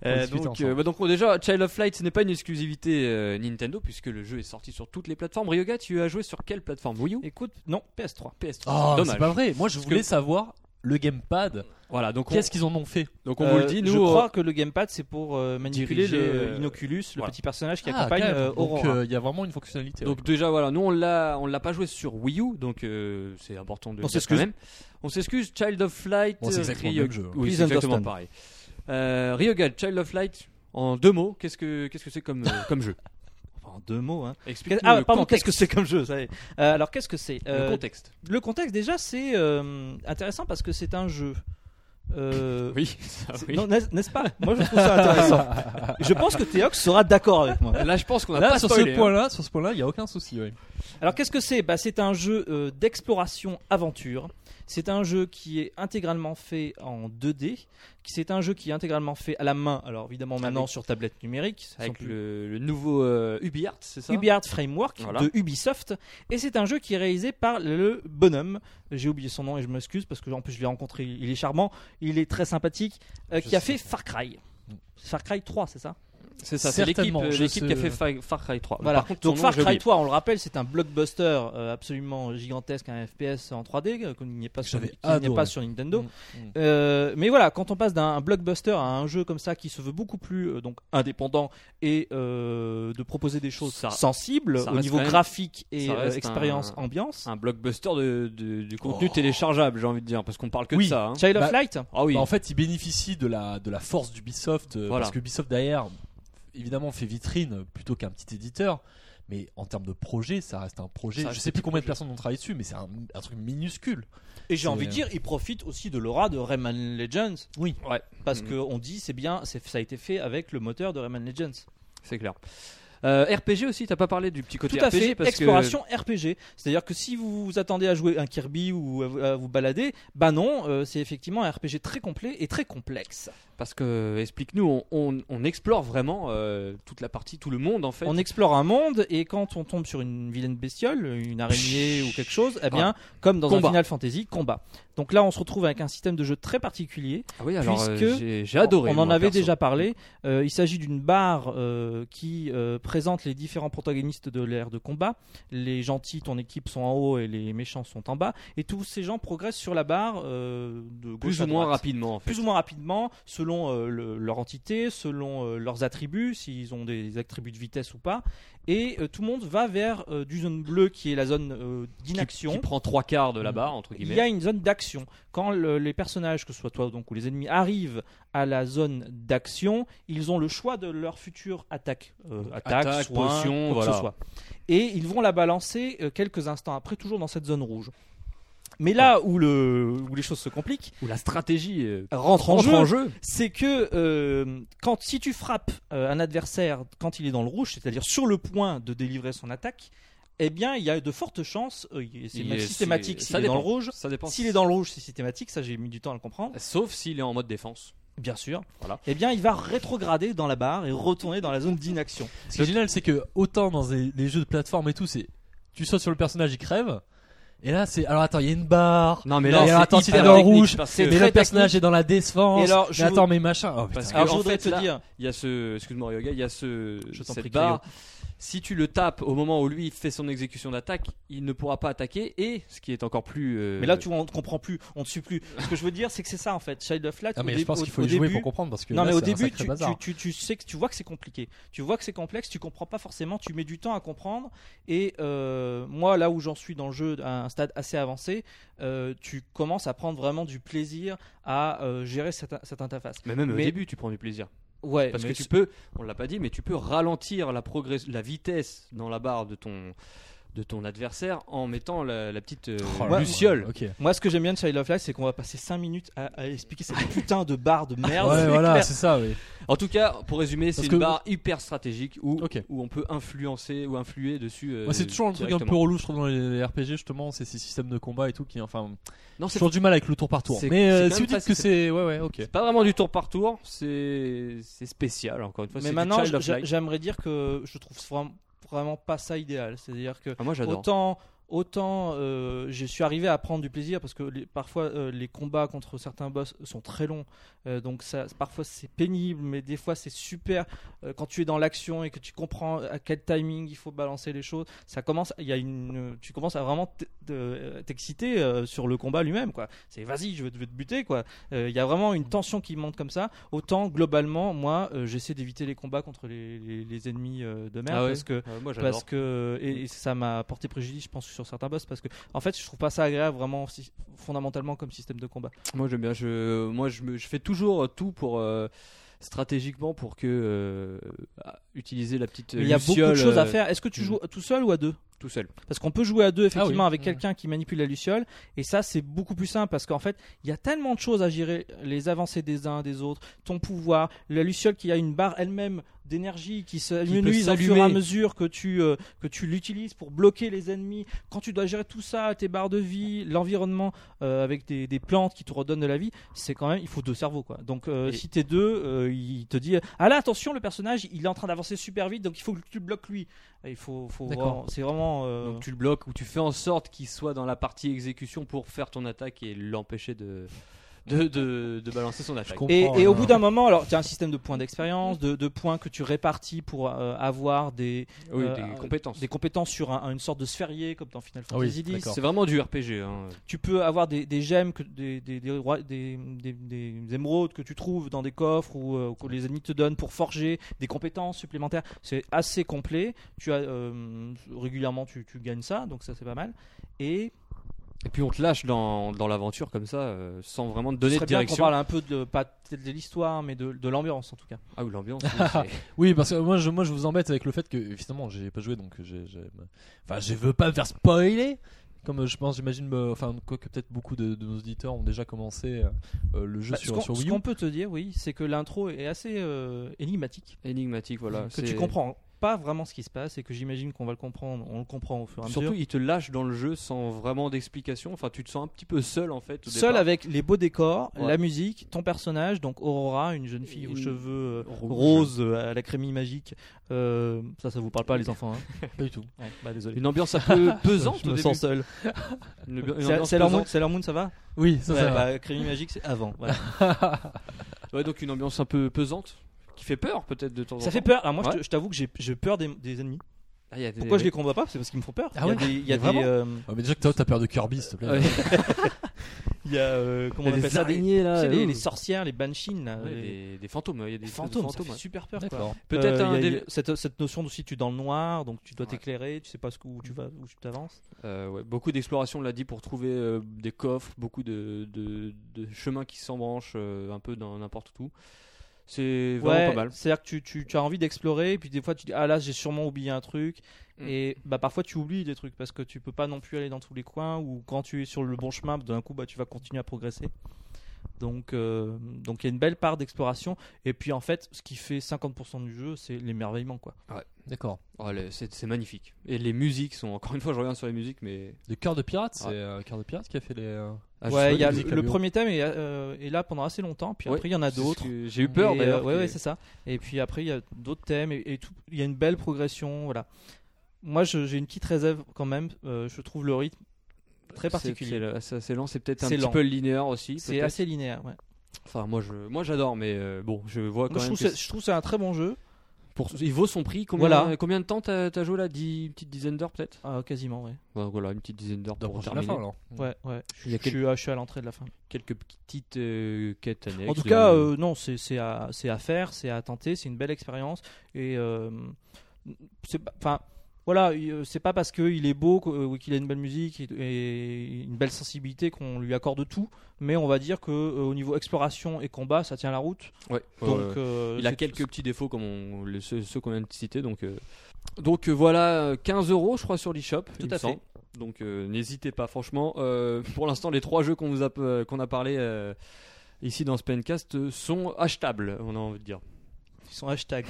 [SPEAKER 1] Euh,
[SPEAKER 3] discuter
[SPEAKER 1] donc,
[SPEAKER 2] Donc, euh, bah, donc on- déjà, Child of Light, ce n'est pas une exclusivité euh, Nintendo puisque le jeu est sorti sur toutes les plateformes. Ryoga, tu as joué sur quelle plateforme Wii U Ah,
[SPEAKER 1] écoute, non, PS3.
[SPEAKER 2] PS3.
[SPEAKER 3] Oh,
[SPEAKER 2] Dommage.
[SPEAKER 3] c'est pas vrai. Moi, je
[SPEAKER 2] Parce
[SPEAKER 3] voulais
[SPEAKER 2] que-
[SPEAKER 3] savoir le gamepad.
[SPEAKER 2] Voilà, donc on,
[SPEAKER 3] Qu'est-ce qu'ils en ont fait
[SPEAKER 2] donc on vous le
[SPEAKER 1] Euh,
[SPEAKER 2] dit, nous.
[SPEAKER 1] je
[SPEAKER 2] on-
[SPEAKER 1] crois que le gamepad c'est pour euh, manipuler
[SPEAKER 2] diriger, euh,
[SPEAKER 1] l'inoculus, le
[SPEAKER 2] voilà.
[SPEAKER 1] petit personnage qui
[SPEAKER 3] Ah,
[SPEAKER 1] accompagne
[SPEAKER 3] quand même.
[SPEAKER 1] euh,
[SPEAKER 3] Donc,
[SPEAKER 1] Aurora.
[SPEAKER 3] euh, il y a vraiment une fonctionnalité.
[SPEAKER 2] Donc déjà voilà, nous on l'a on l'a pas joué sur Wii U, donc euh, c'est important de
[SPEAKER 1] On
[SPEAKER 2] le dire quand
[SPEAKER 1] s'excuse.
[SPEAKER 2] même. On s'excuse. Child of Light,
[SPEAKER 3] Bon, c'est
[SPEAKER 2] euh,
[SPEAKER 3] exactement le
[SPEAKER 2] Ryo-
[SPEAKER 3] même jeu.
[SPEAKER 2] Oui,
[SPEAKER 1] hein. Please
[SPEAKER 2] c'est exactement
[SPEAKER 1] understand.
[SPEAKER 2] pareil. Euh, Ryoga, Child of Light, en deux mots, qu'est-ce que qu'est-ce que c'est comme euh,
[SPEAKER 1] [laughs]
[SPEAKER 2] comme jeu
[SPEAKER 1] Enfin, en deux mots. Hein.
[SPEAKER 2] Explique
[SPEAKER 1] Ah,
[SPEAKER 2] le
[SPEAKER 1] pardon, qu'est-ce
[SPEAKER 2] contexte.
[SPEAKER 1] que c'est comme jeu ça y est. Euh, Alors, qu'est-ce que c'est
[SPEAKER 2] le
[SPEAKER 1] Euh,
[SPEAKER 2] contexte.
[SPEAKER 1] le contexte, déjà, c'est euh, intéressant parce que c'est un jeu. Euh,
[SPEAKER 2] [laughs] Oui, [laughs] ça,
[SPEAKER 1] c'est-
[SPEAKER 2] oui.
[SPEAKER 1] non, n'est- N'est-ce pas Moi, je trouve ça
[SPEAKER 2] [laughs]
[SPEAKER 1] intéressant. je pense que Théox sera d'accord avec moi.
[SPEAKER 2] Là, je pense qu'on a
[SPEAKER 3] Là,
[SPEAKER 2] pas
[SPEAKER 3] sur
[SPEAKER 2] spoilé,
[SPEAKER 3] ce
[SPEAKER 2] hein.
[SPEAKER 3] point-là, sur ce point-là, il y a aucun souci. ouais.
[SPEAKER 1] Alors qu'est-ce que c'est bah, C'est un jeu euh, d'exploration aventure. C'est un jeu qui est intégralement fait en 2D. C'est un jeu qui est intégralement fait à la main. Alors évidemment maintenant
[SPEAKER 2] Avec-
[SPEAKER 1] sur tablette numérique, sans
[SPEAKER 2] avec
[SPEAKER 1] plus.
[SPEAKER 2] le, le nouveau euh, UbiArt, c'est ça
[SPEAKER 1] UbiArt Framework
[SPEAKER 2] Voilà.
[SPEAKER 1] de Ubisoft. Et c'est un jeu qui est réalisé par le bonhomme. J'ai oublié son nom et je m'excuse parce que en plus je l'ai rencontré. Il est charmant, il est très sympathique. euh,
[SPEAKER 3] Je
[SPEAKER 1] qui a
[SPEAKER 3] sais.
[SPEAKER 1] fait Far Cry.
[SPEAKER 3] Mm.
[SPEAKER 1] Far Cry 3, c'est ça
[SPEAKER 2] C'est ça, c'est l'équipe
[SPEAKER 3] Certainement,
[SPEAKER 2] euh,
[SPEAKER 3] je
[SPEAKER 2] l'équipe qui a
[SPEAKER 3] sais-
[SPEAKER 2] fait Fa- Far Cry 3.
[SPEAKER 1] Voilà.
[SPEAKER 2] Par contre, son
[SPEAKER 1] Donc
[SPEAKER 2] nom,
[SPEAKER 1] Far
[SPEAKER 2] j'ai
[SPEAKER 1] Cry
[SPEAKER 2] oublié.
[SPEAKER 1] 3, on le rappelle, c'est un blockbuster euh, absolument gigantesque, un FPS en 3D euh, qu'il n'y est pas sur,
[SPEAKER 3] J'avais
[SPEAKER 1] qu'il n'y est
[SPEAKER 3] adoré.
[SPEAKER 1] pas sur Nintendo.
[SPEAKER 3] Mm, mm.
[SPEAKER 1] Euh, mais voilà, quand on passe d'un blockbuster à un jeu comme ça qui se veut beaucoup plus euh, donc indépendant et euh, de proposer des choses
[SPEAKER 2] Ça-
[SPEAKER 1] sensibles
[SPEAKER 2] ça
[SPEAKER 1] au
[SPEAKER 2] reste
[SPEAKER 1] niveau
[SPEAKER 2] quand même-
[SPEAKER 1] graphique et
[SPEAKER 2] ça
[SPEAKER 1] euh,
[SPEAKER 2] reste
[SPEAKER 1] expérience
[SPEAKER 2] un-
[SPEAKER 1] ambiance.
[SPEAKER 2] un blockbuster de, de- du contenu
[SPEAKER 3] Oh.
[SPEAKER 2] téléchargeable, j'ai envie de dire, parce qu'on parle que
[SPEAKER 3] Oui.
[SPEAKER 2] de ça. hein.
[SPEAKER 1] Child of
[SPEAKER 3] Bah,
[SPEAKER 1] Light.
[SPEAKER 2] Ah oui.
[SPEAKER 3] Bah, en fait, ils bénéficient de la, de la force d'Ubisoft. euh,
[SPEAKER 2] Voilà.
[SPEAKER 3] Parce que Ubisoft, derrière, évidemment, fait vitrine euh, plutôt qu'un petit éditeur. Mais en termes de projet, ça reste un projet.
[SPEAKER 2] Ça
[SPEAKER 3] je
[SPEAKER 2] reste
[SPEAKER 3] sais
[SPEAKER 2] un
[SPEAKER 3] plus
[SPEAKER 2] petit
[SPEAKER 3] combien de
[SPEAKER 2] projet.
[SPEAKER 3] personnes ont travaillé dessus, mais c'est un, un truc minuscule.
[SPEAKER 1] Et j'ai
[SPEAKER 3] c'est-
[SPEAKER 1] envie de dire, il profite aussi de l'aura de Rayman Legends.
[SPEAKER 3] Oui.
[SPEAKER 2] Ouais.
[SPEAKER 1] Parce
[SPEAKER 2] Mhm.
[SPEAKER 1] que on dit c'est bien, c'est- ça a été fait avec le moteur de Rayman Legends.
[SPEAKER 2] C'est clair. Euh, RPG aussi, t'as pas parlé du petit côté
[SPEAKER 1] Tout à
[SPEAKER 2] RPG
[SPEAKER 1] fait.
[SPEAKER 2] parce
[SPEAKER 1] Exploration RPG. C'est-à-dire que si vous vous attendez à jouer un Kirby ou à vous- à vous balader, bah non, euh, c'est effectivement un RPG très complet et très complexe.
[SPEAKER 2] que parce que explique-nous, on, on- on explore vraiment euh, toute la partie, tout le monde en fait.
[SPEAKER 1] On explore un monde et quand on tombe sur une vilaine bestiole, une araignée ou quelque chose, eh bien, comme dans
[SPEAKER 2] Ah. Combat.
[SPEAKER 1] un Final Fantasy, combat. Donc là, on se retrouve avec un système de jeu très particulier.
[SPEAKER 2] Ah oui, alors euh,
[SPEAKER 1] puisque
[SPEAKER 2] j'ai- j'ai adoré.
[SPEAKER 1] On en
[SPEAKER 2] moi,
[SPEAKER 1] avait
[SPEAKER 2] perso.
[SPEAKER 1] déjà parlé. Euh, il s'agit d'une barre euh, qui euh, présente les différents protagonistes de l'ère de combat. Les gentils, ton équipe, sont en haut et les méchants sont en bas. Et tous ces gens progressent sur la barre euh, de gauche
[SPEAKER 2] plus
[SPEAKER 1] à
[SPEAKER 2] ou moins
[SPEAKER 1] droite
[SPEAKER 2] rapidement. En fait.
[SPEAKER 1] plus ou moins rapidement selon euh, le- leur entité, selon euh, leurs attributs, s'ils ont des attributs de vitesse ou pas. Et euh, tout le monde va vers euh, du zone bleue qui est la zone euh,
[SPEAKER 2] Qui-
[SPEAKER 1] d'inaction.
[SPEAKER 2] Qui, prend trois quarts de la
[SPEAKER 3] Mm.
[SPEAKER 2] barre entre
[SPEAKER 1] Il
[SPEAKER 2] guillemets.
[SPEAKER 1] y a une zone d'action. Quand le- les personnages, que ce soit toi donc, ou les ennemis, arrivent à la zone d'action, ils ont le choix de leur future attaque. Euh, attaque,
[SPEAKER 2] Attaque,
[SPEAKER 1] soin,
[SPEAKER 2] potion,
[SPEAKER 1] quoi que
[SPEAKER 2] voilà.
[SPEAKER 1] ce soit. Et ils vont la balancer euh, quelques instants après, toujours dans cette zone rouge. Mais là
[SPEAKER 2] Ah.
[SPEAKER 1] où, le, où les choses se compliquent,
[SPEAKER 2] Ou la stratégie euh,
[SPEAKER 1] rentre en
[SPEAKER 2] entre
[SPEAKER 1] jeu
[SPEAKER 2] en jeu.
[SPEAKER 1] c'est que euh, quand si tu frappes euh, un adversaire quand il est dans le rouge, c'est-à-dire sur le point de délivrer son attaque, eh bien il y a de fortes chances, euh, y- c'est
[SPEAKER 2] Il
[SPEAKER 1] même
[SPEAKER 2] est-
[SPEAKER 1] systématique
[SPEAKER 2] c'est-
[SPEAKER 1] s'il
[SPEAKER 2] ça
[SPEAKER 1] est dans le
[SPEAKER 2] dépend.
[SPEAKER 1] rouge.
[SPEAKER 2] Ça dépend.
[SPEAKER 1] S'il est dans le rouge, c'est systématique, ça j'ai mis du temps à le comprendre,
[SPEAKER 2] Sauf s'il est en mode défense.
[SPEAKER 1] bien sûr.
[SPEAKER 2] Voilà.
[SPEAKER 1] Eh bien il va rétrograder dans la barre et retourner dans la zone d'inaction.
[SPEAKER 3] Ce qui est génial, c'est que autant dans les, les jeux de plateforme et tout, c'est tu sautes sur le personnage, il crève. Et là, c'est alors attends, il y a une barre.
[SPEAKER 2] Non mais
[SPEAKER 3] Et
[SPEAKER 2] là
[SPEAKER 3] alors, attends,
[SPEAKER 2] c'est
[SPEAKER 3] si
[SPEAKER 2] hyper
[SPEAKER 3] t'es dans le
[SPEAKER 2] technique
[SPEAKER 3] rouge,
[SPEAKER 2] parce
[SPEAKER 1] c'est
[SPEAKER 2] que-
[SPEAKER 1] très
[SPEAKER 3] mais le personnage
[SPEAKER 1] technique.
[SPEAKER 3] est dans la
[SPEAKER 1] Et
[SPEAKER 3] défense.
[SPEAKER 1] alors,
[SPEAKER 3] Mais
[SPEAKER 1] je vous-
[SPEAKER 3] attends, mais machin. Oh, putain.
[SPEAKER 2] Parce que,
[SPEAKER 1] Alors je
[SPEAKER 2] en
[SPEAKER 1] voudrais te
[SPEAKER 2] fait, là,
[SPEAKER 1] dire,
[SPEAKER 3] euh,
[SPEAKER 2] Il y a ce, excuse-moi Ryoga, il y a ce,
[SPEAKER 1] Je t'en
[SPEAKER 2] cette
[SPEAKER 1] prie,
[SPEAKER 2] barre. Si tu le tapes au moment où lui fait son exécution d'attaque, il ne pourra pas attaquer et, ce qui est encore plus. euh,
[SPEAKER 1] mais là tu vois, on ne comprend plus, on ne suit plus. Ce que je veux dire c'est que c'est ça en fait, Child of Light.
[SPEAKER 3] Ah,
[SPEAKER 1] au
[SPEAKER 3] mais
[SPEAKER 1] dé-
[SPEAKER 3] je pense
[SPEAKER 1] au-
[SPEAKER 3] qu'il faut
[SPEAKER 1] au
[SPEAKER 3] y jouer
[SPEAKER 1] début-
[SPEAKER 3] pour comprendre parce que
[SPEAKER 1] Non
[SPEAKER 3] là,
[SPEAKER 1] mais au
[SPEAKER 3] c'est un
[SPEAKER 1] début
[SPEAKER 3] sacré
[SPEAKER 1] tu,
[SPEAKER 3] bazar.
[SPEAKER 1] tu, tu, tu sais que tu vois que c'est compliqué. Tu vois que c'est complexe, tu comprends pas forcément, tu mets du temps à comprendre. Et euh, moi là où j'en suis dans le jeu à un stade assez avancé, euh, tu commences à prendre vraiment du plaisir à euh, gérer cette, cette interface.
[SPEAKER 2] Mais même au
[SPEAKER 1] Mais-
[SPEAKER 2] début, tu prends du plaisir.
[SPEAKER 1] Ouais,
[SPEAKER 2] Parce
[SPEAKER 1] mais
[SPEAKER 2] que tu peux, on l'a pas dit, mais tu peux ralentir la, progress- la vitesse dans la barre de ton, de ton adversaire en mettant la, la petite euh,
[SPEAKER 1] Oh
[SPEAKER 3] Oh,
[SPEAKER 1] là
[SPEAKER 2] luciole.
[SPEAKER 3] Ok.
[SPEAKER 1] Moi, ce que j'aime bien de Child of Light, c'est qu'on va passer 5 minutes à, à expliquer
[SPEAKER 2] [laughs]
[SPEAKER 1] cette putain de barre de merde.
[SPEAKER 3] ouais,
[SPEAKER 1] C'est
[SPEAKER 3] voilà,
[SPEAKER 1] clair.
[SPEAKER 3] c'est ça, oui.
[SPEAKER 2] En tout cas, pour résumer, c'est
[SPEAKER 3] Parce
[SPEAKER 2] une
[SPEAKER 3] que-
[SPEAKER 2] barre hyper stratégique où,
[SPEAKER 3] Ok.
[SPEAKER 2] où on peut influencer ou influer dessus. euh,
[SPEAKER 3] Moi, c'est toujours un truc un peu
[SPEAKER 2] directement.
[SPEAKER 3] relou, je trouve, dans les les RPG, justement, c'est ces systèmes de combat et tout qui, enfin,
[SPEAKER 2] Non,
[SPEAKER 3] j'ai
[SPEAKER 2] c'est
[SPEAKER 3] toujours du mal avec le tour par tour.
[SPEAKER 2] c'est- c'est
[SPEAKER 3] Mais euh,
[SPEAKER 2] quand
[SPEAKER 3] si
[SPEAKER 2] même
[SPEAKER 3] vous dites
[SPEAKER 2] facile,
[SPEAKER 3] que c'est. Ouais, ouais, ok.
[SPEAKER 2] c'est pas vraiment du tour par tour, c'est c'est spécial encore une fois. c'est
[SPEAKER 1] Mais
[SPEAKER 2] du
[SPEAKER 1] maintenant,
[SPEAKER 2] Child of
[SPEAKER 1] j'a-
[SPEAKER 2] Light.
[SPEAKER 1] j'aimerais dire que je trouve vraiment, vraiment pas ça idéal. C'est-à-dire que
[SPEAKER 2] Ah, moi j'adore.
[SPEAKER 1] autant autant euh, je suis arrivé à prendre du plaisir parce que les- parfois euh, les combats contre certains boss sont très longs Euh, donc ça parfois c'est pénible mais des fois c'est super Euh, quand tu es dans l'action et que tu comprends à quel timing il faut balancer les choses ça commence il y a une tu commences à vraiment t- de- t'exciter euh, sur le combat lui-même quoi c'est vas-y je vais te, je vais te buter quoi Euh, il y a vraiment une tension qui monte comme ça autant globalement moi euh, j'essaie d'éviter les combats contre les, les- les ennemis euh, de merde
[SPEAKER 2] Ah ouais.
[SPEAKER 1] parce que
[SPEAKER 2] Ah, moi j'adore. Mm.
[SPEAKER 1] parce que et, et ça m'a porté préjudice je pense sur certains boss parce que en fait je trouve pas ça agréable vraiment si- fondamentalement comme système de combat
[SPEAKER 2] Moi j'aime bien, je, moi je, me- je fais toujours tout pour euh, stratégiquement pour que euh, ah, utiliser la petite
[SPEAKER 1] mais il y a beaucoup de
[SPEAKER 2] luciole,
[SPEAKER 1] choses à
[SPEAKER 2] euh,
[SPEAKER 1] faire est-ce que tu
[SPEAKER 2] hmm.
[SPEAKER 1] joues tout seul ou à deux
[SPEAKER 2] tout seul.
[SPEAKER 1] parce qu'on peut jouer à deux effectivement
[SPEAKER 3] Ah oui.
[SPEAKER 1] avec quelqu'un qui manipule la luciole et ça c'est beaucoup plus simple parce qu'en fait il y a tellement de choses à gérer les avancées des uns des autres ton pouvoir la luciole qui a une barre elle-même d'énergie qui s'amenuise
[SPEAKER 2] peut
[SPEAKER 1] au fur et à
[SPEAKER 2] s'allumer.
[SPEAKER 1] mesure que tu euh, que tu l'utilises pour bloquer les ennemis quand tu dois gérer tout ça tes barres de vie l'environnement euh, avec des, des plantes qui te redonnent de la vie c'est quand même il faut deux cerveaux quoi donc euh,
[SPEAKER 2] Et-
[SPEAKER 1] si t'es deux euh, il te dit ah là attention le personnage il est en train d'avancer super vite donc il faut que tu bloques lui il faut, faut
[SPEAKER 3] D'accord.
[SPEAKER 1] vraiment- c'est vraiment euh,
[SPEAKER 2] Donc tu le bloques ou tu fais en sorte qu'il soit dans la partie exécution pour faire ton attaque et l'empêcher de, de, de, de balancer son attaque.
[SPEAKER 3] comprends.
[SPEAKER 1] Et,
[SPEAKER 3] comprend,
[SPEAKER 1] et au
[SPEAKER 3] hein.
[SPEAKER 1] bout d'un moment, alors tu as un système de points d'expérience, de, de points que tu répartis pour euh, avoir des,
[SPEAKER 2] Oui,
[SPEAKER 1] Euh,
[SPEAKER 2] des compétences.
[SPEAKER 1] des compétences sur un- une sorte de sphérié comme dans Final Fantasy
[SPEAKER 3] Ah oui,
[SPEAKER 1] X.
[SPEAKER 3] d'accord.
[SPEAKER 2] C'est vraiment du RPG. hein.
[SPEAKER 1] Tu peux avoir des, des gemmes, que, des, des, des, rois- des- des- des émeraudes que tu trouves dans des coffres ou euh, que les ennemis te donnent pour forger des compétences supplémentaires. C'est assez complet. Tu as euh, régulièrement tu, tu gagnes ça, donc ça c'est pas mal. Et
[SPEAKER 2] Et puis on te lâche dans, dans l'aventure comme ça, euh, sans vraiment te
[SPEAKER 1] ce
[SPEAKER 2] donner de
[SPEAKER 1] serait bien qu'on
[SPEAKER 2] direction.
[SPEAKER 1] parle un peu de pas peut-être de l'histoire, mais de, de l'ambiance en tout cas.
[SPEAKER 2] Ah oui, l'ambiance. oui, [laughs] c'est-
[SPEAKER 3] Oui, parce que moi je, moi, je vous embête avec le fait que, finalement, j'ai pas joué, donc j'ai. j'ai- Enfin, je veux pas me faire spoiler. Comme euh, je pense, j'imagine, euh, enfin, quoi que peut-être beaucoup de, de nos auditeurs ont déjà commencé euh, le jeu
[SPEAKER 1] Bah, ce
[SPEAKER 3] sur,
[SPEAKER 1] qu'on
[SPEAKER 3] sur
[SPEAKER 1] ce
[SPEAKER 3] Wii U.
[SPEAKER 1] qu'on peut te dire, oui, c'est que l'intro est assez euh, énigmatique,
[SPEAKER 2] énigmatique, voilà.
[SPEAKER 1] que tu
[SPEAKER 2] c'est-
[SPEAKER 1] comprends pas vraiment ce qui se passe et que j'imagine qu'on va le comprendre, on le comprend au fur et à
[SPEAKER 2] Surtout,
[SPEAKER 1] mesure.
[SPEAKER 2] il te lâche dans le jeu sans vraiment d'explication. Enfin, tu te sens un petit peu seul en fait. au
[SPEAKER 1] Seul
[SPEAKER 2] départ.
[SPEAKER 1] avec les beaux décors,
[SPEAKER 2] Ouais.
[SPEAKER 1] la musique, ton personnage, donc Aurora, une jeune fille aux
[SPEAKER 2] Une-
[SPEAKER 1] cheveux euh,
[SPEAKER 2] Rouge.
[SPEAKER 1] roses euh, à la crémie magique. Euh, ça, ça vous parle pas, les enfants hein
[SPEAKER 3] Pas du tout.
[SPEAKER 1] [laughs] Ouais, bah, désolé.
[SPEAKER 2] Une ambiance un peu pesante
[SPEAKER 1] [laughs] Je
[SPEAKER 2] au
[SPEAKER 1] me
[SPEAKER 2] début.
[SPEAKER 1] sens seul.
[SPEAKER 2] Une ambi- une
[SPEAKER 1] C'est
[SPEAKER 2] ambiance
[SPEAKER 1] Sailor Moon,
[SPEAKER 2] pesante.
[SPEAKER 1] Sailor Moon, ça va
[SPEAKER 3] Oui, ça,
[SPEAKER 1] Ouais,
[SPEAKER 3] ça va.
[SPEAKER 1] bah, Crémie magique, c'est avant. voilà.
[SPEAKER 2] Ouais, donc une ambiance un peu pesante qui fait peur peut-être de temps en temps.
[SPEAKER 1] ça fait peur. Alors moi, je
[SPEAKER 2] Ouais.
[SPEAKER 1] te- je t'avoue que j'ai- j'ai peur des, des ennemis.
[SPEAKER 2] Ah, il y a des-
[SPEAKER 1] Pourquoi je les combats pas C'est parce qu'ils me font peur. Il
[SPEAKER 3] Ah
[SPEAKER 1] y a
[SPEAKER 3] ouais
[SPEAKER 1] des- il y a
[SPEAKER 3] Mais vraiment
[SPEAKER 1] des, euh,
[SPEAKER 3] Ah, mais déjà que toi, t'as peur de Kirby, s'il te plaît. [laughs]
[SPEAKER 2] Ouais.
[SPEAKER 1] il y a, euh, comment
[SPEAKER 2] Il y
[SPEAKER 1] on
[SPEAKER 2] a
[SPEAKER 1] appelle
[SPEAKER 2] des
[SPEAKER 1] ça Des-
[SPEAKER 2] araignées
[SPEAKER 1] Tu
[SPEAKER 2] là.
[SPEAKER 1] sais,
[SPEAKER 2] euh,
[SPEAKER 1] les, les sorcières, les banshees, là,
[SPEAKER 2] ouais,
[SPEAKER 1] les,
[SPEAKER 2] des, des fantômes. Il y
[SPEAKER 1] les
[SPEAKER 2] a des des
[SPEAKER 1] Ah, fantômes, ça fait
[SPEAKER 2] ouais.
[SPEAKER 1] super peur. quoi.
[SPEAKER 3] D'accord.
[SPEAKER 2] Peut-être
[SPEAKER 1] Euh,
[SPEAKER 2] un
[SPEAKER 1] il y a
[SPEAKER 2] des-
[SPEAKER 1] eu cette, cette notion aussi, tu es dans le noir, donc tu dois
[SPEAKER 2] Ouais.
[SPEAKER 1] t'éclairer, tu sais pas ce que- où tu vas, où tu t'avances.
[SPEAKER 2] Euh, ouais, beaucoup d'exploration, on l'a dit, pour trouver euh, des coffres, beaucoup de, de- de chemins qui s'embranchent euh, un peu dans n'importe où. C'est vraiment
[SPEAKER 1] Ouais,
[SPEAKER 2] pas mal.
[SPEAKER 1] C'est-à-dire que tu, tu- tu as envie d'explorer, et puis des fois tu dis, ah là j'ai sûrement oublié un truc,
[SPEAKER 2] Mm.
[SPEAKER 1] et bah parfois tu oublies des trucs parce que tu peux pas non plus aller dans tous les coins, ou quand tu es sur le bon chemin, d'un coup bah, tu vas continuer à progresser. Donc euh, donc il y a une belle part d'exploration, et puis en fait ce qui fait 50% du jeu, c'est l'émerveillement quoi.
[SPEAKER 3] D'accord.
[SPEAKER 2] Oh, le- c'est c'est magnifique. Et les musiques sont, encore une fois, je reviens sur les musiques, mais.
[SPEAKER 3] Le cœur de pirate, c'est
[SPEAKER 2] Ouais.
[SPEAKER 3] euh, cœur de pirate qui a fait les. euh,
[SPEAKER 2] Ah, je
[SPEAKER 1] ouais,
[SPEAKER 2] sais
[SPEAKER 1] il y a
[SPEAKER 2] pas,
[SPEAKER 1] le,
[SPEAKER 2] les-
[SPEAKER 3] musique
[SPEAKER 1] le
[SPEAKER 3] à
[SPEAKER 1] premier thème est, euh, est là pendant assez longtemps, puis
[SPEAKER 2] Ouais,
[SPEAKER 1] après il y en a
[SPEAKER 2] c'est ce
[SPEAKER 1] d'autres.
[SPEAKER 2] que J'ai eu peur
[SPEAKER 1] Et,
[SPEAKER 2] d'ailleurs.
[SPEAKER 1] euh, ouais,
[SPEAKER 2] qu'il y
[SPEAKER 1] ouais,
[SPEAKER 2] ait-
[SPEAKER 1] c'est ça. Et puis après, il y a d'autres thèmes et, et tout. Il y a une belle progression, voilà. Moi, je- j'ai une petite réserve quand même. euh, je trouve le rythme très
[SPEAKER 2] c'est- c'est
[SPEAKER 1] particulier.
[SPEAKER 2] là- C'est assez lent, c'est peut-être un
[SPEAKER 1] C'est
[SPEAKER 2] petit
[SPEAKER 1] lent.
[SPEAKER 2] peu linéaire aussi.
[SPEAKER 1] C'est
[SPEAKER 2] peut-être.
[SPEAKER 1] assez linéaire. ouais.
[SPEAKER 2] Enfin, moi, je, moi, j'adore, mais euh, bon, je vois quand
[SPEAKER 1] Moi, je,
[SPEAKER 2] même.
[SPEAKER 1] trouve
[SPEAKER 2] que
[SPEAKER 1] c'est- je trouve que c'est un très bon jeu,
[SPEAKER 2] c'est- pour- il vaut son prix. Combien, euh,
[SPEAKER 1] Voilà.
[SPEAKER 2] combien de temps t'as as joué là Dix- Une petite dizaine d'heures peut-être.
[SPEAKER 1] Ah, quasiment. Ouais.
[SPEAKER 2] Ouais, Voilà, une petite dizaine d'heures
[SPEAKER 3] Dans
[SPEAKER 2] pour
[SPEAKER 3] la
[SPEAKER 2] terminer.
[SPEAKER 3] fin, alors.
[SPEAKER 1] Ouais, ouais. Je,
[SPEAKER 2] Il y a
[SPEAKER 1] je
[SPEAKER 2] quel-
[SPEAKER 1] suis à- je suis à l'entrée de la fin.
[SPEAKER 2] quelques petites euh, quêtes annexes.
[SPEAKER 1] En tout
[SPEAKER 2] de-
[SPEAKER 1] cas, euh, non, c'est c'est à, c'est à faire, c'est à tenter, c'est une belle expérience. Et euh, c'est pas- enfin, voilà, il- euh, c'est pas parce qu'il est beau qu'- euh, ou qu'il a une belle musique et- et une belle sensibilité qu'on lui accorde tout, mais on va dire que euh, au niveau exploration et combat, ça tient la route.
[SPEAKER 2] Ouais.
[SPEAKER 1] Donc,
[SPEAKER 2] Euh,
[SPEAKER 1] euh,
[SPEAKER 2] il a
[SPEAKER 1] c'est-
[SPEAKER 2] quelques petits défauts comme on- les- ceux, ceux qu'on vient de citer. Donc, euh, donc euh, voilà, euh, 15 euros je crois sur l'eShop. il
[SPEAKER 1] à
[SPEAKER 2] me semble. Donc euh, n'hésitez pas, franchement. euh, [laughs] pour l'instant, les trois jeux qu'on vous a, euh, qu'on a parlé euh, ici dans ce pencast euh, sont achetables, on a envie de dire. [laughs]
[SPEAKER 1] Ils sont hashtag.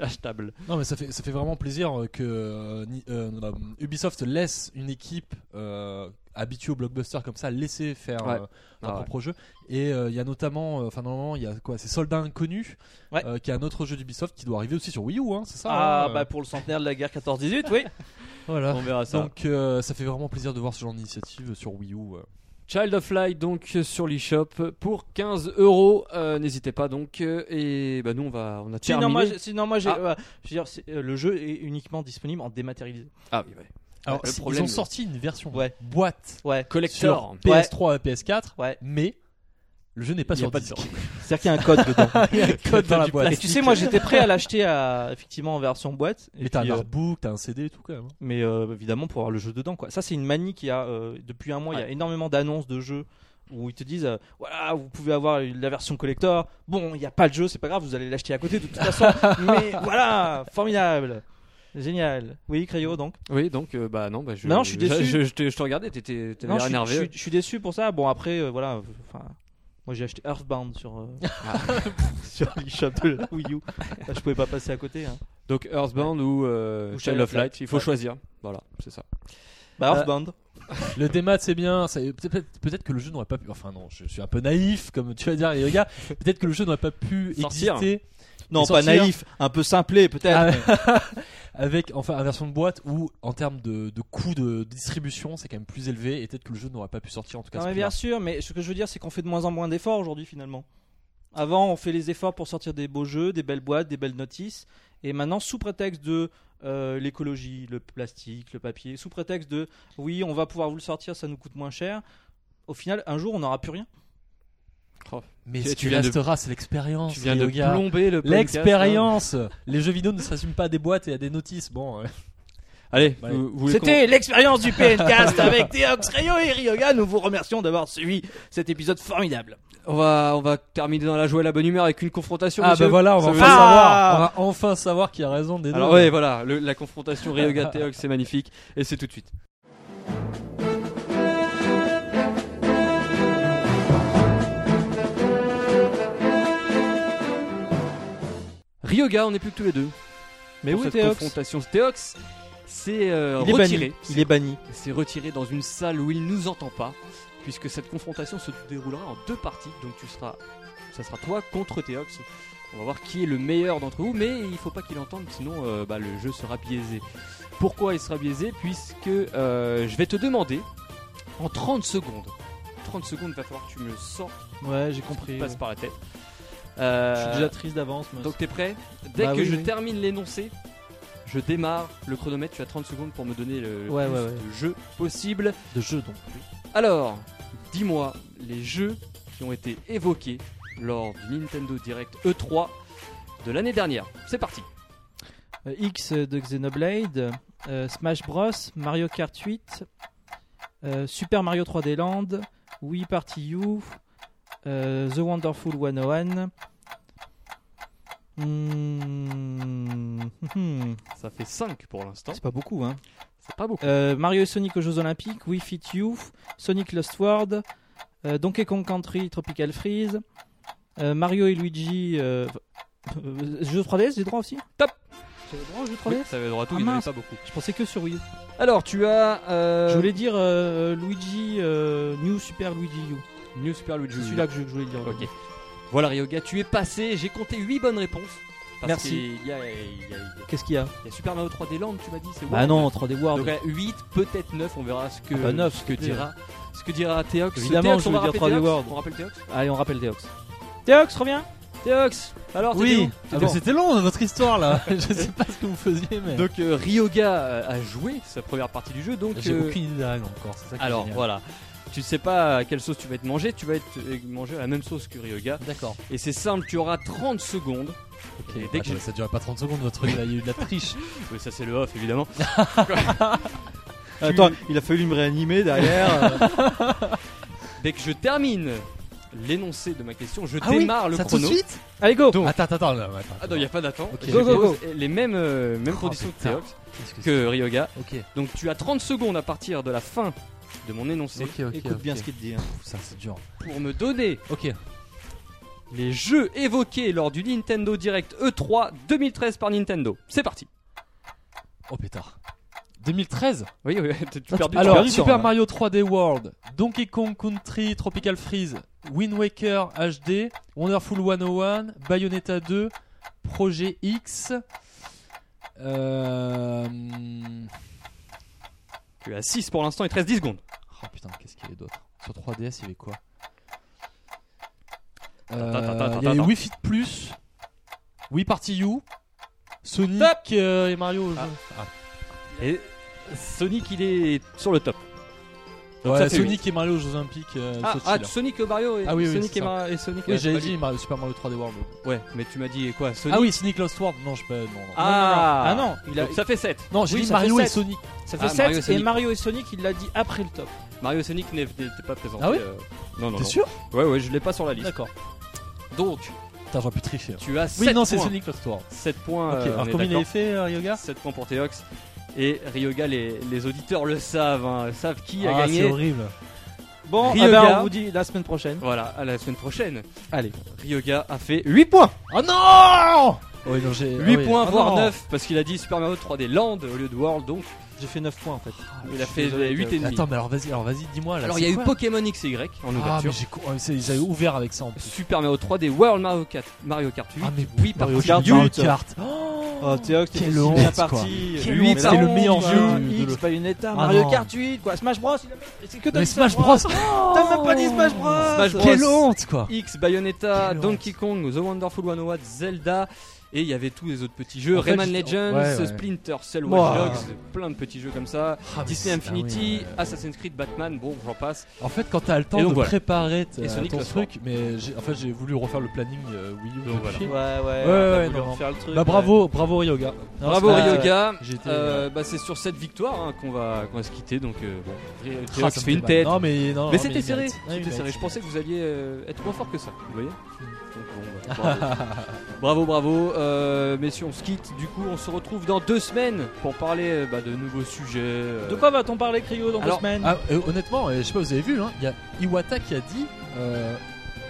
[SPEAKER 2] achetables.
[SPEAKER 3] Non, mais ça fait, ça fait vraiment plaisir euh, que euh, ni- euh, euh, Ubisoft laisse une équipe euh, habituée au blockbuster comme ça laisser faire
[SPEAKER 2] Ouais.
[SPEAKER 3] euh, leur propre jeu. Et euh, il y a notamment, euh, enfin, normalement, il y a quoi C'est Soldat Inconnu,
[SPEAKER 1] Ouais.
[SPEAKER 3] euh, qui est un autre jeu d'Ubisoft qui doit arriver aussi sur Wii U, hein, c'est ça
[SPEAKER 1] Ah,
[SPEAKER 3] hein,
[SPEAKER 1] bah pour le centenaire de la guerre 14-18, oui.
[SPEAKER 2] [laughs]
[SPEAKER 3] Voilà.
[SPEAKER 2] On verra ça.
[SPEAKER 3] Donc, euh, ça fait vraiment plaisir de voir ce genre d'initiative sur Wii U. euh.
[SPEAKER 2] Child of Light donc euh, sur l'eShop pour 15 euros. Euh, N'hésitez pas donc. euh, et bah nous on va on a terminé.
[SPEAKER 1] Sinon moi, j'ai- sinon, moi, j'ai-
[SPEAKER 2] Ah.
[SPEAKER 1] euh, je veux dire, c'est- euh, le jeu est uniquement disponible en dématérialisé.
[SPEAKER 2] Ah oui, ouais.
[SPEAKER 3] Alors,
[SPEAKER 2] le
[SPEAKER 3] si-
[SPEAKER 2] problème,
[SPEAKER 3] ils ont
[SPEAKER 2] le-
[SPEAKER 3] sorti une version
[SPEAKER 1] Ouais.
[SPEAKER 3] boîte
[SPEAKER 1] Ouais.
[SPEAKER 2] Collector.
[SPEAKER 3] sur PS3 et PS4,
[SPEAKER 1] Ouais.
[SPEAKER 3] mais le jeu n'est pas
[SPEAKER 2] Il y a
[SPEAKER 3] sur
[SPEAKER 2] pas de
[SPEAKER 3] disque.
[SPEAKER 2] [laughs]
[SPEAKER 1] C'est-à-dire qu'il y a un [laughs] code dedans.
[SPEAKER 3] Il y a un code dans la
[SPEAKER 1] Du
[SPEAKER 3] boîte.
[SPEAKER 1] plastique. Et tu sais, moi j'étais prêt à l'acheter à, effectivement en version boîte. Et
[SPEAKER 3] Mais t'as un
[SPEAKER 1] puis, euh,
[SPEAKER 3] artbook, t'as un CD et tout quand même. hein.
[SPEAKER 1] mais euh, évidemment pour avoir le jeu dedans quoi. Ça c'est une manie qu'il y a euh, depuis un mois, il y a énormément d'annonces de jeux où ils te disent euh, voilà, vous pouvez avoir la version collector. Bon, il n'y a pas le jeu, c'est pas grave, vous allez l'acheter à côté de toute
[SPEAKER 3] [laughs]
[SPEAKER 1] façon. mais voilà, formidable. Génial. Oui, Crayo donc.
[SPEAKER 2] Oui donc euh, bah non bah [laughs] je.
[SPEAKER 1] Non, je suis déçu.
[SPEAKER 2] Je, je te, je te regardais, t'étais t'avais
[SPEAKER 1] Non, je
[SPEAKER 2] l'air
[SPEAKER 1] suis-
[SPEAKER 2] énervé.
[SPEAKER 1] Je suis, je suis déçu pour ça. Bon après euh, voilà, euh, enfin moi j'ai acheté Earthbound [laughs] sur euh,
[SPEAKER 3] Ah. [laughs]
[SPEAKER 1] sur l'eShop de la Wii U. Bah, je pouvais pas passer à côté. hein.
[SPEAKER 2] Donc Earthbound ou, euh,
[SPEAKER 1] Ou
[SPEAKER 2] Child of Light, il faut
[SPEAKER 1] Ouais.
[SPEAKER 2] choisir. Voilà, c'est ça.
[SPEAKER 3] Euh,
[SPEAKER 1] Bah Earthbound.
[SPEAKER 3] Le démat c'est bien, ça- peut-être peut-être que le jeu n'aurait pas pu. Enfin non, je suis un peu naïf comme tu vas dire
[SPEAKER 2] [laughs]
[SPEAKER 3] les gars. Peut-être que le jeu n'aurait pas pu
[SPEAKER 2] Sortir.
[SPEAKER 3] exister
[SPEAKER 1] non,
[SPEAKER 3] Et
[SPEAKER 1] pas
[SPEAKER 3] sortir.
[SPEAKER 1] naïf, un peu simplé peut-être.
[SPEAKER 3] [laughs] avec enfin une version de boîte ou en termes de, de coût de distribution c'est quand même plus élevé et peut-être que le jeu n'aurait pas pu sortir en tout cas.
[SPEAKER 1] Non,
[SPEAKER 3] à ce
[SPEAKER 1] mais
[SPEAKER 3] prix-là.
[SPEAKER 1] bien sûr, mais ce que je veux dire, c'est qu'on fait de moins en moins d'efforts aujourd'hui, finalement. Avant, on fait les efforts pour sortir des beaux jeux, des belles boîtes, des belles notices. Et maintenant, sous prétexte de euh, l'écologie, le plastique, le papier, sous prétexte de oui, on va pouvoir vous le sortir, ça nous coûte moins cher. Au final, un jour, on n'aura plus rien.
[SPEAKER 3] Mais
[SPEAKER 2] Tu-
[SPEAKER 3] ce
[SPEAKER 2] tu
[SPEAKER 3] qui
[SPEAKER 2] viens de-
[SPEAKER 3] restera c'est l'expérience.
[SPEAKER 2] Tu viens
[SPEAKER 3] les
[SPEAKER 2] de
[SPEAKER 3] gars.
[SPEAKER 2] plomber le podcast, hein.
[SPEAKER 3] L'expérience. [laughs] Les jeux vidéo ne s'assument pas à des boîtes et à des
[SPEAKER 2] [laughs]
[SPEAKER 3] notices. Bon. euh,
[SPEAKER 2] Allez,
[SPEAKER 3] Ouais.
[SPEAKER 2] vous, vous voulez
[SPEAKER 1] C'était l'expérience du PNCast avec Théox, Rayo et Ryoga. Nous vous remercions d'avoir suivi cet épisode formidable.
[SPEAKER 2] qu'on- on va on va terminer dans la joie et la bonne humeur avec une confrontation.
[SPEAKER 3] Ah
[SPEAKER 2] messieurs.
[SPEAKER 3] bah voilà, on va
[SPEAKER 2] Ça
[SPEAKER 3] enfin
[SPEAKER 2] veut-
[SPEAKER 3] savoir. On va enfin savoir qui a raison des deux.
[SPEAKER 2] Alors ouais, voilà, le- la confrontation
[SPEAKER 3] [laughs]
[SPEAKER 2] Ryoga Teox, c'est magnifique et c'est tout de suite. Ryoga, on n'est plus que tous les deux.
[SPEAKER 1] Mais
[SPEAKER 2] pour
[SPEAKER 1] oui,
[SPEAKER 2] cette
[SPEAKER 1] Théox,
[SPEAKER 2] confrontation Teox, c'est euh,
[SPEAKER 1] il est
[SPEAKER 2] retiré.
[SPEAKER 1] banni. Il est banni.
[SPEAKER 2] s'est retiré dans une salle où il nous entend pas, puisque cette confrontation se déroulera en deux parties. Donc tu seras, ça sera toi contre Théox. On va voir qui est le meilleur d'entre vous, mais il faut pas qu'il entende, sinon euh, bah, le jeu sera biaisé. Pourquoi il sera biaisé Puisque euh, je vais te demander en 30 secondes. 30 secondes, va falloir que tu me sors,
[SPEAKER 1] Ouais, j'ai
[SPEAKER 2] qui
[SPEAKER 1] compris.
[SPEAKER 2] passe par la tête. Euh,
[SPEAKER 1] Je suis déjà triste d'avance. moi.
[SPEAKER 2] donc t'es prêt Dès
[SPEAKER 1] Bah
[SPEAKER 2] que
[SPEAKER 1] oui,
[SPEAKER 2] je
[SPEAKER 1] oui.
[SPEAKER 2] termine l'énoncé, je démarre le chronomètre. Tu as 30 secondes pour me donner le, le
[SPEAKER 1] Ouais,
[SPEAKER 2] plus
[SPEAKER 1] ouais, ouais.
[SPEAKER 2] de jeux possible.
[SPEAKER 3] De jeux donc.
[SPEAKER 2] Oh, Alors, dis-moi les jeux qui ont été évoqués lors du Nintendo Direct E3 de l'année dernière. C'est parti.
[SPEAKER 1] Euh, X de Xenoblade, euh, Smash Bros, Mario Kart 8, euh, Super Mario 3D Land, Wii Party U, euh, The Wonderful 101. Hmm, [laughs] hmm,
[SPEAKER 2] Ça fait 5 pour l'instant.
[SPEAKER 1] C'est pas beaucoup, hein.
[SPEAKER 2] C'est pas beaucoup.
[SPEAKER 1] Euh, Mario et Sonic aux Jeux Olympiques, Wii Fit U, Sonic Lost World, euh, Donkey Kong Country Tropical Freeze, euh, Mario et Luigi. Euh, [laughs] euh, jeux 3DS, j'ai droit aussi
[SPEAKER 2] Top
[SPEAKER 1] J'avais droit aux jeux 3DS
[SPEAKER 2] Oui, ça avait droit à tout,
[SPEAKER 1] Ah,
[SPEAKER 2] il y en avait
[SPEAKER 1] mince.
[SPEAKER 2] pas beaucoup.
[SPEAKER 1] Je pensais que sur Wii U.
[SPEAKER 2] Alors, tu as euh,
[SPEAKER 1] Je voulais dire euh, Luigi euh, New Super Luigi U.
[SPEAKER 2] New Super Luigi.
[SPEAKER 1] C'est celui-là
[SPEAKER 2] Junior.
[SPEAKER 1] que je, que je voulais dire.
[SPEAKER 2] Ok. Voilà Ryoga, tu es passé. J'ai compté 8 bonnes réponses. Parce
[SPEAKER 1] Merci.
[SPEAKER 2] qu'il y a- Il y, a- il y a-
[SPEAKER 1] Qu'est-ce qu'il y a
[SPEAKER 2] il y a Super Mario 3D Land, tu m'as dit. c'est
[SPEAKER 1] Bah
[SPEAKER 2] World.
[SPEAKER 1] non, 3D World.
[SPEAKER 2] Donc à 8, peut-être 9, on verra ce que,
[SPEAKER 1] Ah bah 9,
[SPEAKER 2] ce que
[SPEAKER 1] s'il te plaît.
[SPEAKER 2] dira. Ce que dira Théox.
[SPEAKER 1] Évidemment,
[SPEAKER 2] Théox,
[SPEAKER 1] je
[SPEAKER 2] on
[SPEAKER 1] veux
[SPEAKER 2] va
[SPEAKER 1] dire
[SPEAKER 2] rappeler
[SPEAKER 1] 3D
[SPEAKER 2] Théox
[SPEAKER 1] World.
[SPEAKER 2] On rappelle Théox
[SPEAKER 1] Allez, on rappelle Théox. Théox, reviens
[SPEAKER 2] Théox Alors t'étais où
[SPEAKER 3] Oui,
[SPEAKER 2] T'étais
[SPEAKER 3] Ah bah
[SPEAKER 2] où
[SPEAKER 3] c'était long votre
[SPEAKER 2] [laughs]
[SPEAKER 3] histoire là. je sais pas ce que vous faisiez, mais.
[SPEAKER 2] Donc euh, Ryoga euh, a joué sa première partie du jeu, donc...
[SPEAKER 3] J'ai
[SPEAKER 2] euh,
[SPEAKER 3] aucune idée des règles encore. c'est ça qui
[SPEAKER 2] [laughs]
[SPEAKER 3] est
[SPEAKER 2] Alors
[SPEAKER 3] génial.
[SPEAKER 2] voilà. tu sais pas à quelle sauce tu vas être mangé, tu vas être euh, mangé à la même sauce que Ryoga.
[SPEAKER 3] D'accord.
[SPEAKER 2] Et c'est simple, tu auras 30 secondes.
[SPEAKER 3] Ok. Ah,
[SPEAKER 2] Et dès que j'ai-
[SPEAKER 3] ça dure pas 30 secondes votre truc là, il y a eu de la triche.
[SPEAKER 2] Oui, ça c'est le off évidemment.
[SPEAKER 1] Attends, il a fallu me réanimer derrière.
[SPEAKER 2] [laughs] Dès que je termine l'énoncé de ma question, je
[SPEAKER 3] Ah oui,
[SPEAKER 2] démarre le
[SPEAKER 3] ça
[SPEAKER 2] chrono.
[SPEAKER 3] tout de suite
[SPEAKER 1] Allez, go
[SPEAKER 3] Donc, Attends, attends, attends. là, attends.
[SPEAKER 2] Ah non, il n'y a pas d'attente.
[SPEAKER 3] Ok.
[SPEAKER 2] Je
[SPEAKER 1] Go, go,
[SPEAKER 2] pose Les mêmes, euh, mêmes
[SPEAKER 3] Oh,
[SPEAKER 2] conditions que
[SPEAKER 3] putain.
[SPEAKER 2] Théox,
[SPEAKER 3] Qu'est-ce que
[SPEAKER 2] que Ryoga.
[SPEAKER 3] c'est Ok,
[SPEAKER 2] Donc tu as 30 secondes à partir de la fin de mon énoncé
[SPEAKER 3] ok, ok.
[SPEAKER 1] Écoute bien
[SPEAKER 3] ok.
[SPEAKER 1] ce qu'il te dit. hein.
[SPEAKER 3] Pff, Ça, c'est dur.
[SPEAKER 2] pour me donner
[SPEAKER 3] Ok.
[SPEAKER 2] les jeux évoqués lors du Nintendo Direct E E3 2013 par Nintendo. C'est parti.
[SPEAKER 3] Oh pétard. 2013
[SPEAKER 2] Oui, oui, [laughs] tu perds du
[SPEAKER 3] Alors,
[SPEAKER 2] temps. hein.
[SPEAKER 3] Super Mario 3D World, Donkey Kong Country, Tropical Freeze, Wind Waker HD, Wonderful 101, Bayonetta 2, Projet X. Euh...
[SPEAKER 2] Tu es à 6 pour l'instant et 13 10 secondes.
[SPEAKER 3] Oh putain, qu'est-ce qu'il y avait d'autre Sur 3DS, il y avait quoi
[SPEAKER 2] attends,
[SPEAKER 3] Euh,
[SPEAKER 2] attends,
[SPEAKER 3] Il y avait
[SPEAKER 2] attends.
[SPEAKER 3] Wii Fit Plus, Wii Party U, Sonic
[SPEAKER 2] Top
[SPEAKER 3] euh, et Mario.
[SPEAKER 2] Ah. Et Sonic, il est sur le top.
[SPEAKER 3] Ouais,
[SPEAKER 2] ça fait
[SPEAKER 3] Sonic et Mario aux Jeux Olympiques. euh,
[SPEAKER 2] Ah,
[SPEAKER 3] Sochi,
[SPEAKER 2] ah,
[SPEAKER 3] là.
[SPEAKER 2] Sonic et Mario et
[SPEAKER 3] Ah oui, oui,
[SPEAKER 2] Sonic
[SPEAKER 3] c'est
[SPEAKER 2] et,
[SPEAKER 3] ça.
[SPEAKER 2] Mar- et Sonic.
[SPEAKER 3] oui,
[SPEAKER 2] et-
[SPEAKER 3] j'avais
[SPEAKER 2] ah,
[SPEAKER 3] dit Mario, Super Mario 3D World.
[SPEAKER 2] Ouais, mais tu m'as dit quoi Sonic.
[SPEAKER 3] Ah oui, Sonic Lost World. Non, je peux. Non, non.
[SPEAKER 2] Ah,
[SPEAKER 1] Ah non, il a-
[SPEAKER 2] Donc ça fait 7.
[SPEAKER 3] Non, j'ai
[SPEAKER 1] Oui,
[SPEAKER 3] dit
[SPEAKER 1] ça fait
[SPEAKER 3] Mario et
[SPEAKER 1] sept.
[SPEAKER 3] Sonic.
[SPEAKER 1] Ça fait
[SPEAKER 2] Ah,
[SPEAKER 1] 7
[SPEAKER 2] Mario et
[SPEAKER 1] et
[SPEAKER 2] Sonic.
[SPEAKER 1] Mario et Sonic, il l'a dit après le top.
[SPEAKER 2] Mario Sonic n'est- n'était pas présenté.
[SPEAKER 3] Ah oui
[SPEAKER 2] euh, Non, non.
[SPEAKER 3] T'es
[SPEAKER 2] non.
[SPEAKER 3] sûr
[SPEAKER 2] Ouais, ouais, je l'ai pas sur la liste.
[SPEAKER 3] D'accord.
[SPEAKER 2] Donc,
[SPEAKER 3] Putain, j'aurais pu tricher.
[SPEAKER 2] tu as 7
[SPEAKER 3] Oui, non,
[SPEAKER 2] points.
[SPEAKER 3] c'est Sonic Lost World.
[SPEAKER 2] 7 points.
[SPEAKER 3] Ok,
[SPEAKER 2] euh, on
[SPEAKER 3] alors
[SPEAKER 2] est
[SPEAKER 3] combien il
[SPEAKER 2] d'accord.
[SPEAKER 3] avait fait, euh, Yoga
[SPEAKER 2] 7 points pour Théox. Et Ryoga, les, les auditeurs le savent, hein, savent qui a
[SPEAKER 3] Ah, c'est
[SPEAKER 2] gagné.
[SPEAKER 3] horrible.
[SPEAKER 1] Bon,
[SPEAKER 2] Ryoga.
[SPEAKER 1] eh ben, on vous dit la semaine prochaine.
[SPEAKER 2] Voilà, à la semaine prochaine.
[SPEAKER 1] Allez.
[SPEAKER 2] Ryoga a fait 8 points
[SPEAKER 3] Oh non Oh, oui, non, j'ai.
[SPEAKER 2] 8
[SPEAKER 3] ah oui.
[SPEAKER 2] points,
[SPEAKER 3] Ah
[SPEAKER 2] voire
[SPEAKER 3] non.
[SPEAKER 2] 9, parce qu'il a dit Super Mario 3D Land au lieu de World, donc
[SPEAKER 1] J'ai fait 9 points en fait.
[SPEAKER 3] Ah,
[SPEAKER 2] il
[SPEAKER 1] je
[SPEAKER 2] a
[SPEAKER 1] suis
[SPEAKER 2] fait
[SPEAKER 1] désolé,
[SPEAKER 2] 8 et
[SPEAKER 1] Théox.
[SPEAKER 2] demi.
[SPEAKER 3] Attends, mais alors vas-y, alors vas-y, dis-moi là.
[SPEAKER 2] Alors
[SPEAKER 3] c'est
[SPEAKER 2] il y a eu
[SPEAKER 3] quoi
[SPEAKER 2] Pokémon XY en
[SPEAKER 3] Ah, mais
[SPEAKER 2] ouverture.
[SPEAKER 3] j'ai cou- oh, c'est- ils avaient ouvert avec ça en plus.
[SPEAKER 2] Super Mario 3D, World Mario 4, Mario Kart 8.
[SPEAKER 3] Ah, mais
[SPEAKER 2] oui, par
[SPEAKER 3] Mario
[SPEAKER 1] Kart,
[SPEAKER 3] Kart. Mario
[SPEAKER 1] Mario
[SPEAKER 3] Kart.
[SPEAKER 1] Oh, Théox, t'es
[SPEAKER 3] Quelle
[SPEAKER 1] si bien
[SPEAKER 3] honte, quoi.
[SPEAKER 1] parti.
[SPEAKER 3] Quelle
[SPEAKER 1] Huit
[SPEAKER 3] honte,
[SPEAKER 1] par
[SPEAKER 3] c'est le
[SPEAKER 1] onze,
[SPEAKER 3] meilleur
[SPEAKER 1] quoi.
[SPEAKER 3] jeu de-
[SPEAKER 1] X,
[SPEAKER 3] de-
[SPEAKER 1] Bayonetta,
[SPEAKER 3] Ah
[SPEAKER 1] Mario
[SPEAKER 3] non.
[SPEAKER 1] Kart 8, quoi. Smash Bros. il a- C'est que
[SPEAKER 3] Mais
[SPEAKER 1] dalle,
[SPEAKER 3] Smash Bros. Oh,
[SPEAKER 1] T'as même pas dit Smash Bros.
[SPEAKER 2] Smash Bros.
[SPEAKER 3] Quelle honte quoi.
[SPEAKER 2] X, Bayonetta,
[SPEAKER 3] Quelle honte.
[SPEAKER 2] Donkey Kong, The Wonderful 101, Zelda. Et il y avait tous les autres petits jeux,
[SPEAKER 3] En fait,
[SPEAKER 2] Rayman
[SPEAKER 3] je-
[SPEAKER 2] Legends,
[SPEAKER 3] ouais, ouais.
[SPEAKER 2] Splinter Cell,
[SPEAKER 1] Ouah.
[SPEAKER 2] Watch Dogs, plein de petits jeux comme ça.
[SPEAKER 3] Ah, mais
[SPEAKER 2] Disney
[SPEAKER 3] c'est- ah oui,
[SPEAKER 2] Infinity,
[SPEAKER 3] ouais.
[SPEAKER 2] Assassin's Creed, Batman, bon j'en passe.
[SPEAKER 3] En fait, quand t'as le temps
[SPEAKER 2] Et donc
[SPEAKER 3] de
[SPEAKER 2] voilà.
[SPEAKER 3] préparer ta-
[SPEAKER 2] Et Sonic
[SPEAKER 3] ton
[SPEAKER 2] Lost World.
[SPEAKER 3] truc, mais j'ai- en fait, j'ai voulu refaire le planning euh, Wii U.
[SPEAKER 2] Donc voilà.
[SPEAKER 3] depuis.
[SPEAKER 1] Ouais, ouais,
[SPEAKER 3] Ouais,
[SPEAKER 1] t'as
[SPEAKER 3] ouais,
[SPEAKER 1] voulu
[SPEAKER 3] non,
[SPEAKER 1] refaire le truc,
[SPEAKER 3] Bah
[SPEAKER 1] ouais.
[SPEAKER 3] bravo, bravo Ryoga. Non,
[SPEAKER 2] Bravo
[SPEAKER 3] c'est-
[SPEAKER 1] vrai,
[SPEAKER 2] Ryoga.
[SPEAKER 3] j'ai été,
[SPEAKER 2] Euh, bah, c'est sur cette victoire hein, qu'on va, qu'on va se quitter donc euh, bon. Ry-
[SPEAKER 3] Ah,
[SPEAKER 2] Ryoga
[SPEAKER 3] ça me
[SPEAKER 2] fait une
[SPEAKER 3] mal.
[SPEAKER 2] tête.
[SPEAKER 3] Non mais
[SPEAKER 1] Oh,
[SPEAKER 3] non.
[SPEAKER 2] mais
[SPEAKER 3] non,
[SPEAKER 2] c'était
[SPEAKER 3] il
[SPEAKER 2] serré,
[SPEAKER 3] mérite. Ah, il
[SPEAKER 1] bah,
[SPEAKER 2] c'était serré.
[SPEAKER 3] mérite.
[SPEAKER 2] Je pensais que vous alliez euh, être moins fort que ça, vous voyez.
[SPEAKER 1] Mm.
[SPEAKER 2] Donc, bon, bah,
[SPEAKER 1] [laughs]
[SPEAKER 2] bravo, bravo, bravo. Euh, messieurs, on se quitte. Du coup, on se retrouve dans deux semaines pour parler euh, bah, de nouveaux sujets. euh,
[SPEAKER 1] De quoi va-t-on parler, Cryo, dans
[SPEAKER 2] Alors,
[SPEAKER 1] deux semaines
[SPEAKER 3] Ah, euh, honnêtement, euh, je sais pas, vous avez vu, hein, il y a Iwata qui a dit euh,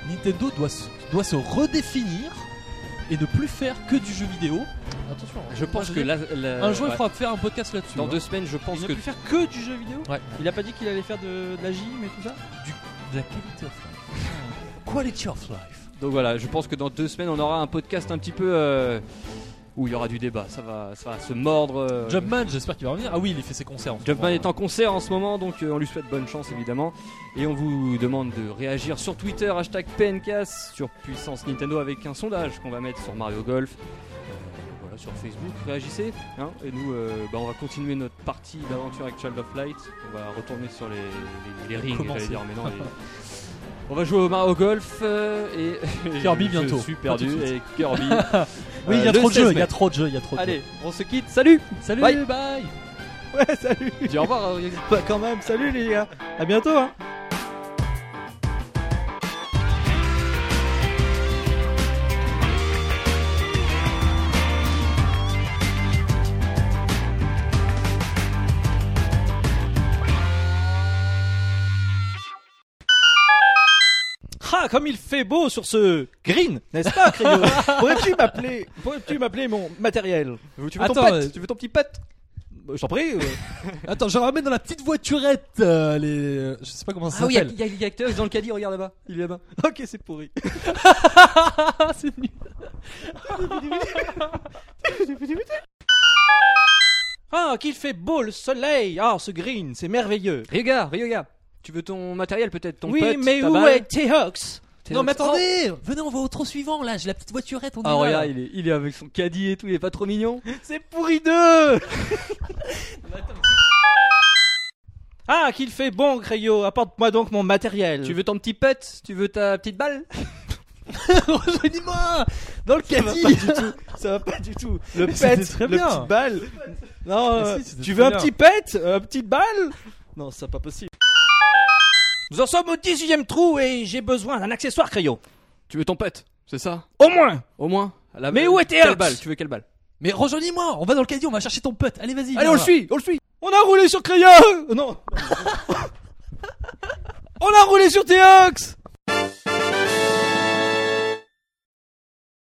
[SPEAKER 3] Nintendo doit se, doit se redéfinir et ne plus faire que du jeu vidéo. Attention. hein.
[SPEAKER 2] Je pense
[SPEAKER 3] Moi,
[SPEAKER 2] que
[SPEAKER 3] dis,
[SPEAKER 2] là, la-
[SPEAKER 3] un jour il
[SPEAKER 2] ouais,
[SPEAKER 3] faudra faire un podcast là-dessus.
[SPEAKER 2] dans
[SPEAKER 3] hein.
[SPEAKER 2] deux semaines, ah, je pense
[SPEAKER 1] Il n'a
[SPEAKER 2] que
[SPEAKER 1] plus faire que du jeu vidéo
[SPEAKER 3] Ouais.
[SPEAKER 1] Il a pas dit qu'il allait faire de, de la gym et tout ça
[SPEAKER 3] De la qualité of life. Quality of life.
[SPEAKER 2] Donc voilà, je pense que dans deux semaines, on aura un podcast un petit peu euh, où il y aura du débat. Ça va, ça va se mordre. euh,
[SPEAKER 3] Jumpman, j'espère qu'il va revenir. Ah oui, il fait ses concerts. en ce
[SPEAKER 2] Jumpman
[SPEAKER 3] moment.
[SPEAKER 2] est en concert en ce moment, donc euh, on lui souhaite bonne chance évidemment. Et on vous demande de réagir sur Twitter, hashtag PNCast, sur Puissance Nintendo avec un sondage qu'on va mettre sur Mario Golf. Euh, Voilà, sur Facebook, réagissez. hein. et nous, euh, bah, on va continuer notre partie d'aventure avec Child of Light. On va retourner sur les, les, les rings,
[SPEAKER 3] Commencer.
[SPEAKER 2] j'allais dire, mais non, les- On va jouer au Mario Golf euh, et
[SPEAKER 3] [laughs]
[SPEAKER 2] [laughs]
[SPEAKER 3] Kirby
[SPEAKER 2] je
[SPEAKER 3] bientôt.
[SPEAKER 2] suis
[SPEAKER 3] Pas
[SPEAKER 2] perdu
[SPEAKER 3] tout de
[SPEAKER 2] et Kirby.
[SPEAKER 3] [laughs] Oui, il y
[SPEAKER 2] Euh,
[SPEAKER 3] a
[SPEAKER 2] le
[SPEAKER 3] trop de
[SPEAKER 2] 16
[SPEAKER 3] jeux, il y
[SPEAKER 2] mai.
[SPEAKER 3] a trop de jeux, il y a trop de
[SPEAKER 2] Allez, on se quitte.
[SPEAKER 3] [laughs]
[SPEAKER 2] Salut.
[SPEAKER 3] jeux. Salut,
[SPEAKER 2] bye.
[SPEAKER 3] bye.
[SPEAKER 1] Ouais, salut
[SPEAKER 2] Dis au revoir. euh,
[SPEAKER 1] Bah, quand même, salut les gars À bientôt, hein Ah, comme il fait beau sur ce green, n'est-ce pas, Cryo Pourrais-tu m'appeler, pourrais-tu m'appeler mon matériel
[SPEAKER 2] Tu veux ton
[SPEAKER 1] Attends,
[SPEAKER 2] pote
[SPEAKER 1] euh,
[SPEAKER 2] Tu veux ton petit pote
[SPEAKER 1] Bah, Je t'en prie. euh.
[SPEAKER 3] Attends, je ramène dans la petite voiturette euh, les. Je sais pas comment ça
[SPEAKER 2] Ah oui,
[SPEAKER 3] s'appelle.
[SPEAKER 2] il y a, y a Théox dans le caddie, regarde là-bas. Il est là-bas.
[SPEAKER 1] ok, c'est pourri. [laughs]
[SPEAKER 3] Ah, c'est nul.
[SPEAKER 1] Ah, qu'il fait beau le soleil Ah, ce green, c'est merveilleux
[SPEAKER 2] Ryoga, Ryoga, tu veux ton matériel peut-être ton
[SPEAKER 1] Oui,
[SPEAKER 2] pote,
[SPEAKER 1] mais
[SPEAKER 2] ta
[SPEAKER 1] où
[SPEAKER 2] balle
[SPEAKER 1] est T-Hox
[SPEAKER 2] Théox-
[SPEAKER 3] Non mais attendez, Oh, eh, venez on va au trou suivant là, j'ai la petite voiturette, on
[SPEAKER 2] Oh Ah,
[SPEAKER 3] y va.
[SPEAKER 2] regarde, il est, il est avec son caddie et tout, il est pas trop
[SPEAKER 1] Euh. Oh.
[SPEAKER 2] mignon
[SPEAKER 1] [laughs] C'est pourri d'eux Ah, qu'il fait bon, Crayo, apporte-moi donc mon matériel.
[SPEAKER 2] Tu veux ton petit putt Tu veux ta petite balle
[SPEAKER 3] [laughs] Rejoignez-moi Dans le
[SPEAKER 1] ça va
[SPEAKER 3] caddie
[SPEAKER 1] pas du tout. [laughs] Ça va pas du tout. Le [laughs]
[SPEAKER 3] [laughs] Mais c'était
[SPEAKER 1] pet,
[SPEAKER 3] très
[SPEAKER 1] le
[SPEAKER 3] bien.
[SPEAKER 1] petit balle. Non,
[SPEAKER 3] Mais
[SPEAKER 1] euh,
[SPEAKER 3] si, c'était
[SPEAKER 1] tu
[SPEAKER 3] très
[SPEAKER 1] veux un
[SPEAKER 3] bien.
[SPEAKER 1] petit pet, euh, une petite balle Non, c'est pas possible. Nous en sommes au 18ème trou et j'ai besoin d'un accessoire, Crayo.
[SPEAKER 2] Tu veux ton putt C'est ça
[SPEAKER 1] Au moins.
[SPEAKER 2] Au moins La-
[SPEAKER 1] Mais où était
[SPEAKER 2] Quelle
[SPEAKER 1] Hertz
[SPEAKER 2] balle Tu veux quelle balle
[SPEAKER 3] Mais rejoignez-moi On va dans le caddie, on va chercher ton pote. Allez, vas-y.
[SPEAKER 2] Allez,
[SPEAKER 3] viens,
[SPEAKER 2] on le
[SPEAKER 3] va.
[SPEAKER 2] suit On le suit
[SPEAKER 1] On a [laughs] roulé sur Crayo. Non. On a roulé sur Théox.